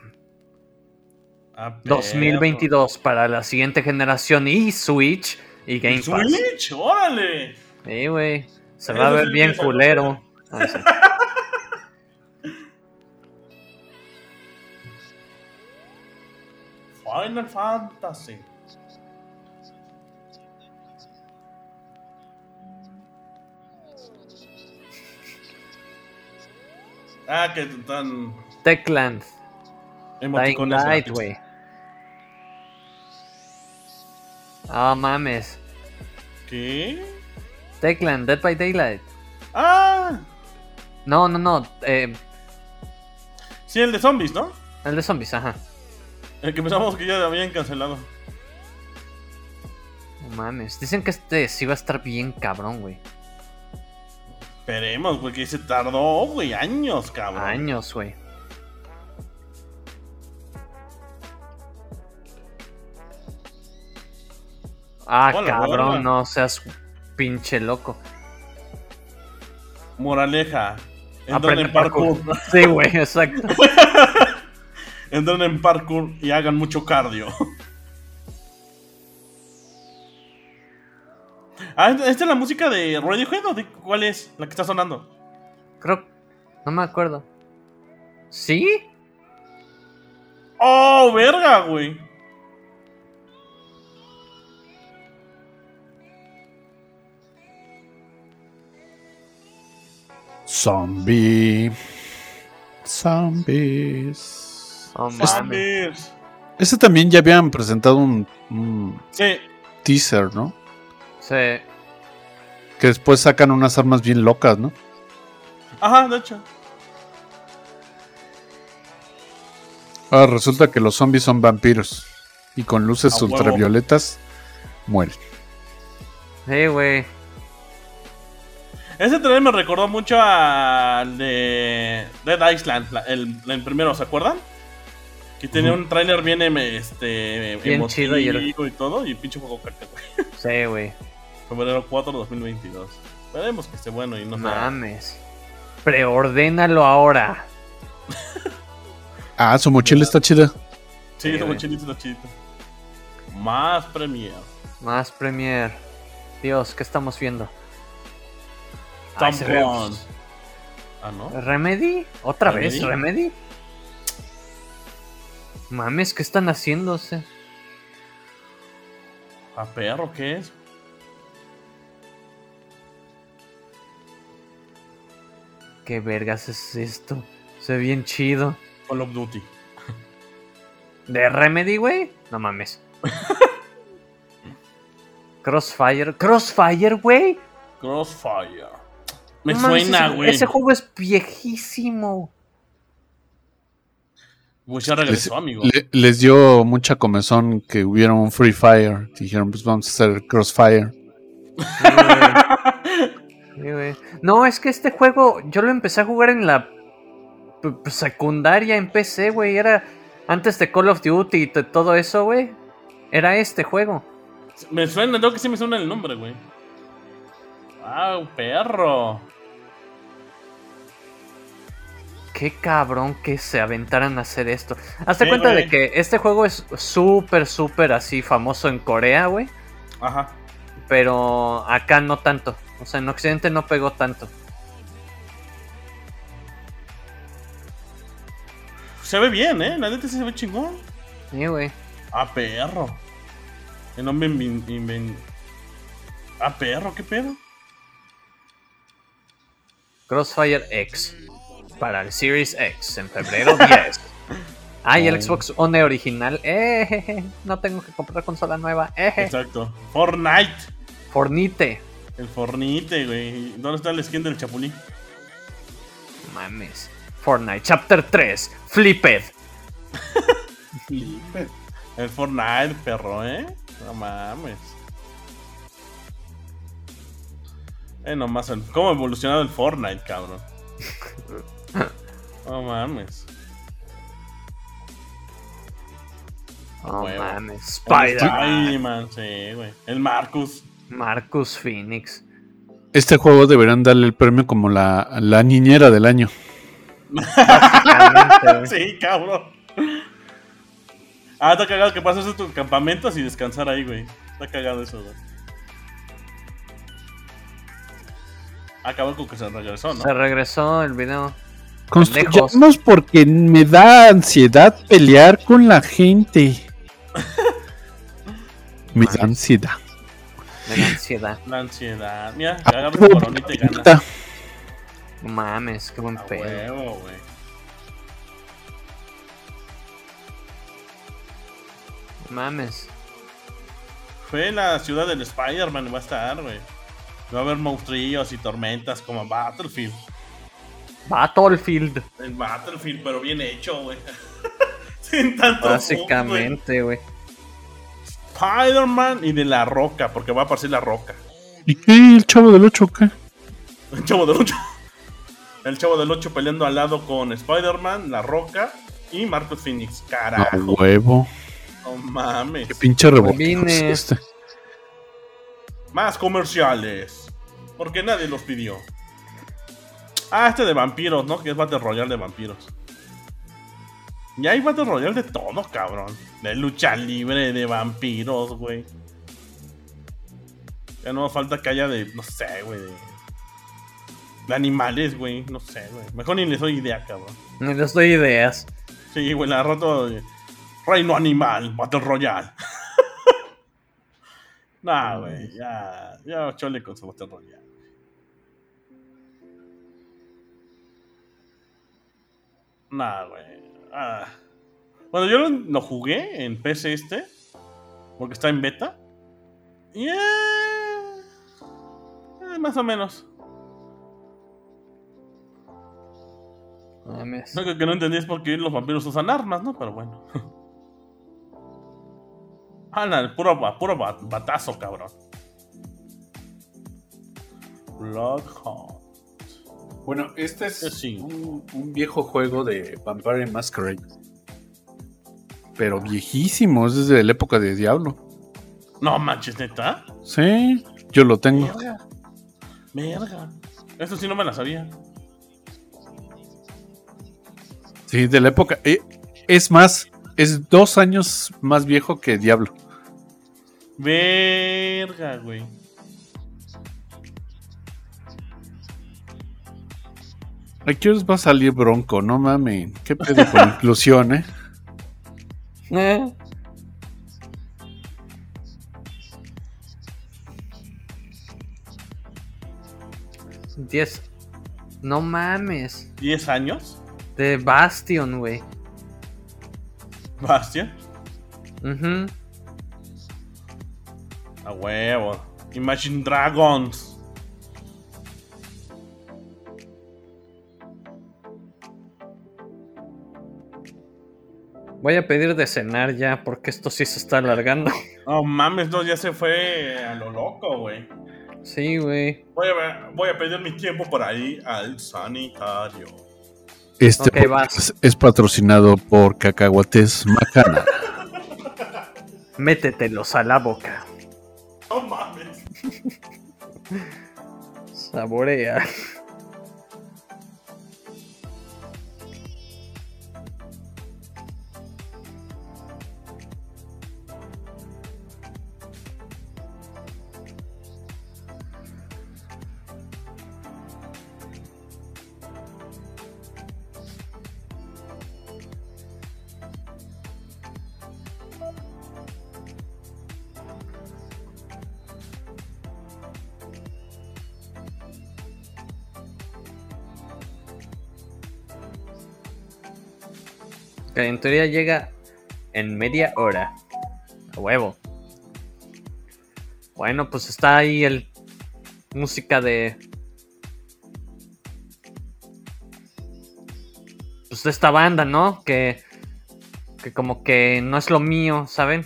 A: Ah, perro.
B: 2022 para la siguiente generación y Switch y Game Pass.
A: Switch, órale.
B: Sí, güey. Se
A: Eso
B: va a ver
A: sí
B: bien
A: empieza a
B: culero. Ah, sí.
A: Final Fantasy. Ah, que tan
B: Techland. Dying
A: emoticones
B: Light,
A: gratis.
B: güey. Ah, mames.
A: ¿Qué?
B: Techland, Dead by Daylight.
A: Ah,
B: No, no, no. eh,
A: sí, el de zombies, ¿no?
B: El de zombies, ajá.
A: El que pensamos que ya habían cancelado.
B: No mames. Dicen que este sí va a estar bien cabrón, güey.
A: Esperemos, porque se tardó, güey, años, cabrón.
B: Años, güey. Ah,
A: Hola,
B: cabrón,
A: hola.
B: no seas pinche loco.
A: Moraleja. Entren
B: Aprende
A: en parkour.
B: Sí, güey, exacto.
A: Entren en parkour y hagan mucho cardio. Ah, ¿esta es la música de Radiohead o de cuál es? La que está sonando.
B: Creo. No me acuerdo. ¿Sí?
A: ¡Oh, verga, güey!
C: Zombie. Zombies.
B: No mames.
A: Zombies.
C: Ese también ya habían presentado un, un
A: Sí,
C: teaser, ¿no?
B: Sí.
C: Que después sacan unas armas bien locas, ¿no?
A: ajá, de hecho.
C: Ahora resulta que los zombies son vampiros. Y con luces
A: A huevo.
C: ultravioletas mueren.
B: Sí, güey.
A: Ese trailer me recordó mucho al de Dead Island, la- el, el primero, ¿se acuerdan? Que tenía un tráiler bien, em, este,
B: Bien chido y
A: y,
B: era-
A: todo, y pinche juego caca, güey.
B: Sí, güey.
A: Febrero 4 de 2022. Esperemos que esté bueno y no
B: No
A: sea...
B: mames. Preordénalo ahora.
C: Ah, su mochila está chida.
A: Sí,
B: Sí,
A: está
B: güey.
A: chidito, está chidito. Más premier.
B: Más Premier. Dios, ¿qué estamos viendo? Ay, se ve- pues.
A: Tampons. Ah, ¿no?
B: ¿Remedy? ¿Otra
A: ¿Remedy?
B: vez Remedy? Mames, ¿qué están haciéndose?
A: ¿A Ah, perro qué es?
B: ¿Qué vergas es esto? Se ve bien chido.
A: Call of Duty.
B: ¿De Remedy, güey? No mames. Crossfire. ¿Crossfire, güey?
A: Crossfire. Me
B: No mames,
A: suena,
B: ese-
A: güey.
B: Ese juego es viejísimo.
A: Pues ya regresó, amigo.
C: Le- les dio mucha comezón que hubiera un Free Fire. Dijeron, pues vamos a hacer Crossfire.
B: Sí, güey. Sí, güey. No, es que este juego yo lo empecé a jugar en la p- p- secundaria en PC, güey. Era antes de Call of Duty y t- todo eso, güey. Era este juego.
A: Me suena, creo que sí me suena el nombre, güey. ¡Ah, perro!
B: Qué cabrón que se aventaran a hacer esto. Hazte
A: Sí,
B: cuenta
A: güey.
B: de que este juego es súper, súper así famoso en Corea, güey.
A: Ajá.
B: Pero acá no tanto. O sea, en Occidente no pegó tanto.
A: Se ve bien, ¿eh? La neta sí se ve chingón.
B: Sí, güey.
A: ¡Ah, perro! El nombre invin... invin- ¡Ah, perro! ¿Qué pedo?
B: Crossfire X para el Series X en febrero 10. Ah, y el Xbox One original. Eh, jeje, no tengo que comprar consola nueva. Eh, je.
A: Exacto. Fortnite.
B: Fornite.
A: El Fornite, güey. ¿Dónde está la skin del Chapulín?
B: Mames. Fortnite Chapter 3. Flipped.
A: El Fortnite, perro, ¿eh? No mames. Eh, nomás, el- ¿cómo ha evolucionado el Fortnite, cabrón? No mames.
B: Oh,
A: Huevo.
B: mames.
A: El
B: Spider.
A: Spider-Man, sí, güey. El Marcus.
B: Marcus Phoenix.
C: Este juego deberán darle el premio como la, la niñera del año.
B: Básicamente, güey.
A: Sí, cabrón. Ah, está cagado que pasas a tus campamentos y descansar ahí, güey. Está cagado eso, güey. Acabó con Ah, que se regresó, ¿no?
B: Se regresó el video.
C: Construyamos porque me da ansiedad pelear con la gente. Me da ansiedad.
B: de la ansiedad.
A: La ansiedad. Mira,
C: Ah,
A: agarra un corona y te gana.
B: No Mames, qué buen
A: A
B: pedo.
A: huevo, güey.
B: Mames.
A: Fue la ciudad del Spider-Man, va a estar, güey. Va a haber monstruillos y tormentas como en Battlefield.
B: Battlefield.
A: En Battlefield, pero bien hecho, güey. en tanto
B: Básicamente, güey.
A: Spider-Man y de la roca, porque va a aparecer la roca.
C: ¿Y qué? ¿El chavo del 8 qué?
A: El chavo del 8. El chavo del 8 peleando al lado con Spider-Man, la roca y Marcus Phoenix.
C: A
A: Carajo.
C: Ah, huevo.
A: No mames.
C: Qué pinche rebote.
B: Combines.
C: este.
A: Más comerciales. Porque nadie los pidió. Ah, este de vampiros, ¿no? Que es Battle Royale de vampiros. Y hay Battle Royale de todo, cabrón. De lucha libre, de vampiros, güey. Ya no falta que haya de, no sé, güey. De, de animales, güey. No sé, güey. Mejor ni les doy idea, cabrón.
B: No les doy ideas.
A: Sí, güey, la rato. eh, Reino Animal, Battle Royale. nah, güey, ya. Ya chole con su Battle Royale. Nah, güey. ah. Bueno, yo lo, lo jugué en PC este. Porque está en beta. Y. eh, eh, más o menos.
B: No mames.
A: Lo que, que no entendí es por qué los vampiros usan armas, ¿no? Pero bueno. Ah, no, puro, ba- puro ba- batazo, cabrón. Bloodhound.
D: Bueno, este es
A: Sí.
D: un, un viejo juego de Vampire Masquerade.
C: Pero viejísimo, es desde la época de Diablo.
A: No manches, neta.
C: Sí, yo lo tengo.
A: Verga. Verga. Eso sí no me la sabía.
C: Sí, de la época. eh, es más, es dos años más viejo que Diablo.
A: Verga, güey.
C: ¿A qué horas va a salir Bronco? No mames. ¿Qué pedo con inclusión, eh?
B: Eh, Diez. No mames.
A: ¿10 años?
B: De Bastion, güey.
A: Bastia.
B: Ujú.
A: A huevo. Imagine Dragons.
B: Voy a pedir de cenar ya porque esto sí se está alargando.
A: No mames, no, ya se fue a lo loco, güey.
B: Sí, güey.
A: Voy a, voy a pedir mi tiempo por ahí al sanitario.
C: Este
B: Ok,
C: podcast es patrocinado por Cacahuates Macana.
B: Métetelos a la boca.
A: No mames.
B: Saborea. Que en teoría llega en media hora. A huevo. Bueno, pues está ahí el música de pues de esta banda, ¿no? Que que como que no es lo mío, ¿saben?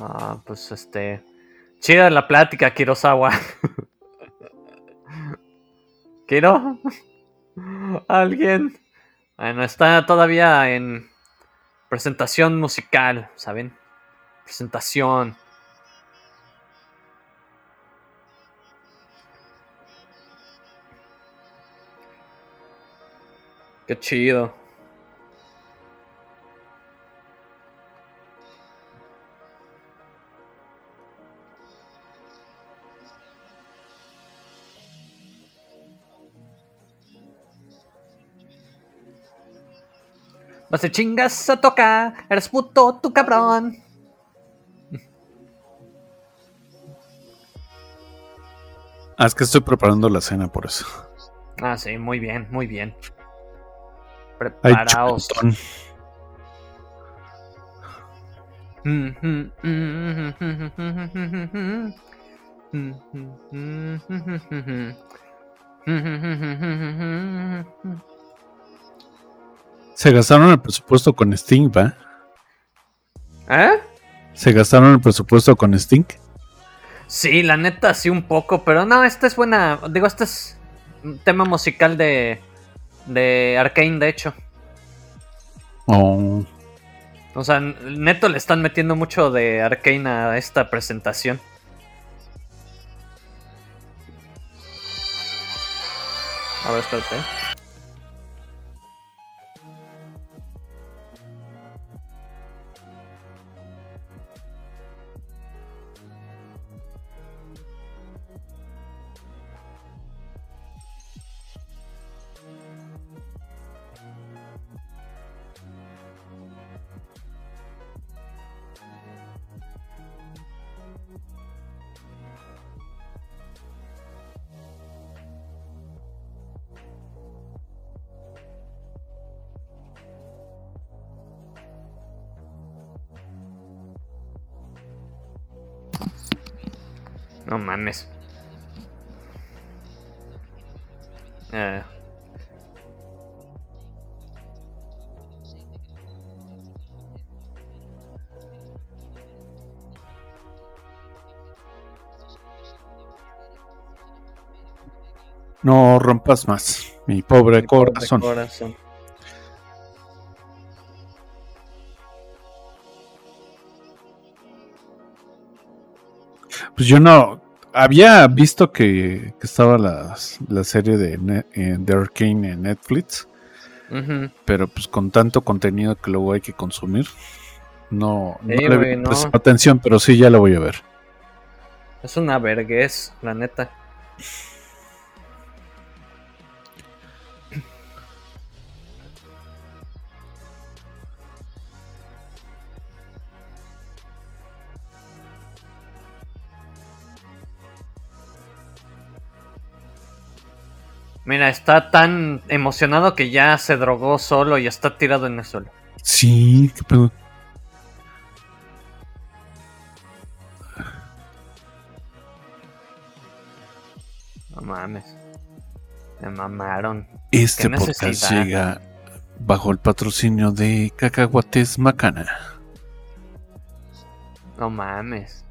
B: Ah, pues este chida la plática, Kurosawa. ¿Kiro? ¿Alguien? Bueno, está todavía en presentación musical, ¿saben? Presentación. Qué chido. Vas de chingas a toca, eres puto, tu cabrón.
C: Ah, es que estoy preparando la cena por eso.
B: Ah, sí, muy bien, muy bien.
C: Ay,
B: Preparaos.
C: chocotón. Se gastaron el presupuesto con Sting, ¿va?
B: ¿Eh?
C: Se gastaron el presupuesto con Sting.
B: Sí, la neta, sí, un poco, pero no, esta es buena. Digo, este es un tema musical de, de Arkane, de hecho.
C: Oh,
B: O sea, neto le están metiendo mucho de Arkane a esta presentación. A ver, espérate. ¿eh? No mames. Eh,
C: no rompas más, mi pobre corazón.
B: corazón.
C: Pues yo no había visto que, que estaba las- la serie de, Ne- eh, de Arcane en Netflix,
B: Ujú.
C: pero pues con tanto contenido que luego hay que consumir, no, no
B: Sí,
C: le
B: güey,
C: había
B: no.
C: prestado atención, pero sí ya la voy a ver.
B: Es una vergüenza, la neta. Mira, está tan emocionado que ya se drogó solo y está tirado en el suelo.
C: Sí, qué pedo.
B: No mames. Me mamaron.
C: Este
B: Qué
C: podcast
B: necesidad.
C: llega bajo el patrocinio de Cacahuates Macana.
B: No mames.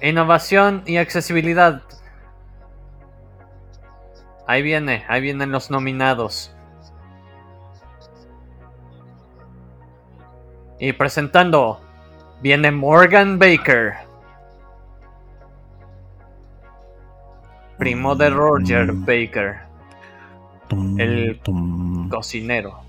B: Innovación y accesibilidad. Ahí viene, ahí vienen los nominados. Y presentando Viene Morgan Baker. Primo de Roger
C: Mm.
B: Baker,
C: Tum,
B: El-
C: tum.
B: cocinero.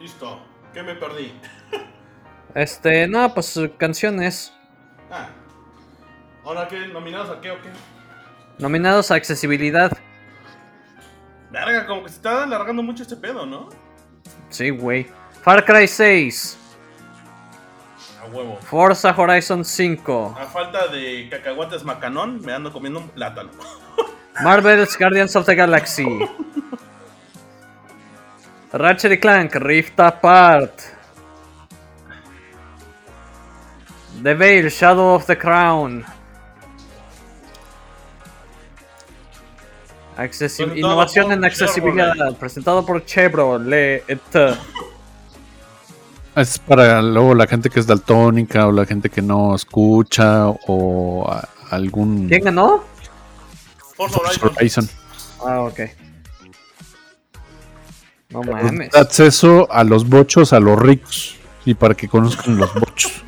A: Listo. ¿Qué me perdí?
B: Este, no, pues eh, canciones.
A: Ah. ¿Ahora qué? ¿Nominados a qué o qué?
B: Nominados a accesibilidad.
A: Verga, como que se está alargando mucho este pedo, ¿no?
B: Sí, güey. Far Cry 6.
A: A huevo.
B: Forza Horizon 5.
A: A falta de cacahuates macanón, me ando comiendo un plátano.
B: Marvel's Guardians of the Galaxy. Ratchet y Clank, Rift Apart. The Veil, Shadow of the Crown. Accesi-
A: Presentado
B: innovación
A: por
B: en accesibilidad.
A: Chevrolet.
B: Presentado por Chevrolet.
C: Es para luego la gente que es daltónica o la gente que no escucha o a- algún
B: ¿Quién ganó?
A: Forza Horizon.
C: Horizon.
B: Ah, ok. No
C: Pues,
B: mames.
C: da acceso a los bochos, a los ricos y para que conozcan los bochos.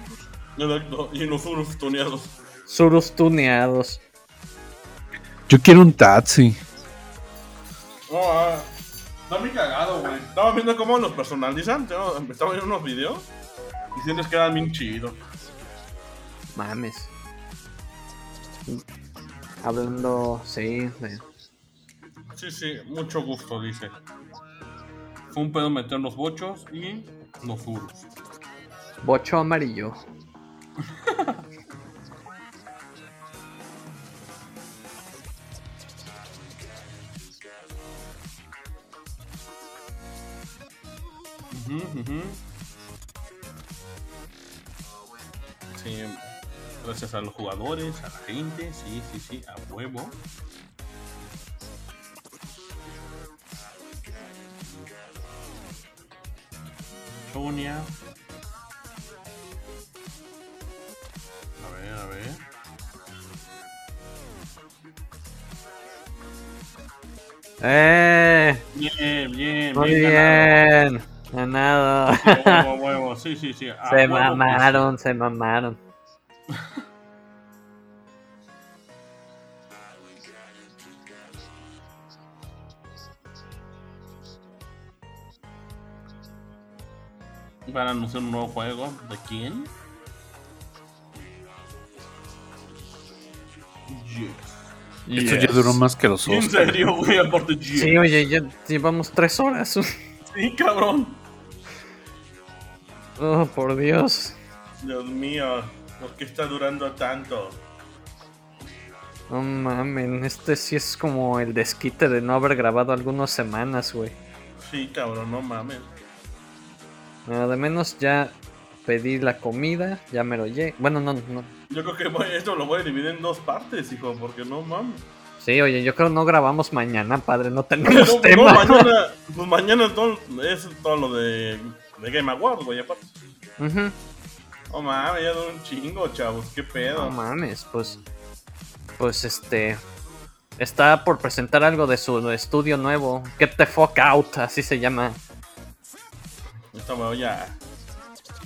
A: Exacto, y nosotros tuneados.
B: Surus tuneados.
C: Yo quiero un taxi.
A: No, ah, Está muy cagado, güey. Estaba viendo cómo los personalizan. yo Estaba viendo unos videos. Y sí les quedan bien chidos.
B: Mames. Hablando, sí, de-
A: Sí, sí, mucho gusto, dice. Fue un pedo meter los bochos y los duros.
B: bocho amarillo.
A: Ujú, ujú. Sí, gracias a los jugadores, a la gente, sí, sí, sí, a huevo. Sonia. A ver, a ver.
B: ¡Eh!
A: Bien, bien,
B: Muy
A: bien. ganado.
B: bien. Ganado.
A: Sí, a huevo, a huevo, sí, sí, sí. a
B: Se
A: huevo pues, que Ah, sí.
B: mamaron, se mamaron.
A: Van a anunciar un nuevo juego. ¿De quién? Yes.
C: Esto ya duró más que los
A: ¿En
C: otros.
A: serio, güey? Aparte, yes.
B: Sí, oye, ya llevamos tres horas.
A: Sí, cabrón.
B: Oh, por Dios.
A: Dios mío, ¿por qué está durando tanto?
B: No mamen, este sí es como el desquite de no haber grabado algunas semanas, güey.
A: Sí, cabrón, no mames.
B: Nada de menos ya pedí la comida, ya me lo llegué. Bueno, no, no.
A: Yo creo que voy- esto lo voy a dividir en dos partes, hijo, porque no mames.
B: Sí, oye, yo creo no grabamos mañana, padre, no
A: Pero,
B: tenemos
A: no,
B: tema.
A: mañana, pues mañana todo, es todo lo de, de Game Awards, güey, aparte.
B: Ujú.
A: No mames, ya duró un chingo, chavos, qué pedo.
B: No mames, pues. Pues este. Está por presentar algo de su estudio nuevo. Get the fuck out, así se llama.
A: Esta weón ya.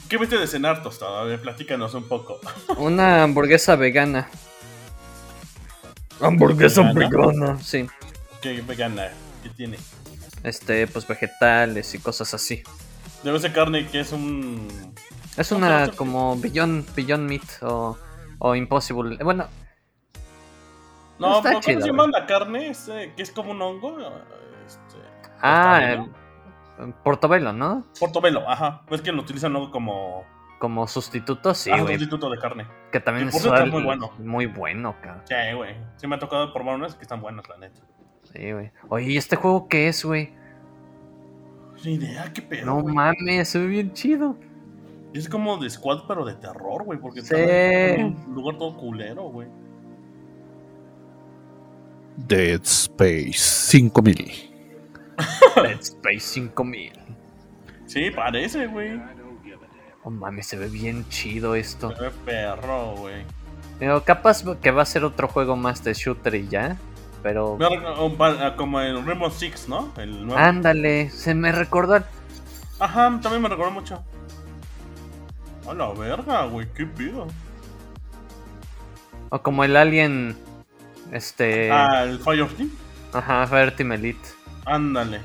A: ¿Qué viste de cenar tostado? A ver, platícanos un poco.
B: Una hamburguesa vegana. Hamburguesa
A: ¿Vegana?
B: vegana, sí.
A: ¿Qué vegana? ¿Qué tiene?
B: Este, pues vegetales y cosas así.
A: Debe ser carne que es un.
B: Es
A: No,
B: una
A: pero-
B: como Beyond, Beyond Meat o, o Impossible. Eh, Bueno,
A: No,
B: Está
A: pero ¿cómo
B: chido,
A: se llama la carne? Este, que es como un hongo. Este,
B: ah,
A: ¿Portobelo?
B: eh, Portobelo, ¿no?
A: portobelo, ajá. Es que lo utilizan luego como.
B: Como sustituto, sí,
A: ajá,
B: güey.
A: Ah, sustituto de carne.
B: Que también
A: Y
B: es
A: por cierto,
B: al-
A: muy bueno.
B: Muy bueno, cabrón.
A: Sí, güey. Sí, me ha tocado probar unas que están buenas, la neta.
B: Sí, güey. Oye, ¿y este juego qué es, güey?
A: Ni idea, qué pedo.
B: No
A: güey.
B: mames, se ve bien chido.
A: Es como de squad, pero de terror, güey. Porque
B: Sí.
A: está en un lugar todo culero, güey.
C: Dead Space 5000.
B: Dead Space 5000.
A: Sí, parece, güey.
B: Oh mames, se ve bien chido esto.
A: Se ve perro, güey.
B: Pero capaz que va a ser otro juego más de shooter y ya. Pero.
A: Me recu- un pa- a- Como el Rainbow Six, ¿no? El
B: Ah.
A: nuevo.
B: Ándale, se me recordó. al-
A: Ajá, también me recordó mucho. A la verga, güey, qué pido.
B: O como el Alien. Este.
A: Ah, el Fire Team.
B: Ajá, Fire Team Elite.
A: Ándale.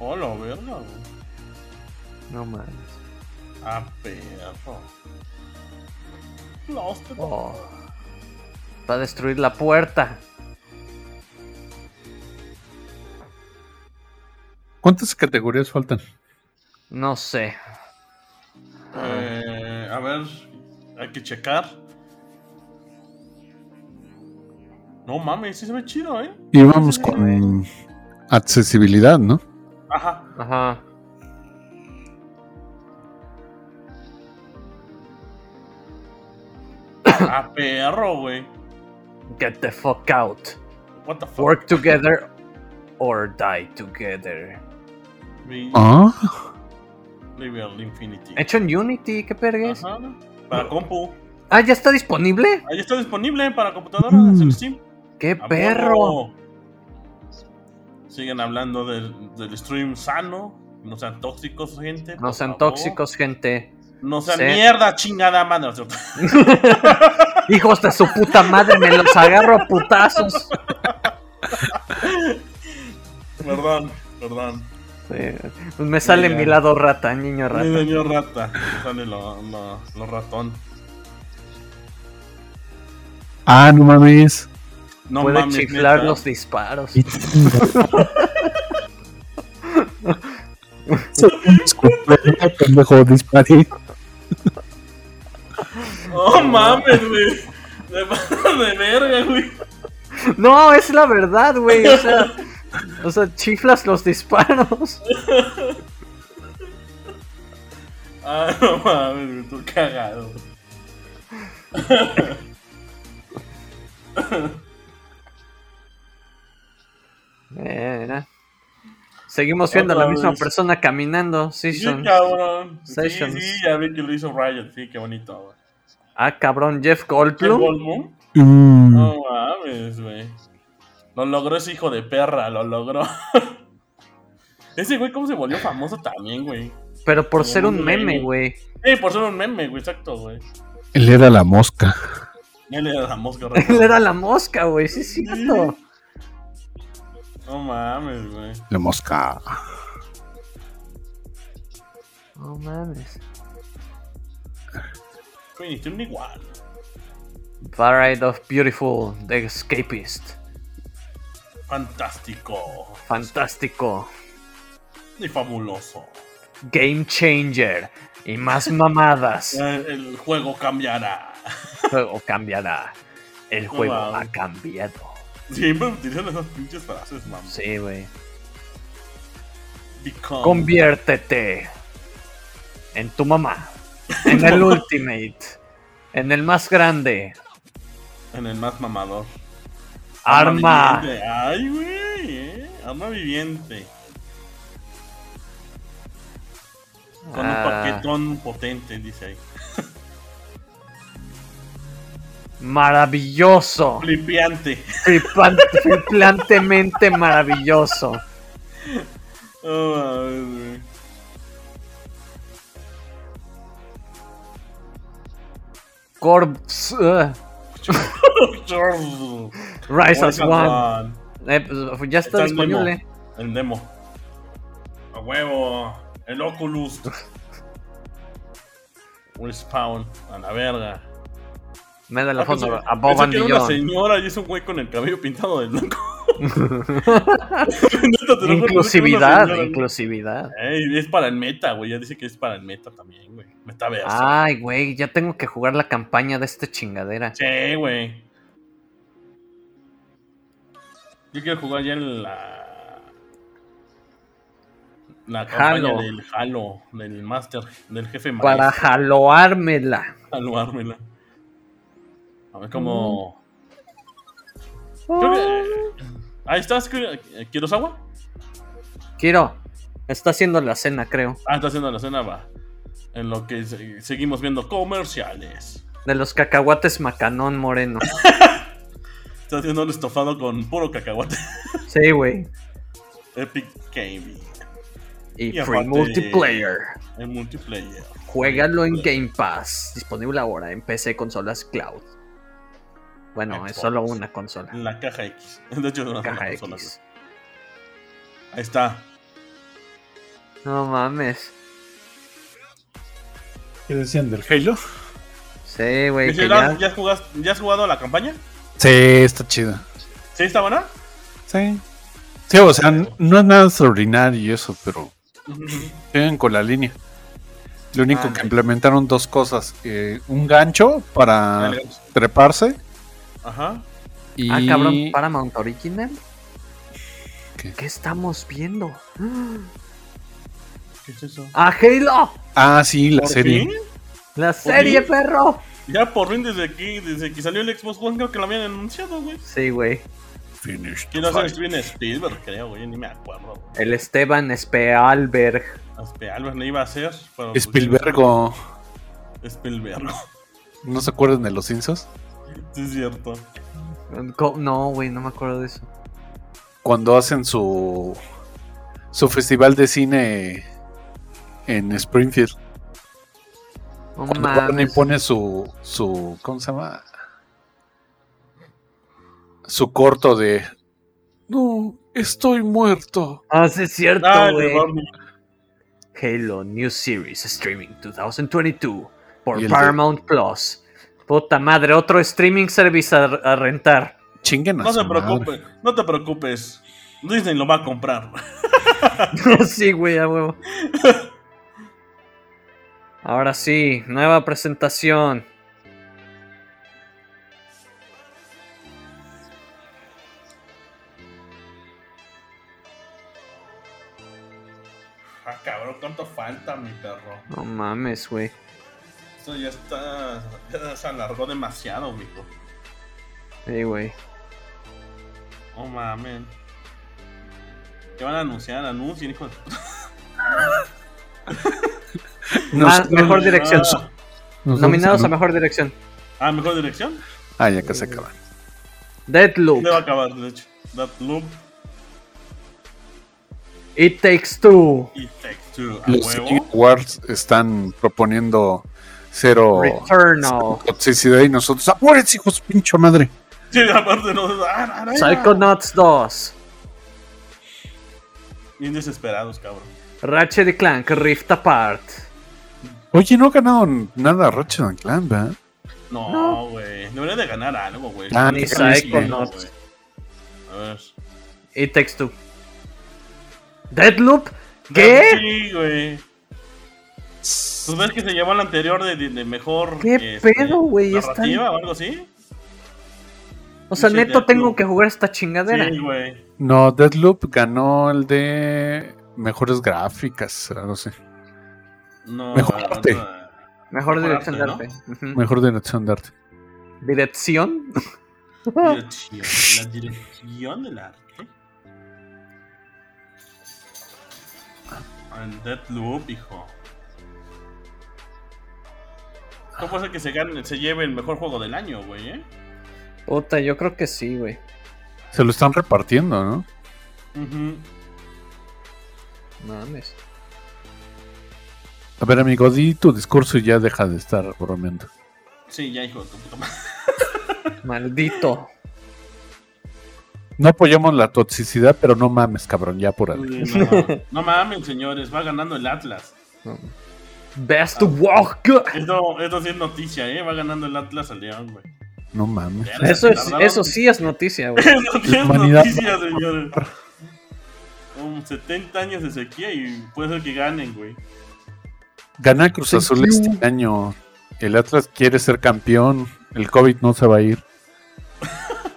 A: A la verga, güey.
B: No mames.
A: Ah, perro. Lost.
B: Oh. Va a destruir la puerta.
C: ¿Cuántas categorías faltan?
B: No sé.
A: Eh, a ver, hay que checar. No mames, sí se ve chido, ¿eh?
C: Y vamos con accesibilidad, ¿no?
A: Ajá,
B: Ajá.
A: Ah, perro, güey.
B: Get the fuck out.
A: What the fuck?
B: Work together or die together.
A: Re-
C: Ah,
A: Real Infinity.
B: Hecho en Unity, qué pergues.
A: Ajá. Para compu.
B: Ah, ya está disponible.
A: Ahí está disponible para computadoras en
C: Mm.
A: Steam.
B: ¡Qué
A: ¿A
B: perro!
A: poco? Siguen hablando del, del stream sano. No sean tóxicos, gente.
B: No
A: por
B: sean
A: favor.
B: tóxicos, gente.
A: No sean
B: Sí.
A: mierda, chingada madre. ¿no es cierto?
B: Hijos de su puta madre, me los agarro a putazos.
A: Perdón, perdón.
B: Sí, pues me sale
A: Mira.
B: mi lado rata, niño
A: Me
B: rata.
A: dañó rata. Me sale lo, lo- lo ratón.
C: Ah, no mames.
A: No
B: Puede
A: mames,
B: chiflar
A: neta.
B: los disparos.
C: pendejo disparé.
A: Oh mames, güey. Me pasan de verga, güey.
B: No, es la verdad, güey. O sea, o sea, chiflas los disparos.
A: Ah, no mames, güey. Tú cagado.
B: Mira. Seguimos viendo a la
A: Otra
B: misma
A: vez.
B: persona caminando,
A: Ah, Sí,
B: Season.
A: cabrón.
B: Sessions.
A: Sí, sí, ya vi que lo hizo Riot. Sí, qué bonito, güey.
B: Ah, cabrón, Jeff
A: ¿Qué
B: Goldblum.
A: Goldblum?
C: Mm.
A: No mames, güey. Lo logró ese hijo de perra, lo logró. ese güey, ¿cómo se volvió famoso también, güey?
B: Pero por
A: Como
B: ser un
A: un
B: meme,
A: meme.
B: güey.
A: Eh, por ser un meme, güey, exacto, güey.
C: Él era la mosca.
A: Él era la mosca,
B: Él
A: ¿verdad?
B: era la mosca, güey. Sí, es cierto.
A: No mames, güey.
C: La mosca.
B: No mames.
A: Güey, ni tiene un igual.
B: Parade of Beautiful, The Escapist.
A: Fantástico.
B: Fantástico.
A: Y fabuloso.
B: Game Changer. Y más mamadas.
A: Eh, El juego cambiará.
B: El juego cambiará. El
A: No
B: juego ha
A: mames.
B: cambiado.
A: Siempre utilizan esas pinches frases, mamá.
B: Sí, güey.
A: Become.
B: Conviértete en tu mamá. En el Ultimate. En el más grande.
A: En el más mamador.
B: Arma.
A: viviente. Ay, güey. eh. Arma viviente. Con un
B: Ah,
A: paquetón potente, dice ahí.
B: maravilloso.
A: Flipiante.
B: Flipan- Fliplantemente maravilloso.
A: No mames, güey.
B: Corps. uh, Rise as
A: Oregon
B: One.
A: One.
B: Eh, pues, ya está,
A: ah, Está en
B: disponible.
A: demo. El demo. A huevo. El Oculus. Respawn. A la verga.
B: Medal
A: Ah,
B: of
A: pensé-
B: Honor.
A: pensé
B: Above and
A: que era una
B: Beyond.
A: señora y es un güey con el cabello pintado de blanco. Neta, te lo juro, pensé que era una
B: Inclusividad,
A: señora, güey.
B: inclusividad.
A: Ey, es para el meta, güey. Ya dice que es para el meta también, güey. Metaverso.
B: Ay, güey, ya tengo que jugar la campaña de esta chingadera.
A: Sí, güey. Yo quiero jugar ya en la. La campaña
B: Halo.
A: del Halo, del Master, del jefe
B: Para
A: maestro.
B: jaloármela.
A: Haloármela. A ver cómo.
B: Mm.
A: Creo que- Ahí estás, ¿quieres agua?
B: Quiero. Está haciendo la cena, creo.
A: Ah, está haciendo la cena, va. En lo que se- seguimos viendo comerciales.
B: De los cacahuates macanón moreno.
A: Está haciendo un estofado con puro cacahuate.
B: Sí, güey.
A: Epic Gaming.
B: Y,
A: Y
B: free
A: aparte-
B: multiplayer.
A: El multiplayer.
B: Juégalo en Game Pass. Disponible ahora en PC, consolas, cloud. Bueno, es
A: Xbox.
B: solo una consola.
A: En la caja X. De hecho, es una
B: Caja
A: sola
B: X.
A: consola, güey. Ahí está.
B: No mames.
D: ¿Qué decían del Halo?
B: Sí, güey. que
A: Michelle,
B: ya-
A: ¿ya, jugas- ¿Ya has jugado a la campaña?
C: Sí, está chida.
A: ¿Sí está buena?
C: Sí. Sí, o sea, n- no es nada extraordinario y eso, pero siguen con la línea. Lo único
A: Ah,
C: que
A: no.
C: implementaron dos cosas: eh, un gancho para
A: Dale.
C: treparse
A: Ajá.
C: y.
B: Ah, cabrón, Paramount Original.
C: ¿Qué?
B: ¿Qué estamos viendo?
A: ¿Qué es eso?
B: ¡Ah, Halo!
C: Ah, sí, la
A: ¿Por
C: serie.
A: fin?
B: ¡La serie,
A: Oye.
B: perro!
A: Ya por fin desde aquí, desde que salió el Xbox One, creo que lo habían anunciado, güey.
B: Sí, güey.
C: Finished
A: ¿Quién lo hace?
C: fight.
A: Steven Spielberg, creo, güey. Ni me acuerdo, güey.
B: El Esteban Spealberg.
A: Hasta Albert le iba a hacer. pero, pues,
C: Spielbergo.
A: Spielberg.
C: ¿No se acuerdan de los Simpsons?
A: Sí, es cierto.
B: Co- No, güey, no me acuerdo de eso.
C: Cuando hacen su. Su festival de cine en Springfield.
B: No
C: Cuando Barney
B: mames.
C: pone su, su. ¿Cómo se llama? su corto de No, estoy muerto.
B: Ah, sí, es cierto,
A: Ah, el
B: güey.
A: de Barney.
B: Halo New Series Streaming 2022 por
C: Y el de-
B: Paramount Plus. Puta madre, otro streaming service a, a rentar.
C: Chinguen a
A: No
C: su
A: se
C: madre.
A: preocupe, no te preocupes. Disney lo va a comprar.
B: sí, güey, a huevo. Ahora sí, nueva presentación.
A: Ah, cabrón, cuánto falta, mi perro.
B: No mames, güey.
A: Esto ya está. Ya se alargó demasiado, mijo.
B: Sí, güey.
A: Oh mames. ¿Qué van a anunciar? Anuncien, hijo de
B: Ah,
C: Nos-
B: mejor
A: no,
B: dirección.
A: no.
C: nos-
B: Nominados a mejor dirección.
A: Ah, mejor dirección.
C: Ah, ya que se acaban.
B: Deadloop.
A: Le va a acabar, de hecho. That Loop
B: It Takes Two.
A: y Text 2. A
C: Los Game
A: huevo.
C: Awards están proponiendo cero
B: Returnal.
C: toxicidad y nosotros. ¡Apúrense, hijos, de pinche madre!
A: Sí, aparte no. Ah, ah, ah.
B: Psychonauts 2.
A: Bien desesperados, cabrón.
B: Ratchet y Clank Rift Apart.
C: Oye, no ganaron nada Ratchet and Clank, ¿verdad?
A: No,
B: No.
A: güey. Deberían de ganar algo, güey.
C: Ah,
A: Ni
C: que
B: Psychonauts.
A: güey. A ver.
B: It Takes Two. Deadloop. ¿Qué?
A: Sí, güey. ¿Tú ves que se llevó al anterior de, de- de mejor. este,
B: ¿Qué pedo, güey? Es tan-
A: ¿Narrativa o algo así?
B: O sea,
A: Sí,
B: neto
A: Deadloop.
B: tengo que jugar esta chingadera.
A: Sí, güey.
C: No, Deadloop ganó el de mejores gráficas, no sé.
A: No,
C: Mejor
A: no,
C: arte.
A: no.
B: Mejor
A: Mejor
B: dirección de
A: arte,
B: arte. Ujú.
C: Mejor dirección de arte.
B: Dirección.
A: Dirección, la dirección del arte. En Deathloop, hijo. ¿Cómo puede ser que se, gane, se lleve el mejor juego del año, güey? Eh?
B: Puta, yo creo que sí, güey.
C: Se lo están repartiendo, ¿no?
A: Ujú.
B: Mames.
C: A ver, amigo, di tu discurso y ya deja de estar bromeando.
A: Sí, ya, hijo de tu puta madre.
B: Maldito.
C: No apoyamos la toxicidad, pero no mames, cabrón, ya por ahí.
A: No, mames. No mames, señores, va ganando el Atlas.
B: Best Walk.
A: Esto, esto sí es noticia, ¿eh? Va ganando el Atlas al León, güey.
C: No mames.
B: Eso, es,
A: Tardaron-
B: eso sí es noticia, güey.
A: Eso sí es
C: Humanidad.
A: noticia, señores. Con 70 años de sequía y puede ser que ganen, güey.
C: Gana Cruz
B: Thank
C: Azul
B: you.
C: este año. El Atlas quiere ser campeón. El COVID no se va a ir.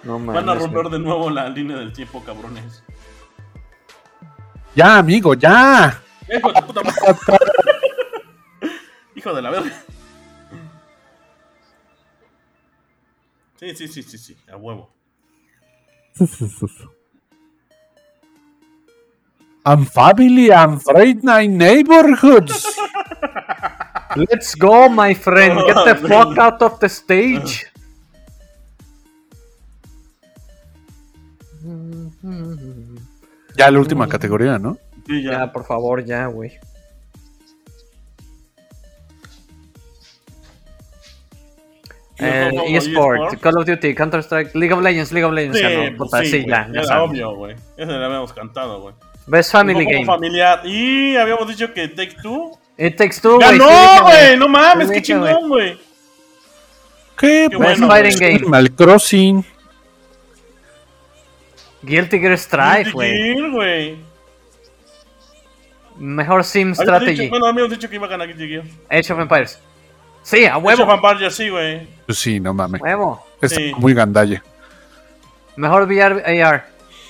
B: No mames.
A: Van a
B: güey.
A: romper de nuevo la línea del tiempo, cabrones.
C: Ya, amigo, ya.
A: Hijo de puta madre. Hijo de la verga. Sí, sí, sí, sí, sí, a huevo.
C: I'm family, I'm Friday Night Neighborhoods.
B: Let's go, my friend. Get the fuck out of the stage.
C: Ya la última categoría, ¿no?
A: Sí, ya.
B: Ya, por favor, ya, güey. Eh,
A: Yo como
B: eSport,
A: eSport.
B: Call of Duty, Counter-Strike, League of Legends, League of Legends.
A: Sí,
B: ganó,
A: pues
B: puta,
A: sí,
B: sí,
A: güey,
B: ya, ya
A: era
B: saben.
A: obvio, güey. Ese le habíamos cantado, güey.
B: Best Family
A: Un juego
B: Game.
A: familiar. Y habíamos dicho que Take Two.
B: It Takes Two,
A: ¡Ya
B: güey, sí,
A: no,
B: déjame.
A: güey! ¡No mames!
B: Sí,
A: ¡Qué
B: déjame.
A: chingón, güey!
C: ¿Qué?
A: Qué
B: Best
A: bueno,
B: Fighting
A: güey.
B: Game.
C: Animal Crossing.
B: Guilty Gear Strife,
A: Guilty
B: güey.
A: Gear, güey.
B: Mejor Sim
A: Habíamos dicho-
B: Strategy.
A: Bueno, habíamos dicho que iba a ganar Guilty Gear.
B: Age of Empires. Sí, a
A: Huevo.
B: huevo.
A: Vampire, sí, güey.
C: Pues sí, no mames.
B: Huevo.
C: Está
A: Sí.
C: muy gandalla.
B: Mejor VR AR.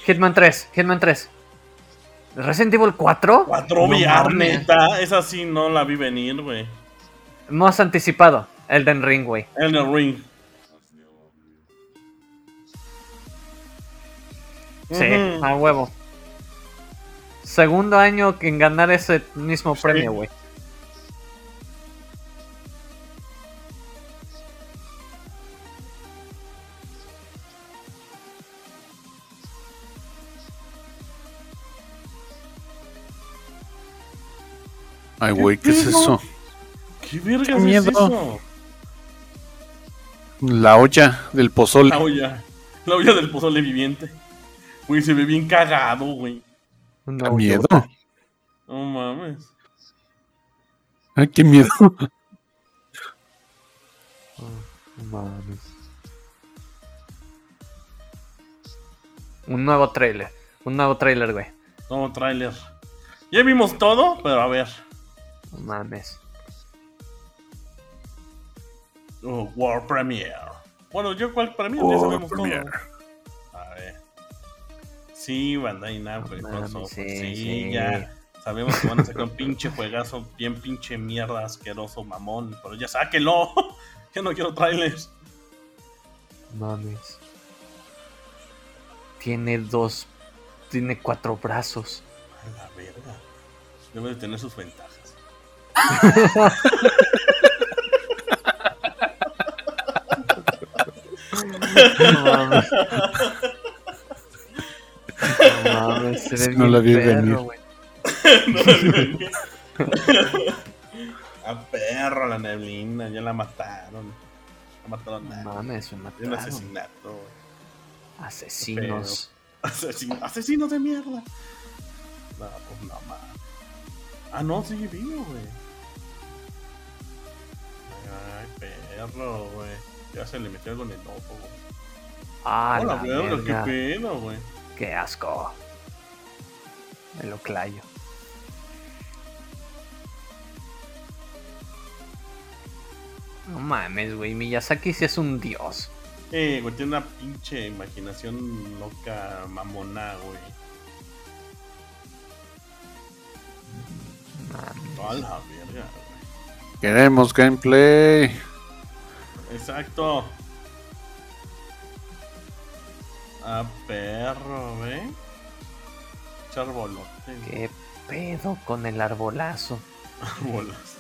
B: Hitman 3, Hitman 3. Resident Evil 4.
A: Cuatro
B: No
A: VR,
B: mames.
A: neta. Esa sí no la vi venir, güey.
B: Más anticipado. Elden Ring, güey.
A: En el ring.
B: Sí,
A: Ujú.
B: a huevo. Segundo año en ganar ese mismo
A: Sí.
B: premio, güey.
C: Ay, güey, ¿qué es eso?
A: ¿Qué vergas
C: Qué
A: es
C: miedo.
A: eso?
C: La olla del pozole.
A: La olla. La olla del pozole viviente. Güey, se ve bien cagado, güey.
C: Da
B: No,
C: miedo.
A: No mames.
C: Ay, qué miedo.
B: Mames. Un nuevo trailer. Un nuevo trailer, güey.
A: No, tráiler. Ya vimos todo, pero a ver.
B: No Mames.
A: Oh, World Premiere. Bueno, yo cuál Premiere, ya
D: World
A: sabemos
D: Premiere.
A: todo. A ver. Sí, Bandai Namco,
B: No
A: Xbox
B: mames,
A: Software. Sí,
B: sí, sí.
A: ya. Sabemos que van a sacar un pinche juegazo, bien pinche mierda, asqueroso, mamón. Pero ya sáquenlo. Yo no quiero trailers.
B: Mames. Tiene dos. Tiene cuatro brazos.
A: A la verga. Debe de tener sus ventajas.
B: No mames. No mames, se ve
C: No
B: bien
C: la vi
B: perro,
C: venir.
B: güey.
A: A Ah, perro la neblina, ya la mataron. La mataron.
B: No
A: Nah,
B: mames, me
A: es un
B: mataron.
A: asesinato. güey.
B: Asesinos.
A: Asesino, asesino de mierda. No, pues no mames. Ah, no, sigue vivo, güey. Ay, perro, güey. Ya se le metió algo en el ojo, güey.
B: Ah,
A: Hola,
B: la
A: perro, qué
B: verga. Qué,
A: pena, güey.
B: asco. Me lo clayo. No mames, güey. Miyazaki sí es un dios.
A: Eh, güey, tiene una pinche imaginación loca, mamona, güey.
B: Mames.
A: A la verga, güey.
C: Queremos gameplay.
A: Exacto. Ah, perro, güey. Charbolote, güey.
B: ¿Qué pedo con el arbolazo?
A: Bolas.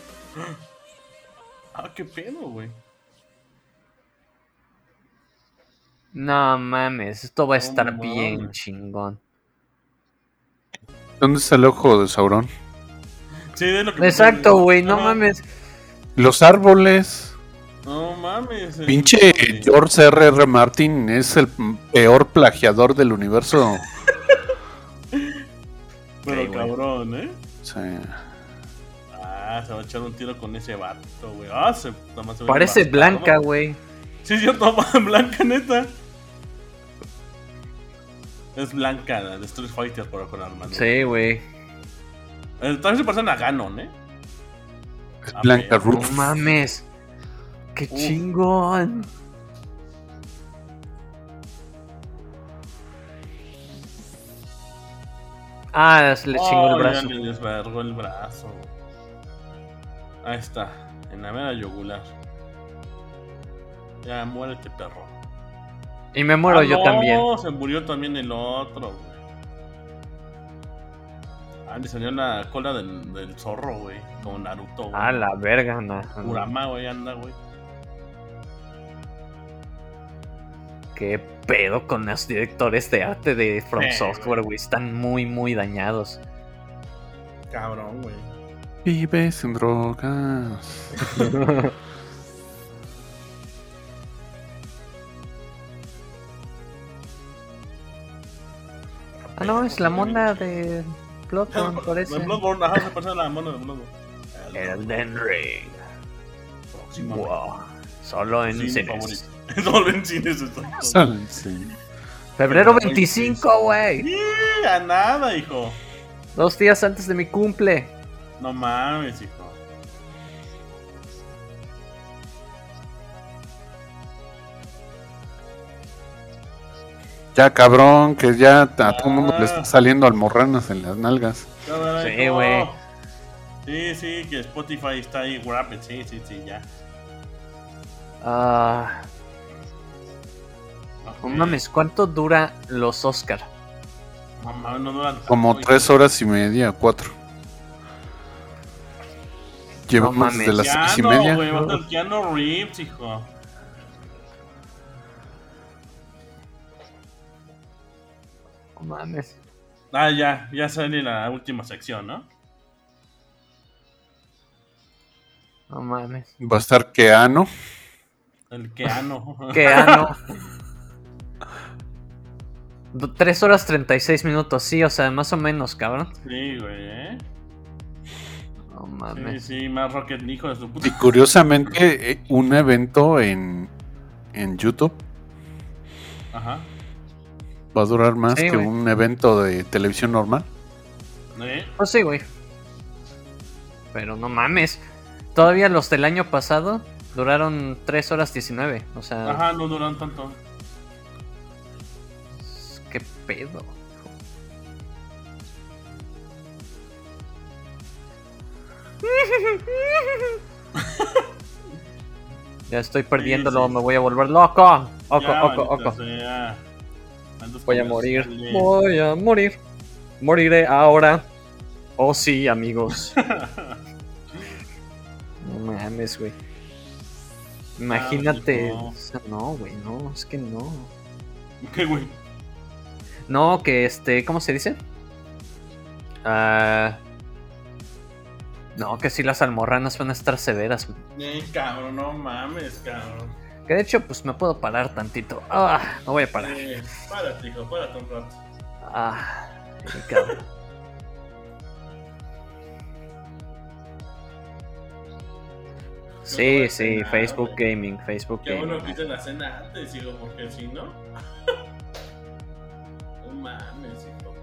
A: Ah, qué pedo, güey.
B: No mames, esto va a
A: No
B: estar
A: mames.
B: bien chingón.
C: ¿Dónde está el ojo de Sauron?
A: Sí, es lo que
B: Exacto, güey, no
A: Ah,
B: mames.
C: Los árboles.
A: No mames. este, el
C: Pinche
A: güey.
C: George R. R. Martin es el peor plagiador del universo.
B: Sí,
A: Pero
B: güey.
A: cabrón, ¿eh?
C: Sí.
A: Ah, se va a echar un tiro con ese vato, güey. Ah, se. nada más se ve
B: Parece
A: devastado.
B: blanca, güey.
A: Sí, es cierto, blanca, neta. Es blanca, la de Street Fighter, pero con armadura.
B: Sí, güey.
A: Eh, También se parece a Ganon, ¿eh?
C: Es
A: Ah,
C: Blanca
A: pero-
B: No
C: Ruth.
B: mames. Qué
A: Uf.
B: chingón. Ah, se le chingó el
A: Ay,
B: brazo.
A: ya le desvergó el brazo. Ahí está, en la mera yugular. Ya, muérete, perro.
B: Y me muero
A: Ah,
B: yo
A: no,
B: también.
A: se murió también el otro, güey. Ah, le salió la cola del, del zorro, güey. Como Naruto, güey.
B: A Ah, la verga, na-
A: Kurama, güey, anda, güey.
B: Qué pedo con los directores de arte de From
A: Sí,
B: Software, güey. Están muy, muy dañados.
A: Cabrón, güey.
C: Vive sin drogas.
B: Ah, no, es la mona de Bloodborne,
A: De
B: parece.
A: Bloodborne, ajá, se parece a la mona de Bloodborne.
B: Elden Ring.
A: próximo.
B: Wow. Solo en
A: Sí, mi
B: cines.
A: favorito. Solo en cines está.
C: Salen, sí.
B: Febrero
A: Febrero
B: 25, güey.
A: Sí, a nada, hijo.
B: Dos días antes de mi cumple.
A: No mames, hijo.
C: Ya cabrón, que ya a todo el mundo le
A: Ah.
C: está saliendo almorranas en las nalgas.
A: Ay,
B: Sí,
A: no.
B: güey.
A: Sí, sí, que Spotify está ahí, Wrapped, sí, sí, sí, ya.
B: Ah, no
A: Ok.
B: mames, ¿cuánto dura los Oscar?
A: No mames, no duran tanto,
C: Como
A: hijo.
C: tres horas y media, cuatro. Llevamos
B: mames.
C: desde las
A: Keanu,
C: seis y media.
A: güey, va a estar Keanu Reeves, hijo.
B: No mames.
A: Ah, ya, ya sale la última sección, ¿no?
B: No mames.
C: Va a estar Keanu.
B: Ah,
A: El Keanu.
B: Keanu. 3 horas 36 minutos, sí, o sea, más o menos, cabrón.
A: Sí, güey, ¿eh?
B: No
A: Sí,
B: mames.
A: sí, más Rocket, hijo de su puta.
C: Y curiosamente, eh, un evento en, en YouTube
A: Ajá.
C: va a durar más
B: Sí,
C: que
B: güey.
C: un evento de televisión normal.
A: ¿Eh?
B: Pues sí, güey. Pero no mames. Todavía los del año pasado duraron 3 horas 19. O sea,
A: Ajá, no duran tanto.
B: qué pedo. Ya estoy perdiéndolo,
A: sí.
B: me voy a volver loco. Oco,
A: Ya,
B: oco,
A: maldita
B: oco.
A: sea. Tantos
B: Voy a morir.
A: comerciales.
B: Voy a morir. Moriré ahora. Oh sí, amigos. no mames, güey. Imagínate.
A: Ah, no.
B: o sea, no, güey, no, es que no.
A: ¿Qué, güey?
B: No, que este, ¿cómo se dice? Ah, no, que sí las almorranas van a estar severas. güey.
A: Eh, cabrón, no mames, cabrón.
B: Que de hecho, pues me puedo parar tantito. Ah, no voy a parar.
A: Eh, párate, hijo, párate un rato.
B: Ah, qué cabrón.
A: Qué
B: Sí,
A: buena
B: sí,
A: cena,
B: Facebook
A: güey.
B: Gaming, Facebook
A: Qué bueno que
B: Gaming.
A: hice la cena antes, hijo, porque si no. No mames, hijo.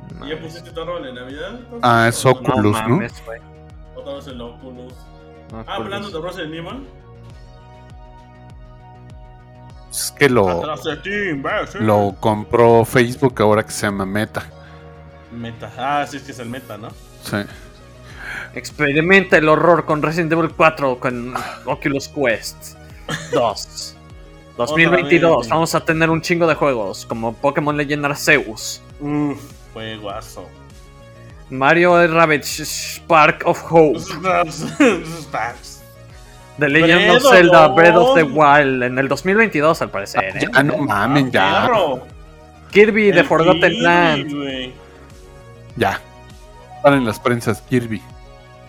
B: No
A: ¿Y ya
B: mames.
A: pusiste tu árbol de Navidad? entonces?
C: Ah, es
A: ¿O no?
B: No
C: Oculus, ¿no?
B: mames, güey.
A: Otra vez el Oculus.
B: No,
A: Ah, hablando
B: Oculus.
A: de Resident Evil.
C: Es que lo,
A: Atrás de ti, imbécil.
C: Oh. lo compró Facebook ahora que se llama Meta.
A: Meta. Ah, sí, es que es el meta, ¿no?
C: Sí. Ah,
B: Experimenta el horror con Resident Evil 4 con Oculus Quest 2. 2022,
A: vez.
B: vamos a tener un chingo de juegos como Pokémon Legend Arceus,
A: Uf, fue guaso.
B: Mario Rabbit Spark of Hope,
A: Stars.
B: The Legend
A: Bredo,
B: of Zelda
A: no.
B: Breath of the Wild en el 2022 al parecer, ¿eh?
C: Ya no mamen, Ah, ya.
A: Perro.
B: Kirby
A: El
B: The
A: Kirby,
B: Forgotten Land,
A: güey.
C: Ya. Paren las prensas, Kirby.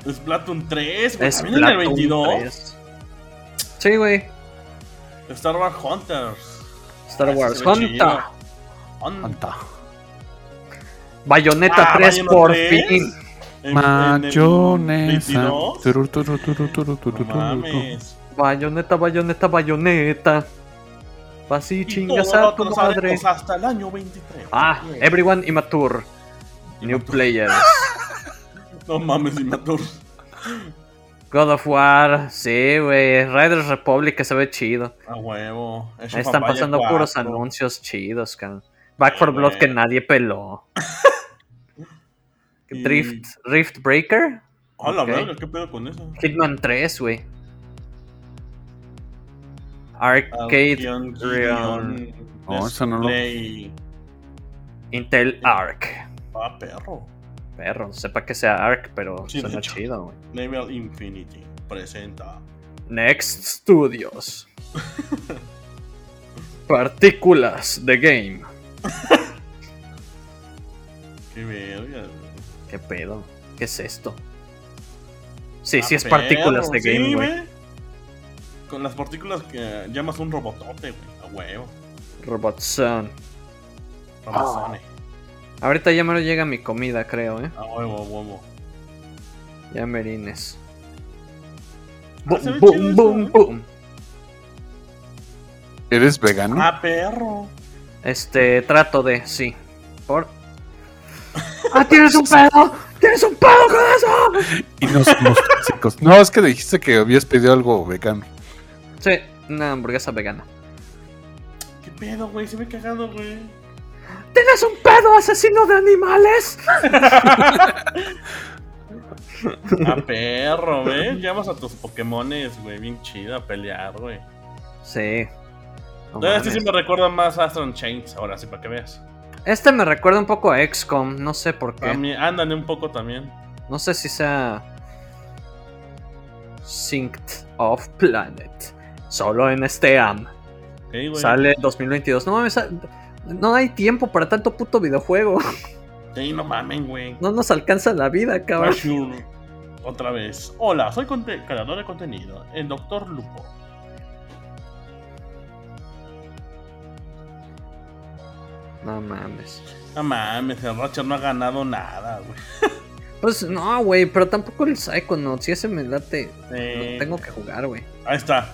A: Splatoon 3, güey. También en el
B: Splatoon
A: 22.
B: 3. Sí, güey.
A: Star Wars Hunters.
B: Star
A: Ah, sí
B: Wars
A: se ve
B: Hunter,
A: chido. Hunt-
C: Anta.
B: Bayonetta
A: Ah,
B: 3
A: Bayonetta
B: por
A: 3.
B: fin.
A: en- en el
C: Mayonesa.
A: 22.
C: Turu, turu, turu, turu, turu,
A: No mames.
B: Bayoneta, bayoneta, bayoneta. Así
A: Y
B: chingas
A: todo
B: a
A: lo
B: tu
A: atrasaremos
B: madre.
A: Hasta el año 23.
B: Ah,
A: Güey.
B: everyone immature. New players.
A: No mames, y mató.
B: God of War. Sí, güey. Riders Republic que se ve chido.
A: A huevo. Age
B: Ahí
A: of
B: están
A: Empires
B: pasando
A: 4.
B: puros anuncios chidos, cabrón. Back for
A: Sí,
B: Blood
A: güey.
B: que nadie peló.
A: Y-
B: Drift, Rift Breaker.
A: Hola,
B: Ok.
A: verga, ¿qué pedo con eso?
B: Hitman 3, güey. Arcade
A: Albion,
B: Realm.
A: Gideon,
C: No, eso no lo-
A: Display.
B: Intel Arc.
A: Ah, perro.
B: Perro, no sepa que sea Arc, pero
A: Sí, de
B: suena
A: hecho.
B: chido, güey.
A: Level Infinity presenta.
B: Next Studios. Partículas de Game.
A: Qué verga. güey.
B: ¿Qué pedo? ¿Qué es esto? Sí,
A: Ah,
B: sí es
A: perro,
B: partículas de
A: sí,
B: Game, güey.
A: ve. Con las partículas que eh, llamas un robotote, güey. A huevo.
B: Ah. Robot Zone.
A: Ramazone.
B: Ahorita ya me lo llega mi comida, creo, eh.
A: A huevo, a huevo.
B: Ya merines.
A: Ah, se
B: Boom,
A: ve chido
B: boom,
A: eso,
B: boom,
A: ¿eh?
B: boom.
C: ¿Eres vegano?
A: Ah, perro.
B: Este, trato de, sí. Por. ¡Ah, tienes un pedo! ¡Tienes un pedo con eso!
C: Y no somos tóxicos. No, es que dijiste que habías pedido algo vegano.
B: Sí, una hamburguesa vegana.
A: ¿Qué pedo, güey? Se ve cagado, güey.
B: ¡Tienes un pedo, asesino de animales!
A: A Ah, perro, güey. Llamas a tus Pokémones, güey. Bien chido a pelear, güey.
B: Sí. No
A: Eh,
B: mames.
A: Este sí me recuerda más a Astron Chains, ahora sí, para que veas.
B: Este me recuerda un poco a XCOM, no sé por qué.
A: También, ándale un poco también.
B: No sé si sea. Synced of Planet. Solo en este AM.
A: Sí, güey.
B: Sale en 2022. No mames, sa- no hay tiempo para tanto puto videojuego.
A: Sí, no mamen, güey.
B: No nos alcanza la vida, cabrón.
A: Basher, Otra vez. Hola, soy conte- creador de contenido, el Doctor Lupo.
B: No mames.
A: No mames, el Rocher no ha ganado nada, güey.
B: Pues no, güey, pero tampoco el Psychonauts. Si ese me late,
A: Eh,
B: lo tengo que jugar, güey.
A: Ahí está.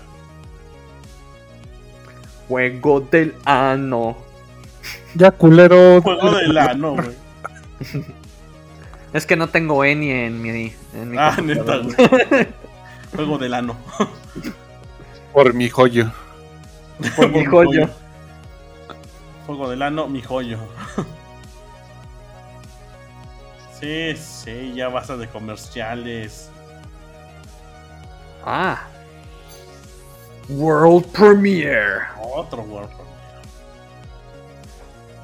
B: Juego del ano.
C: Ya, culero.
A: Juego de lano, güey.
B: Es que no tengo Eni en mi. En mi
A: Ah, neta,
B: computadora.
A: güey. Juego de lano.
C: Por mi joyo.
B: Por mi joyo.
A: Juego de lano, mi joyo. Sí, sí, ya basta de comerciales.
B: Ah. World Premiere.
A: Otro World Premiere.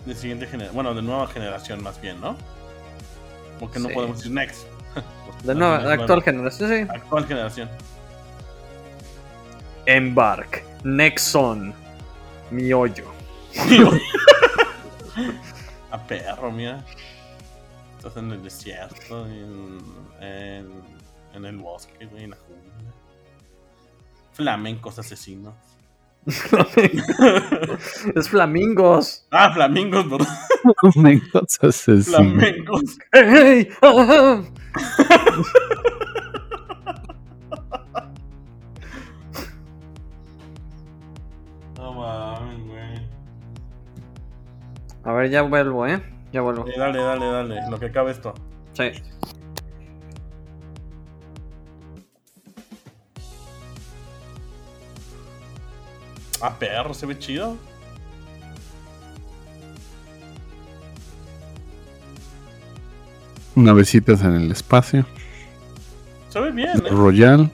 A: De siguiente generación. Bueno, de nueva generación más bien, ¿no? Porque no
B: Sí.
A: podemos decir next.
B: De nueva,
A: Bueno,
B: actual generación, sí.
A: actual generación.
B: Embark, Nexon, Mi Hoyo.
A: A perro, mira. Estás en el desierto, en, en, en el bosque, güey, en la jungla. Flamencos asesinos.
B: es Flamingos.
A: Ah, flamingos, perdón.
C: Flamencos asesinos.
A: Flamencos.
B: ¡Ey! ¡Ah!
A: No mames, güey.
B: A ver, ya vuelvo, ¿eh? Ya vuelvo.
A: Eh, Dale, dale, dale. Lo que acabe esto.
B: Sí.
A: Ah, perro, se ve chido.
C: Navecitas en el espacio.
A: Se ve bien, eh.
C: Royal.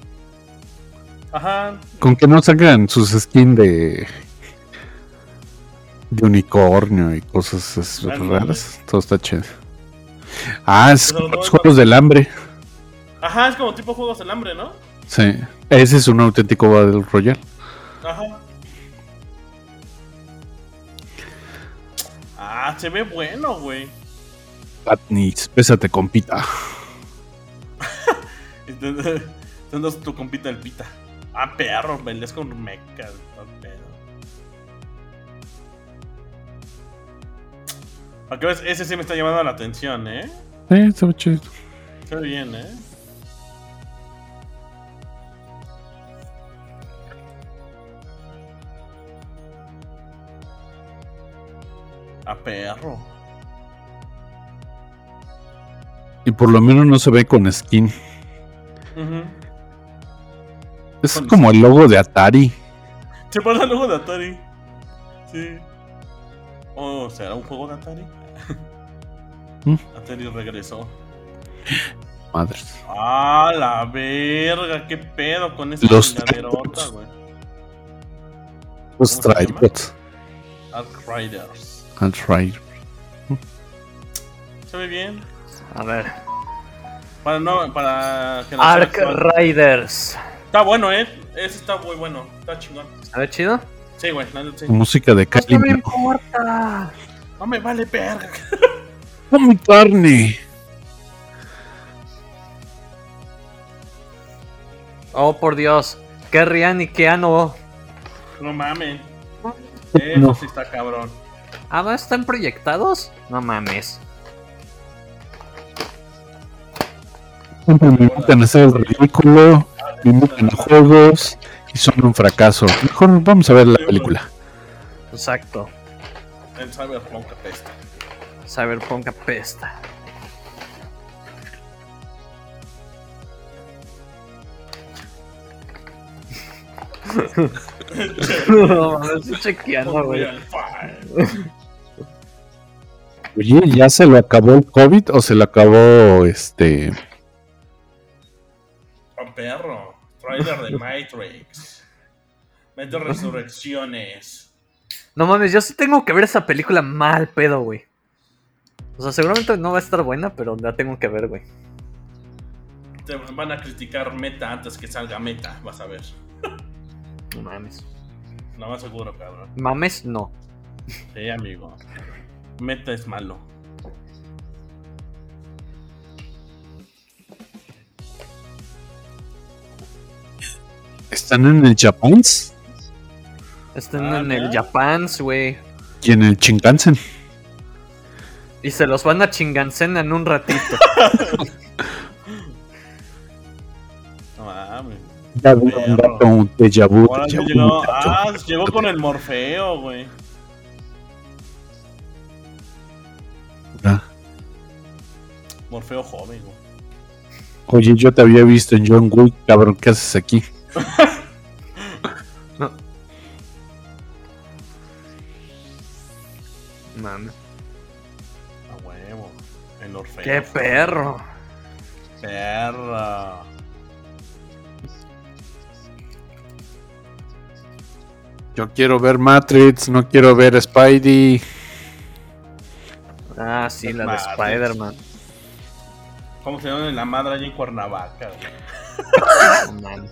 A: Ajá.
C: Con que no sacan sus skins de. de unicornio y cosas es-
A: Ándale.
C: raras. Todo está chido. Ah, es
A: Pero
C: como
A: no-
C: los juegos del hambre.
A: Ajá, es como tipo juegos del hambre, ¿no?
C: Sí. Ese es un auténtico Battle Royale.
A: Ajá. Ah, se ve bueno, güey.
C: Patnis, pésate, compita.
A: Entonces, entonces tu compita el pita. Ah, perro, peleas con mecas. Ah, perro. Para que veas, ese sí me está llamando la atención, ¿eh?
C: Sí, está chido.
A: Se ve bien, ¿eh? A perro.
C: Y por lo menos no se ve con skin.
A: Ujú.
C: Es
A: Con
C: como el logo de Atari.
A: Se pasa luego de Atari. Sí. ¿O será un juego de Atari?
C: ¿Mm?
A: Atari regresó.
C: Madres.
A: ¡Ah, la verga! ¿Qué pedo con esa
C: Los
A: chingaderota,
C: tripods.
A: güey?
C: Los
A: se llama?
C: tripods.
A: Ark Riders.
C: That's right.
A: ¿Se ve bien?
B: A ver.
A: Para no, para que la
B: Ark
A: seas-
B: Riders.
A: Está bueno, eh. Ese está muy bueno. Está chingón.
B: ¿A ver, chido?
A: Sí, güey. la neta, sí.
C: Música de Cali.
B: No me importa.
A: No me vale verga.
C: mi carne!
B: Oh, por Dios. Qué Rian y qué ano.
A: No mames.
C: No.
A: Eso sí está cabrón.
B: Ah, ¿no están proyectados? No mames.
C: Siempre me invitan a hacer el ridículo. Me invitan a juegos. Y son un fracaso. Mejor vamos a ver la película.
B: Exacto.
A: El Cyberpunk apesta.
B: Cyberpunk apesta. no, me estoy chequeando, güey.
C: Oye, ¿ya se lo acabó el COVID o se lo acabó este.
A: Juan Oh, Perro, trailer de Matrix. Mete resurrecciones.
B: No mames, yo sí tengo que ver esa película mal pedo, güey. O sea, seguramente no va a estar buena, pero la tengo que ver, güey.
A: Te van a criticar Meta antes que salga Meta, vas a ver.
B: No mames.
A: Lo más seguro, cabrón.
B: Mames, no.
A: Sí, amigo. Meta es malo.
C: Están en el Japón
B: Están
A: Ah,
B: en el
A: ¿no?
B: Japans, güey.
C: y en el Shinkansen.
B: Y se los van a chingancena en un ratito.
A: No mames.
C: Ya vi un dato, un déjà vu,
A: Ahora sí
C: déjà vu,
A: llegó.
C: muchacho.
A: Ah, llegó con el Morfeo, güey.
C: Ah,
A: Morfeo joven, güey.
C: Oye, yo te había visto en John Wick, cabrón, ¿qué haces aquí?
B: Mames.
A: A huevo. El Orfeo.
B: Qué perro.
A: perra.
C: Yo quiero ver Matrix, no quiero ver Spidey.
B: Ah, sí, la de
A: Madres.
B: Spider-Man.
A: ¿Cómo se llama la madre allá en Cuernavaca, güey?
B: No mames.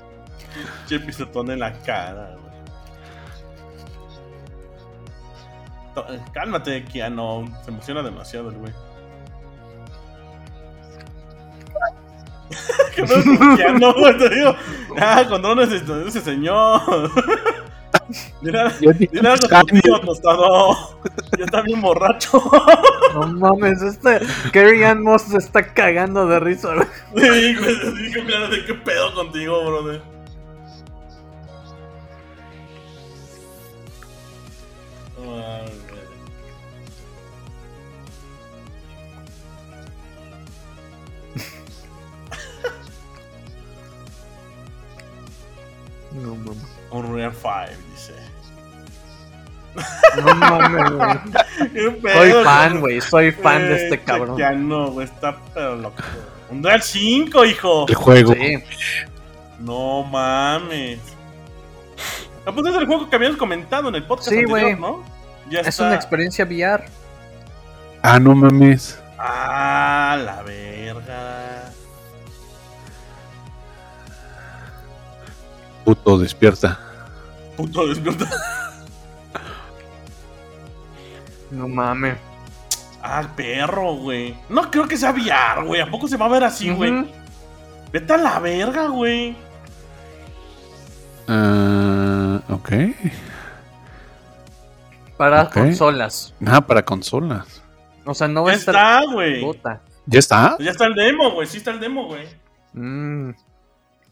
A: Che pisotón en la cara, güey. To- eh, Cálmate, Keanu. Se emociona demasiado el güey. ¿Qué pedo con Keanu, güey? Te digo, ah, condones ese, ese señor. Mira,
C: Yo dije,
A: mira algo a tu
C: "Cambio".
A: tío tostado. Ya está bien borracho.
B: No mames, este Carrie Ann Moss se está cagando de risa. güey.
A: Sí, güey, dijo, claro, de qué pedo contigo, brother. No mames.
B: No mames.
A: Unreal 5, dice.
B: No mames, güey.
A: ¿Qué pedo?
B: Soy
A: con-
B: fan, güey. Soy fan de
A: Eh,
B: este cabrón.
A: Ya no, güey, está pero loco. Unreal 5, hijo.
C: El juego.
B: Sí.
A: No mames. Ah, pues es el juego que habíamos comentado en el podcast
B: Sí,
A: anterior,
B: güey.
A: ¿no? Ya
B: Es
A: está.
B: una experiencia VR.
C: Ah, no mames.
A: Ah, la verga.
C: Puto, despierta.
A: Puto despierta.
B: No mames.
A: Ah, perro, güey. No creo que sea VR, güey. ¿A poco se va a ver así, güey?
B: Ujú.
A: Vete a la verga, güey.
C: Ah, ok.
B: Para
C: Ok.
B: consolas.
C: Ah, para consolas.
B: O sea, no va
A: Ya
B: a estar
A: está, güey. Pues
B: bota.
C: ¿Ya está?
A: Ya está el demo, güey. Sí está el demo, güey.
B: Mm.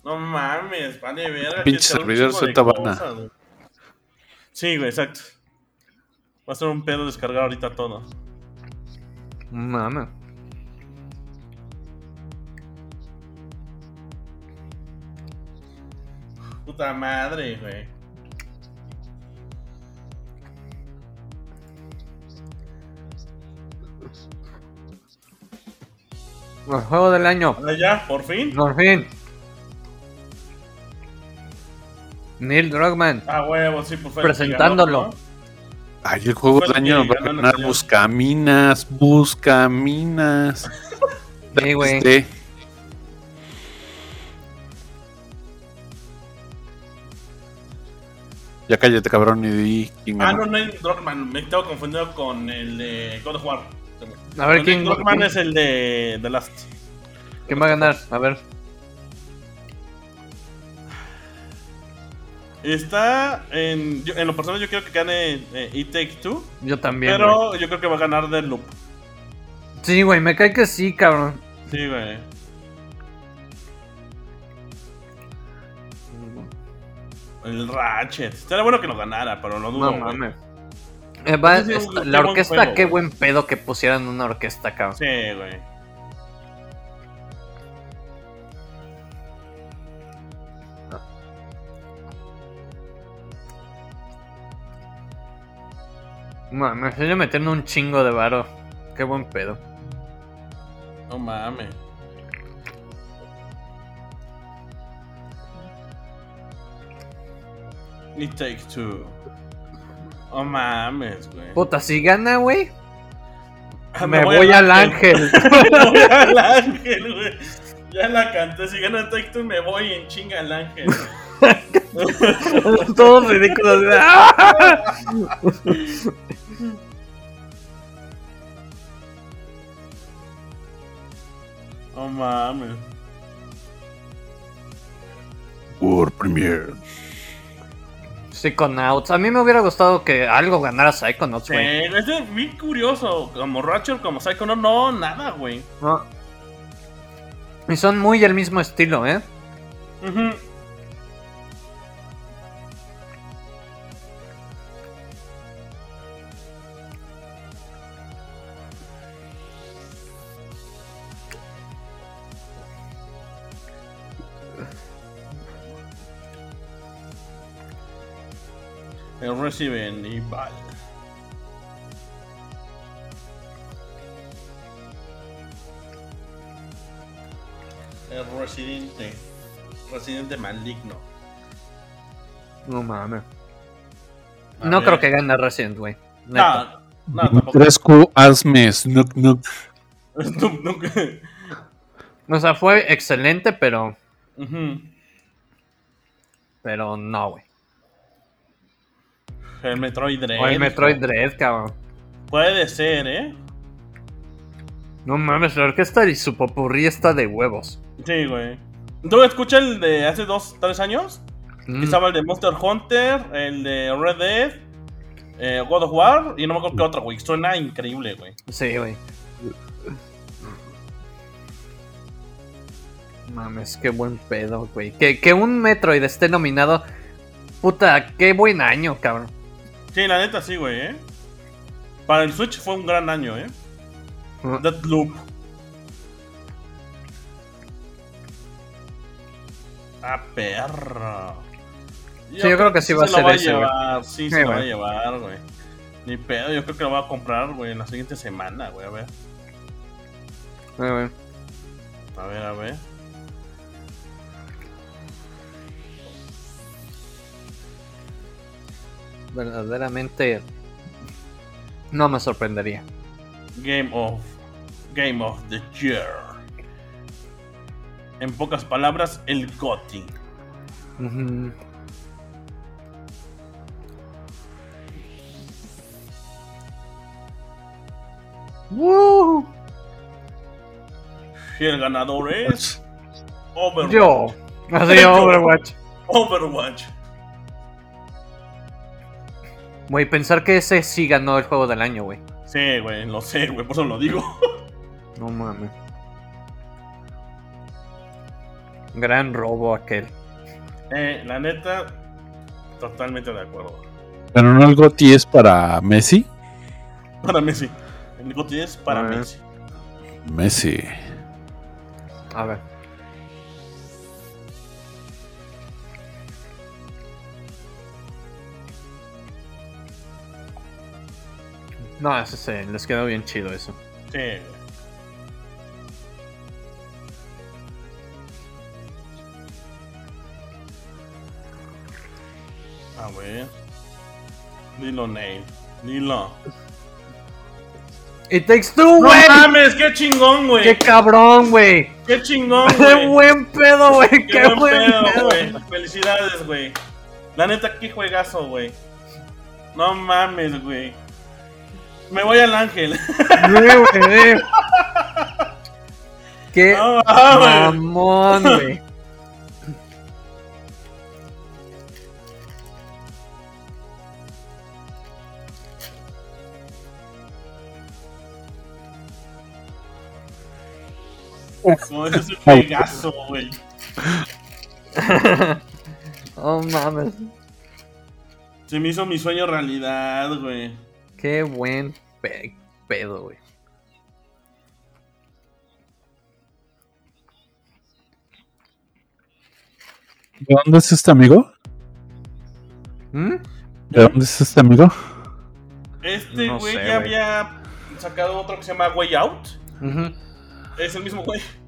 A: No mames, vale, verga. que
C: Pinche
A: está un
C: servidor
A: chingo de
C: Z Habana.
A: cosas, güey. Sí, güey, exacto. Va a ser un pedo descargar ahorita todo.
B: Mames.
A: Puta madre, güey.
B: El juego del año.
A: Ahora ya, por fin.
B: Por fin. Neil Druckmann.
A: Ah, huevo, sí, por fin.
B: Presentándolo.
A: ganó,
C: Ay, el juego
A: Fue
C: del
A: el que
C: año va a
A: ganó el
C: ganar
A: anterior.
C: Buscaminas, Buscaminas.
B: Sí, güey.
C: Este, Ya cállate, cabrón, y di quién
A: ¿no? Ah,
C: ganó.
A: no, no es Drogman. Me estaba confundido con el de God of War.
B: A ver quién,
A: Drogman
B: quién,
A: es el de The Last.
B: quién va a ganar. A ver.
A: Está en. yo- en lo personal, yo creo que gane eh, It Take Two.
B: Yo también. güey.
A: pero yo creo que va a ganar The Loop.
B: Sí, güey. Me cae que sí, cabrón.
A: Sí, güey. El Ratchet. Estaría bueno que lo ganara, pero lo dudo.
B: No
A: güey.
B: mames. Eh, va-
A: Ese sí,
B: esta-
A: qué
B: la
A: buen
B: orquesta,
A: juego,
B: qué
A: güey.
B: buen pedo que pusieran una orquesta, cabrón.
A: Sí, güey.
B: Mames, ellos metiendo un chingo de varo. Qué buen pedo.
A: No mames. It Take Two. Oh mames, güey.
B: Puta, si gana, güey,
A: Ah,
B: me, voy, al ángel.
A: Me voy al ángel, güey. Ya la canté. Si gana Take Two, me voy en chinga al ángel.
B: Todos ridículos. de- ¡Ah!
A: Oh mames.
C: World Premiere.
B: Psychonauts. A mí me hubiera gustado que algo ganara Psychonauts, güey.
A: Eh, es de- bien curioso. Como Ratchet, como Psycho, no, no, nada, güey.
B: No. Y son muy el mismo estilo, ¿eh?
A: Ujú. El Resident Evil. El Residente. Residente maligno.
B: No mames.
A: A
B: No
A: ver.
B: creo que gane Resident, güey. Neta.
A: No, no, tampoco.
C: 3Q, hazme, snook, snook.
A: No, no.
B: O sea, fue excelente, pero.
A: Ujú.
B: Pero no, güey.
A: El Metroid Dread.
B: O el Metroid Dread, cabrón.
A: Puede ser, ¿eh?
B: No mames, la orquesta y su popurrí está de huevos.
A: Sí, güey. ¿Tú escuchas el de hace dos, tres años?
B: Mm.
A: Que estaba el de Monster Hunter, el de Red Dead, eh, God of War y no me acuerdo qué otro, güey. Suena increíble, güey.
B: Sí, güey. Mames, qué buen pedo, güey. Que, que un Metroid esté nominado. Puta, qué buen año, cabrón.
A: Sí, la neta sí, güey, ¿eh? Para el Switch fue un gran año, ¿eh?
B: Ujú.
A: Deathloop. Ah, perro.
B: yo creo que sí va a
A: se
B: ser
A: lo va
B: ese, güey.
A: a llevar, sí,
B: Sí,
A: se lo va a
B: güey.
A: llevar, güey. Ni pedo, yo creo que lo va a comprar, güey, en la siguiente semana, güey, a ver.
B: Eh, güey.
A: A ver, a ver.
B: Verdaderamente. No me sorprendería.
A: Game of Game of the Year. En pocas palabras, el GOTY.
B: Ujú. Woo.
A: Y el ganador es Overwatch.
B: Yo. Así,
A: Yo.
B: Overwatch.
A: Overwatch.
B: Güey, pensar que ese sí ganó el juego del año, güey.
A: Sí, güey, lo sé, güey, por eso lo digo.
B: No mames. Gran robo aquel.
A: Eh, la neta, totalmente de acuerdo.
C: Pero no el Goti es para Messi.
A: Para Messi. El GOTY es para
B: A ver.
A: Messi.
C: Messi.
B: A ver. No, eso sí, les quedó bien chido eso.
A: Sí, güey. A ver. Dilo, Neil. Dilo.
B: It takes two,
A: ¡No
B: güey.
A: mames! ¡Qué chingón, güey!
B: ¡Qué
A: ¡Qué,
B: cabrón, güey!
A: chingón,
B: ¡Qué
A: güey!
B: buen pedo, güey! ¡Qué,
A: ¡Qué, buen pedo,
B: pedo,
A: güey! ¡Felicidades, güey! La neta, qué juegazo, güey. No mames, güey. Me voy al ángel.
B: Sí, güey, sí. ¡Qué
A: No mames.
B: mamón, güey!
A: No, ese es un juegazo, güey.
B: ¡Oh, mames!
A: Se me hizo mi sueño realidad, güey.
B: ¡Qué buen pe- pedo, güey!
C: ¿De dónde es este amigo?
B: ¿Mm?
C: ¿De dónde es este amigo?
A: Este
B: No
A: güey
B: sé,
A: ya
B: güey.
A: había sacado otro que se llama Way Out.
B: Ujú.
A: Es el mismo güey.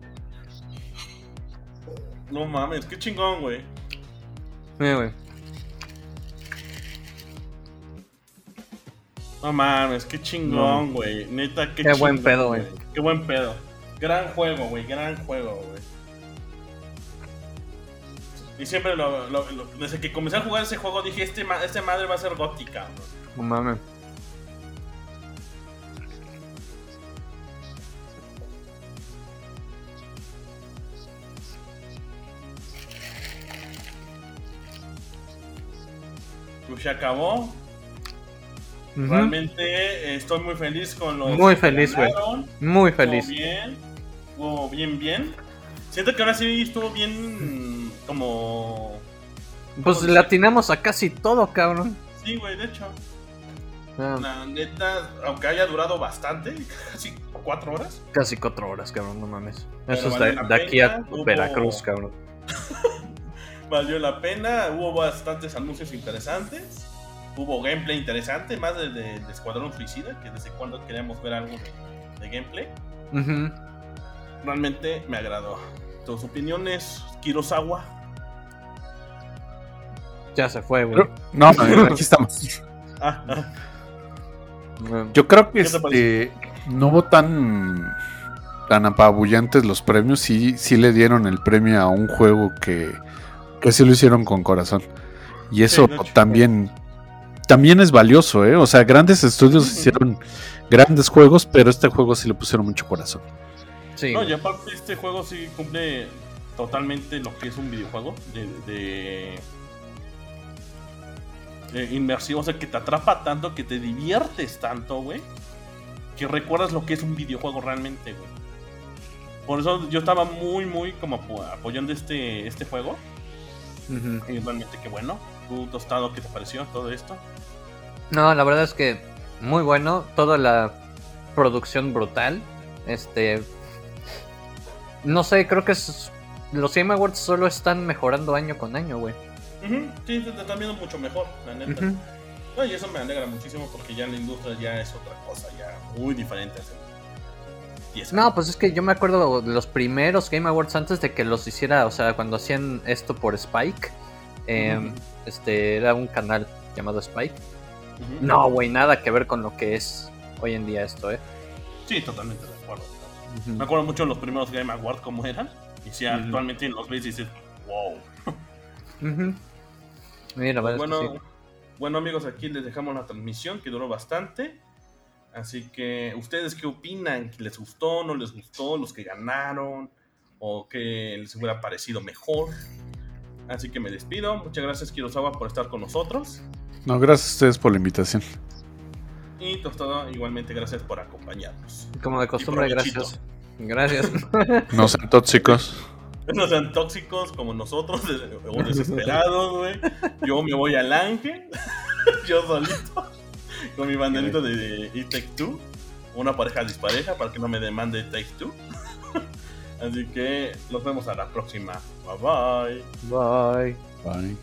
A: No mames, qué chingón, güey.
B: Sí, güey.
A: No mames, qué chingón, güey. Neta, qué,
B: Qué buen
A: chingón,
B: pedo, güey.
A: Qué buen pedo. Gran juego, güey. Gran juego, güey. Y siempre lo, lo- lo- desde que comencé a jugar ese juego dije, este, ma- este madre va a ser gótica, güey.
B: No mames.
A: Pues se acabó.
B: Ujú.
A: Realmente eh, estoy muy feliz con los.
B: Muy
A: que
B: feliz, güey.
A: ganaron.
B: Muy
A: Estuvo
B: feliz.
A: bien, estuvo bien, bien. Siento que ahora sí estuvo bien mm, como...
B: Pues
A: ¿Cómo
B: le
A: dice?
B: atinamos a casi todo, cabrón.
A: Sí, güey, de hecho.
B: Ah,
A: La neta, aunque haya durado bastante, casi cuatro horas,
B: Casi cuatro horas, cabrón, no mames.
A: Pero
B: Eso es
A: vale
B: de,
A: la
B: de aquí a
A: pena, hubo-
B: Veracruz, cabrón.
A: valió la pena. Hubo bastantes anuncios interesantes. Hubo gameplay interesante, más de, de- de Escuadrón Suicida, que desde cuando queríamos ver algo de, de gameplay.
B: Ujú.
A: Realmente me agradó. Tus opiniones, Kurosawa.
B: Ya se fue, güey.
C: Pero- No, aquí estamos.
A: Ah, ah,
B: No.
C: Yo creo que
A: ¿Qué te
C: este, no hubo tan, tan apabullantes los premios. Sí, sí le dieron el premio a un juego que, que sí lo hicieron con corazón. Y eso
A: de hecho.
C: también, también es valioso, ¿eh? O sea, grandes estudios
A: Ujú.
C: hicieron grandes juegos, pero este juego sí le pusieron mucho corazón.
B: Sí,
A: No,
B: güey.
A: y aparte este juego sí cumple totalmente lo que es un videojuego de, de- de inmersivo, o sea, que te atrapa tanto, que te diviertes tanto, güey, que recuerdas lo que es un videojuego realmente, güey. Por eso yo estaba muy, muy como apo- apoyando este, este juego.
B: Ujú.
A: Y realmente qué bueno. Tú, Tostado, ¿qué te pareció todo esto?
B: No, la verdad es que muy bueno. Toda la producción brutal. Este. No sé, creo que es- los Game Awards solo están mejorando año con año, güey.
A: Ujú, Sí, te te están viendo mucho mejor, la neta.
B: Ujú.
A: No, y eso me alegra muchísimo porque ya la industria ya es otra cosa, ya muy diferente. hace 10
B: No,
A: años.
B: pues es que yo me acuerdo de los primeros Game Awards antes de que los hiciera, o sea, cuando hacían esto por Spike. eh,
A: Ujú.
B: Este era un canal llamado Spike.
A: Ujú.
B: No, güey, nada que ver con lo que es hoy en día esto, eh.
A: Sí, totalmente de acuerdo. Me acuerdo mucho de los primeros Game Awards como eran. Y si
B: Ujú.
A: actualmente en los ves y dices, wow.
B: Ujú. Sí, la verdad Pues es que
A: Bueno,
B: sí.
A: bueno, amigos, aquí les dejamos la transmisión que duró bastante. Así que, ¿ustedes qué opinan? ¿Les gustó? ¿No les gustó? ¿Los que ganaron? ¿O qué les hubiera parecido mejor? Así que me despido. Muchas gracias, Kirosawa, por estar con nosotros.
C: No, gracias a ustedes por la invitación.
A: Y Tostado, igualmente gracias por acompañarnos.
B: Como de costumbre,
A: provechito.
B: gracias. Gracias.
C: No sean tóxicos.
A: No sean tóxicos como nosotros, des- o desesperados, güey. Yo me voy al ángel, yo solito, con mi banderito de, de It Take Two. Una pareja dispareja para que no me demande It Take Two. Así que nos vemos a la próxima. Bye bye.
B: Bye.
C: Bye.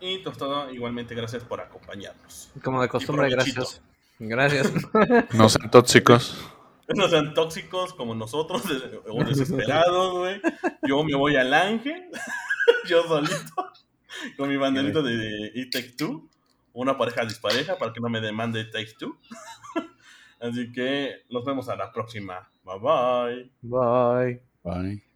A: Y Tostado, igualmente, gracias por acompañarnos.
B: Como de costumbre,
A: Y provechito.
B: gracias. Gracias.
C: No sean tóxicos.
A: No sean tóxicos como nosotros, des- o desesperados, güey. Yo me voy al ángel, yo solito, con mi banderita de E Take Two, una pareja dispareja para que no me demande Take Two. Así que nos vemos a la próxima. Bye bye.
B: Bye.
C: Bye.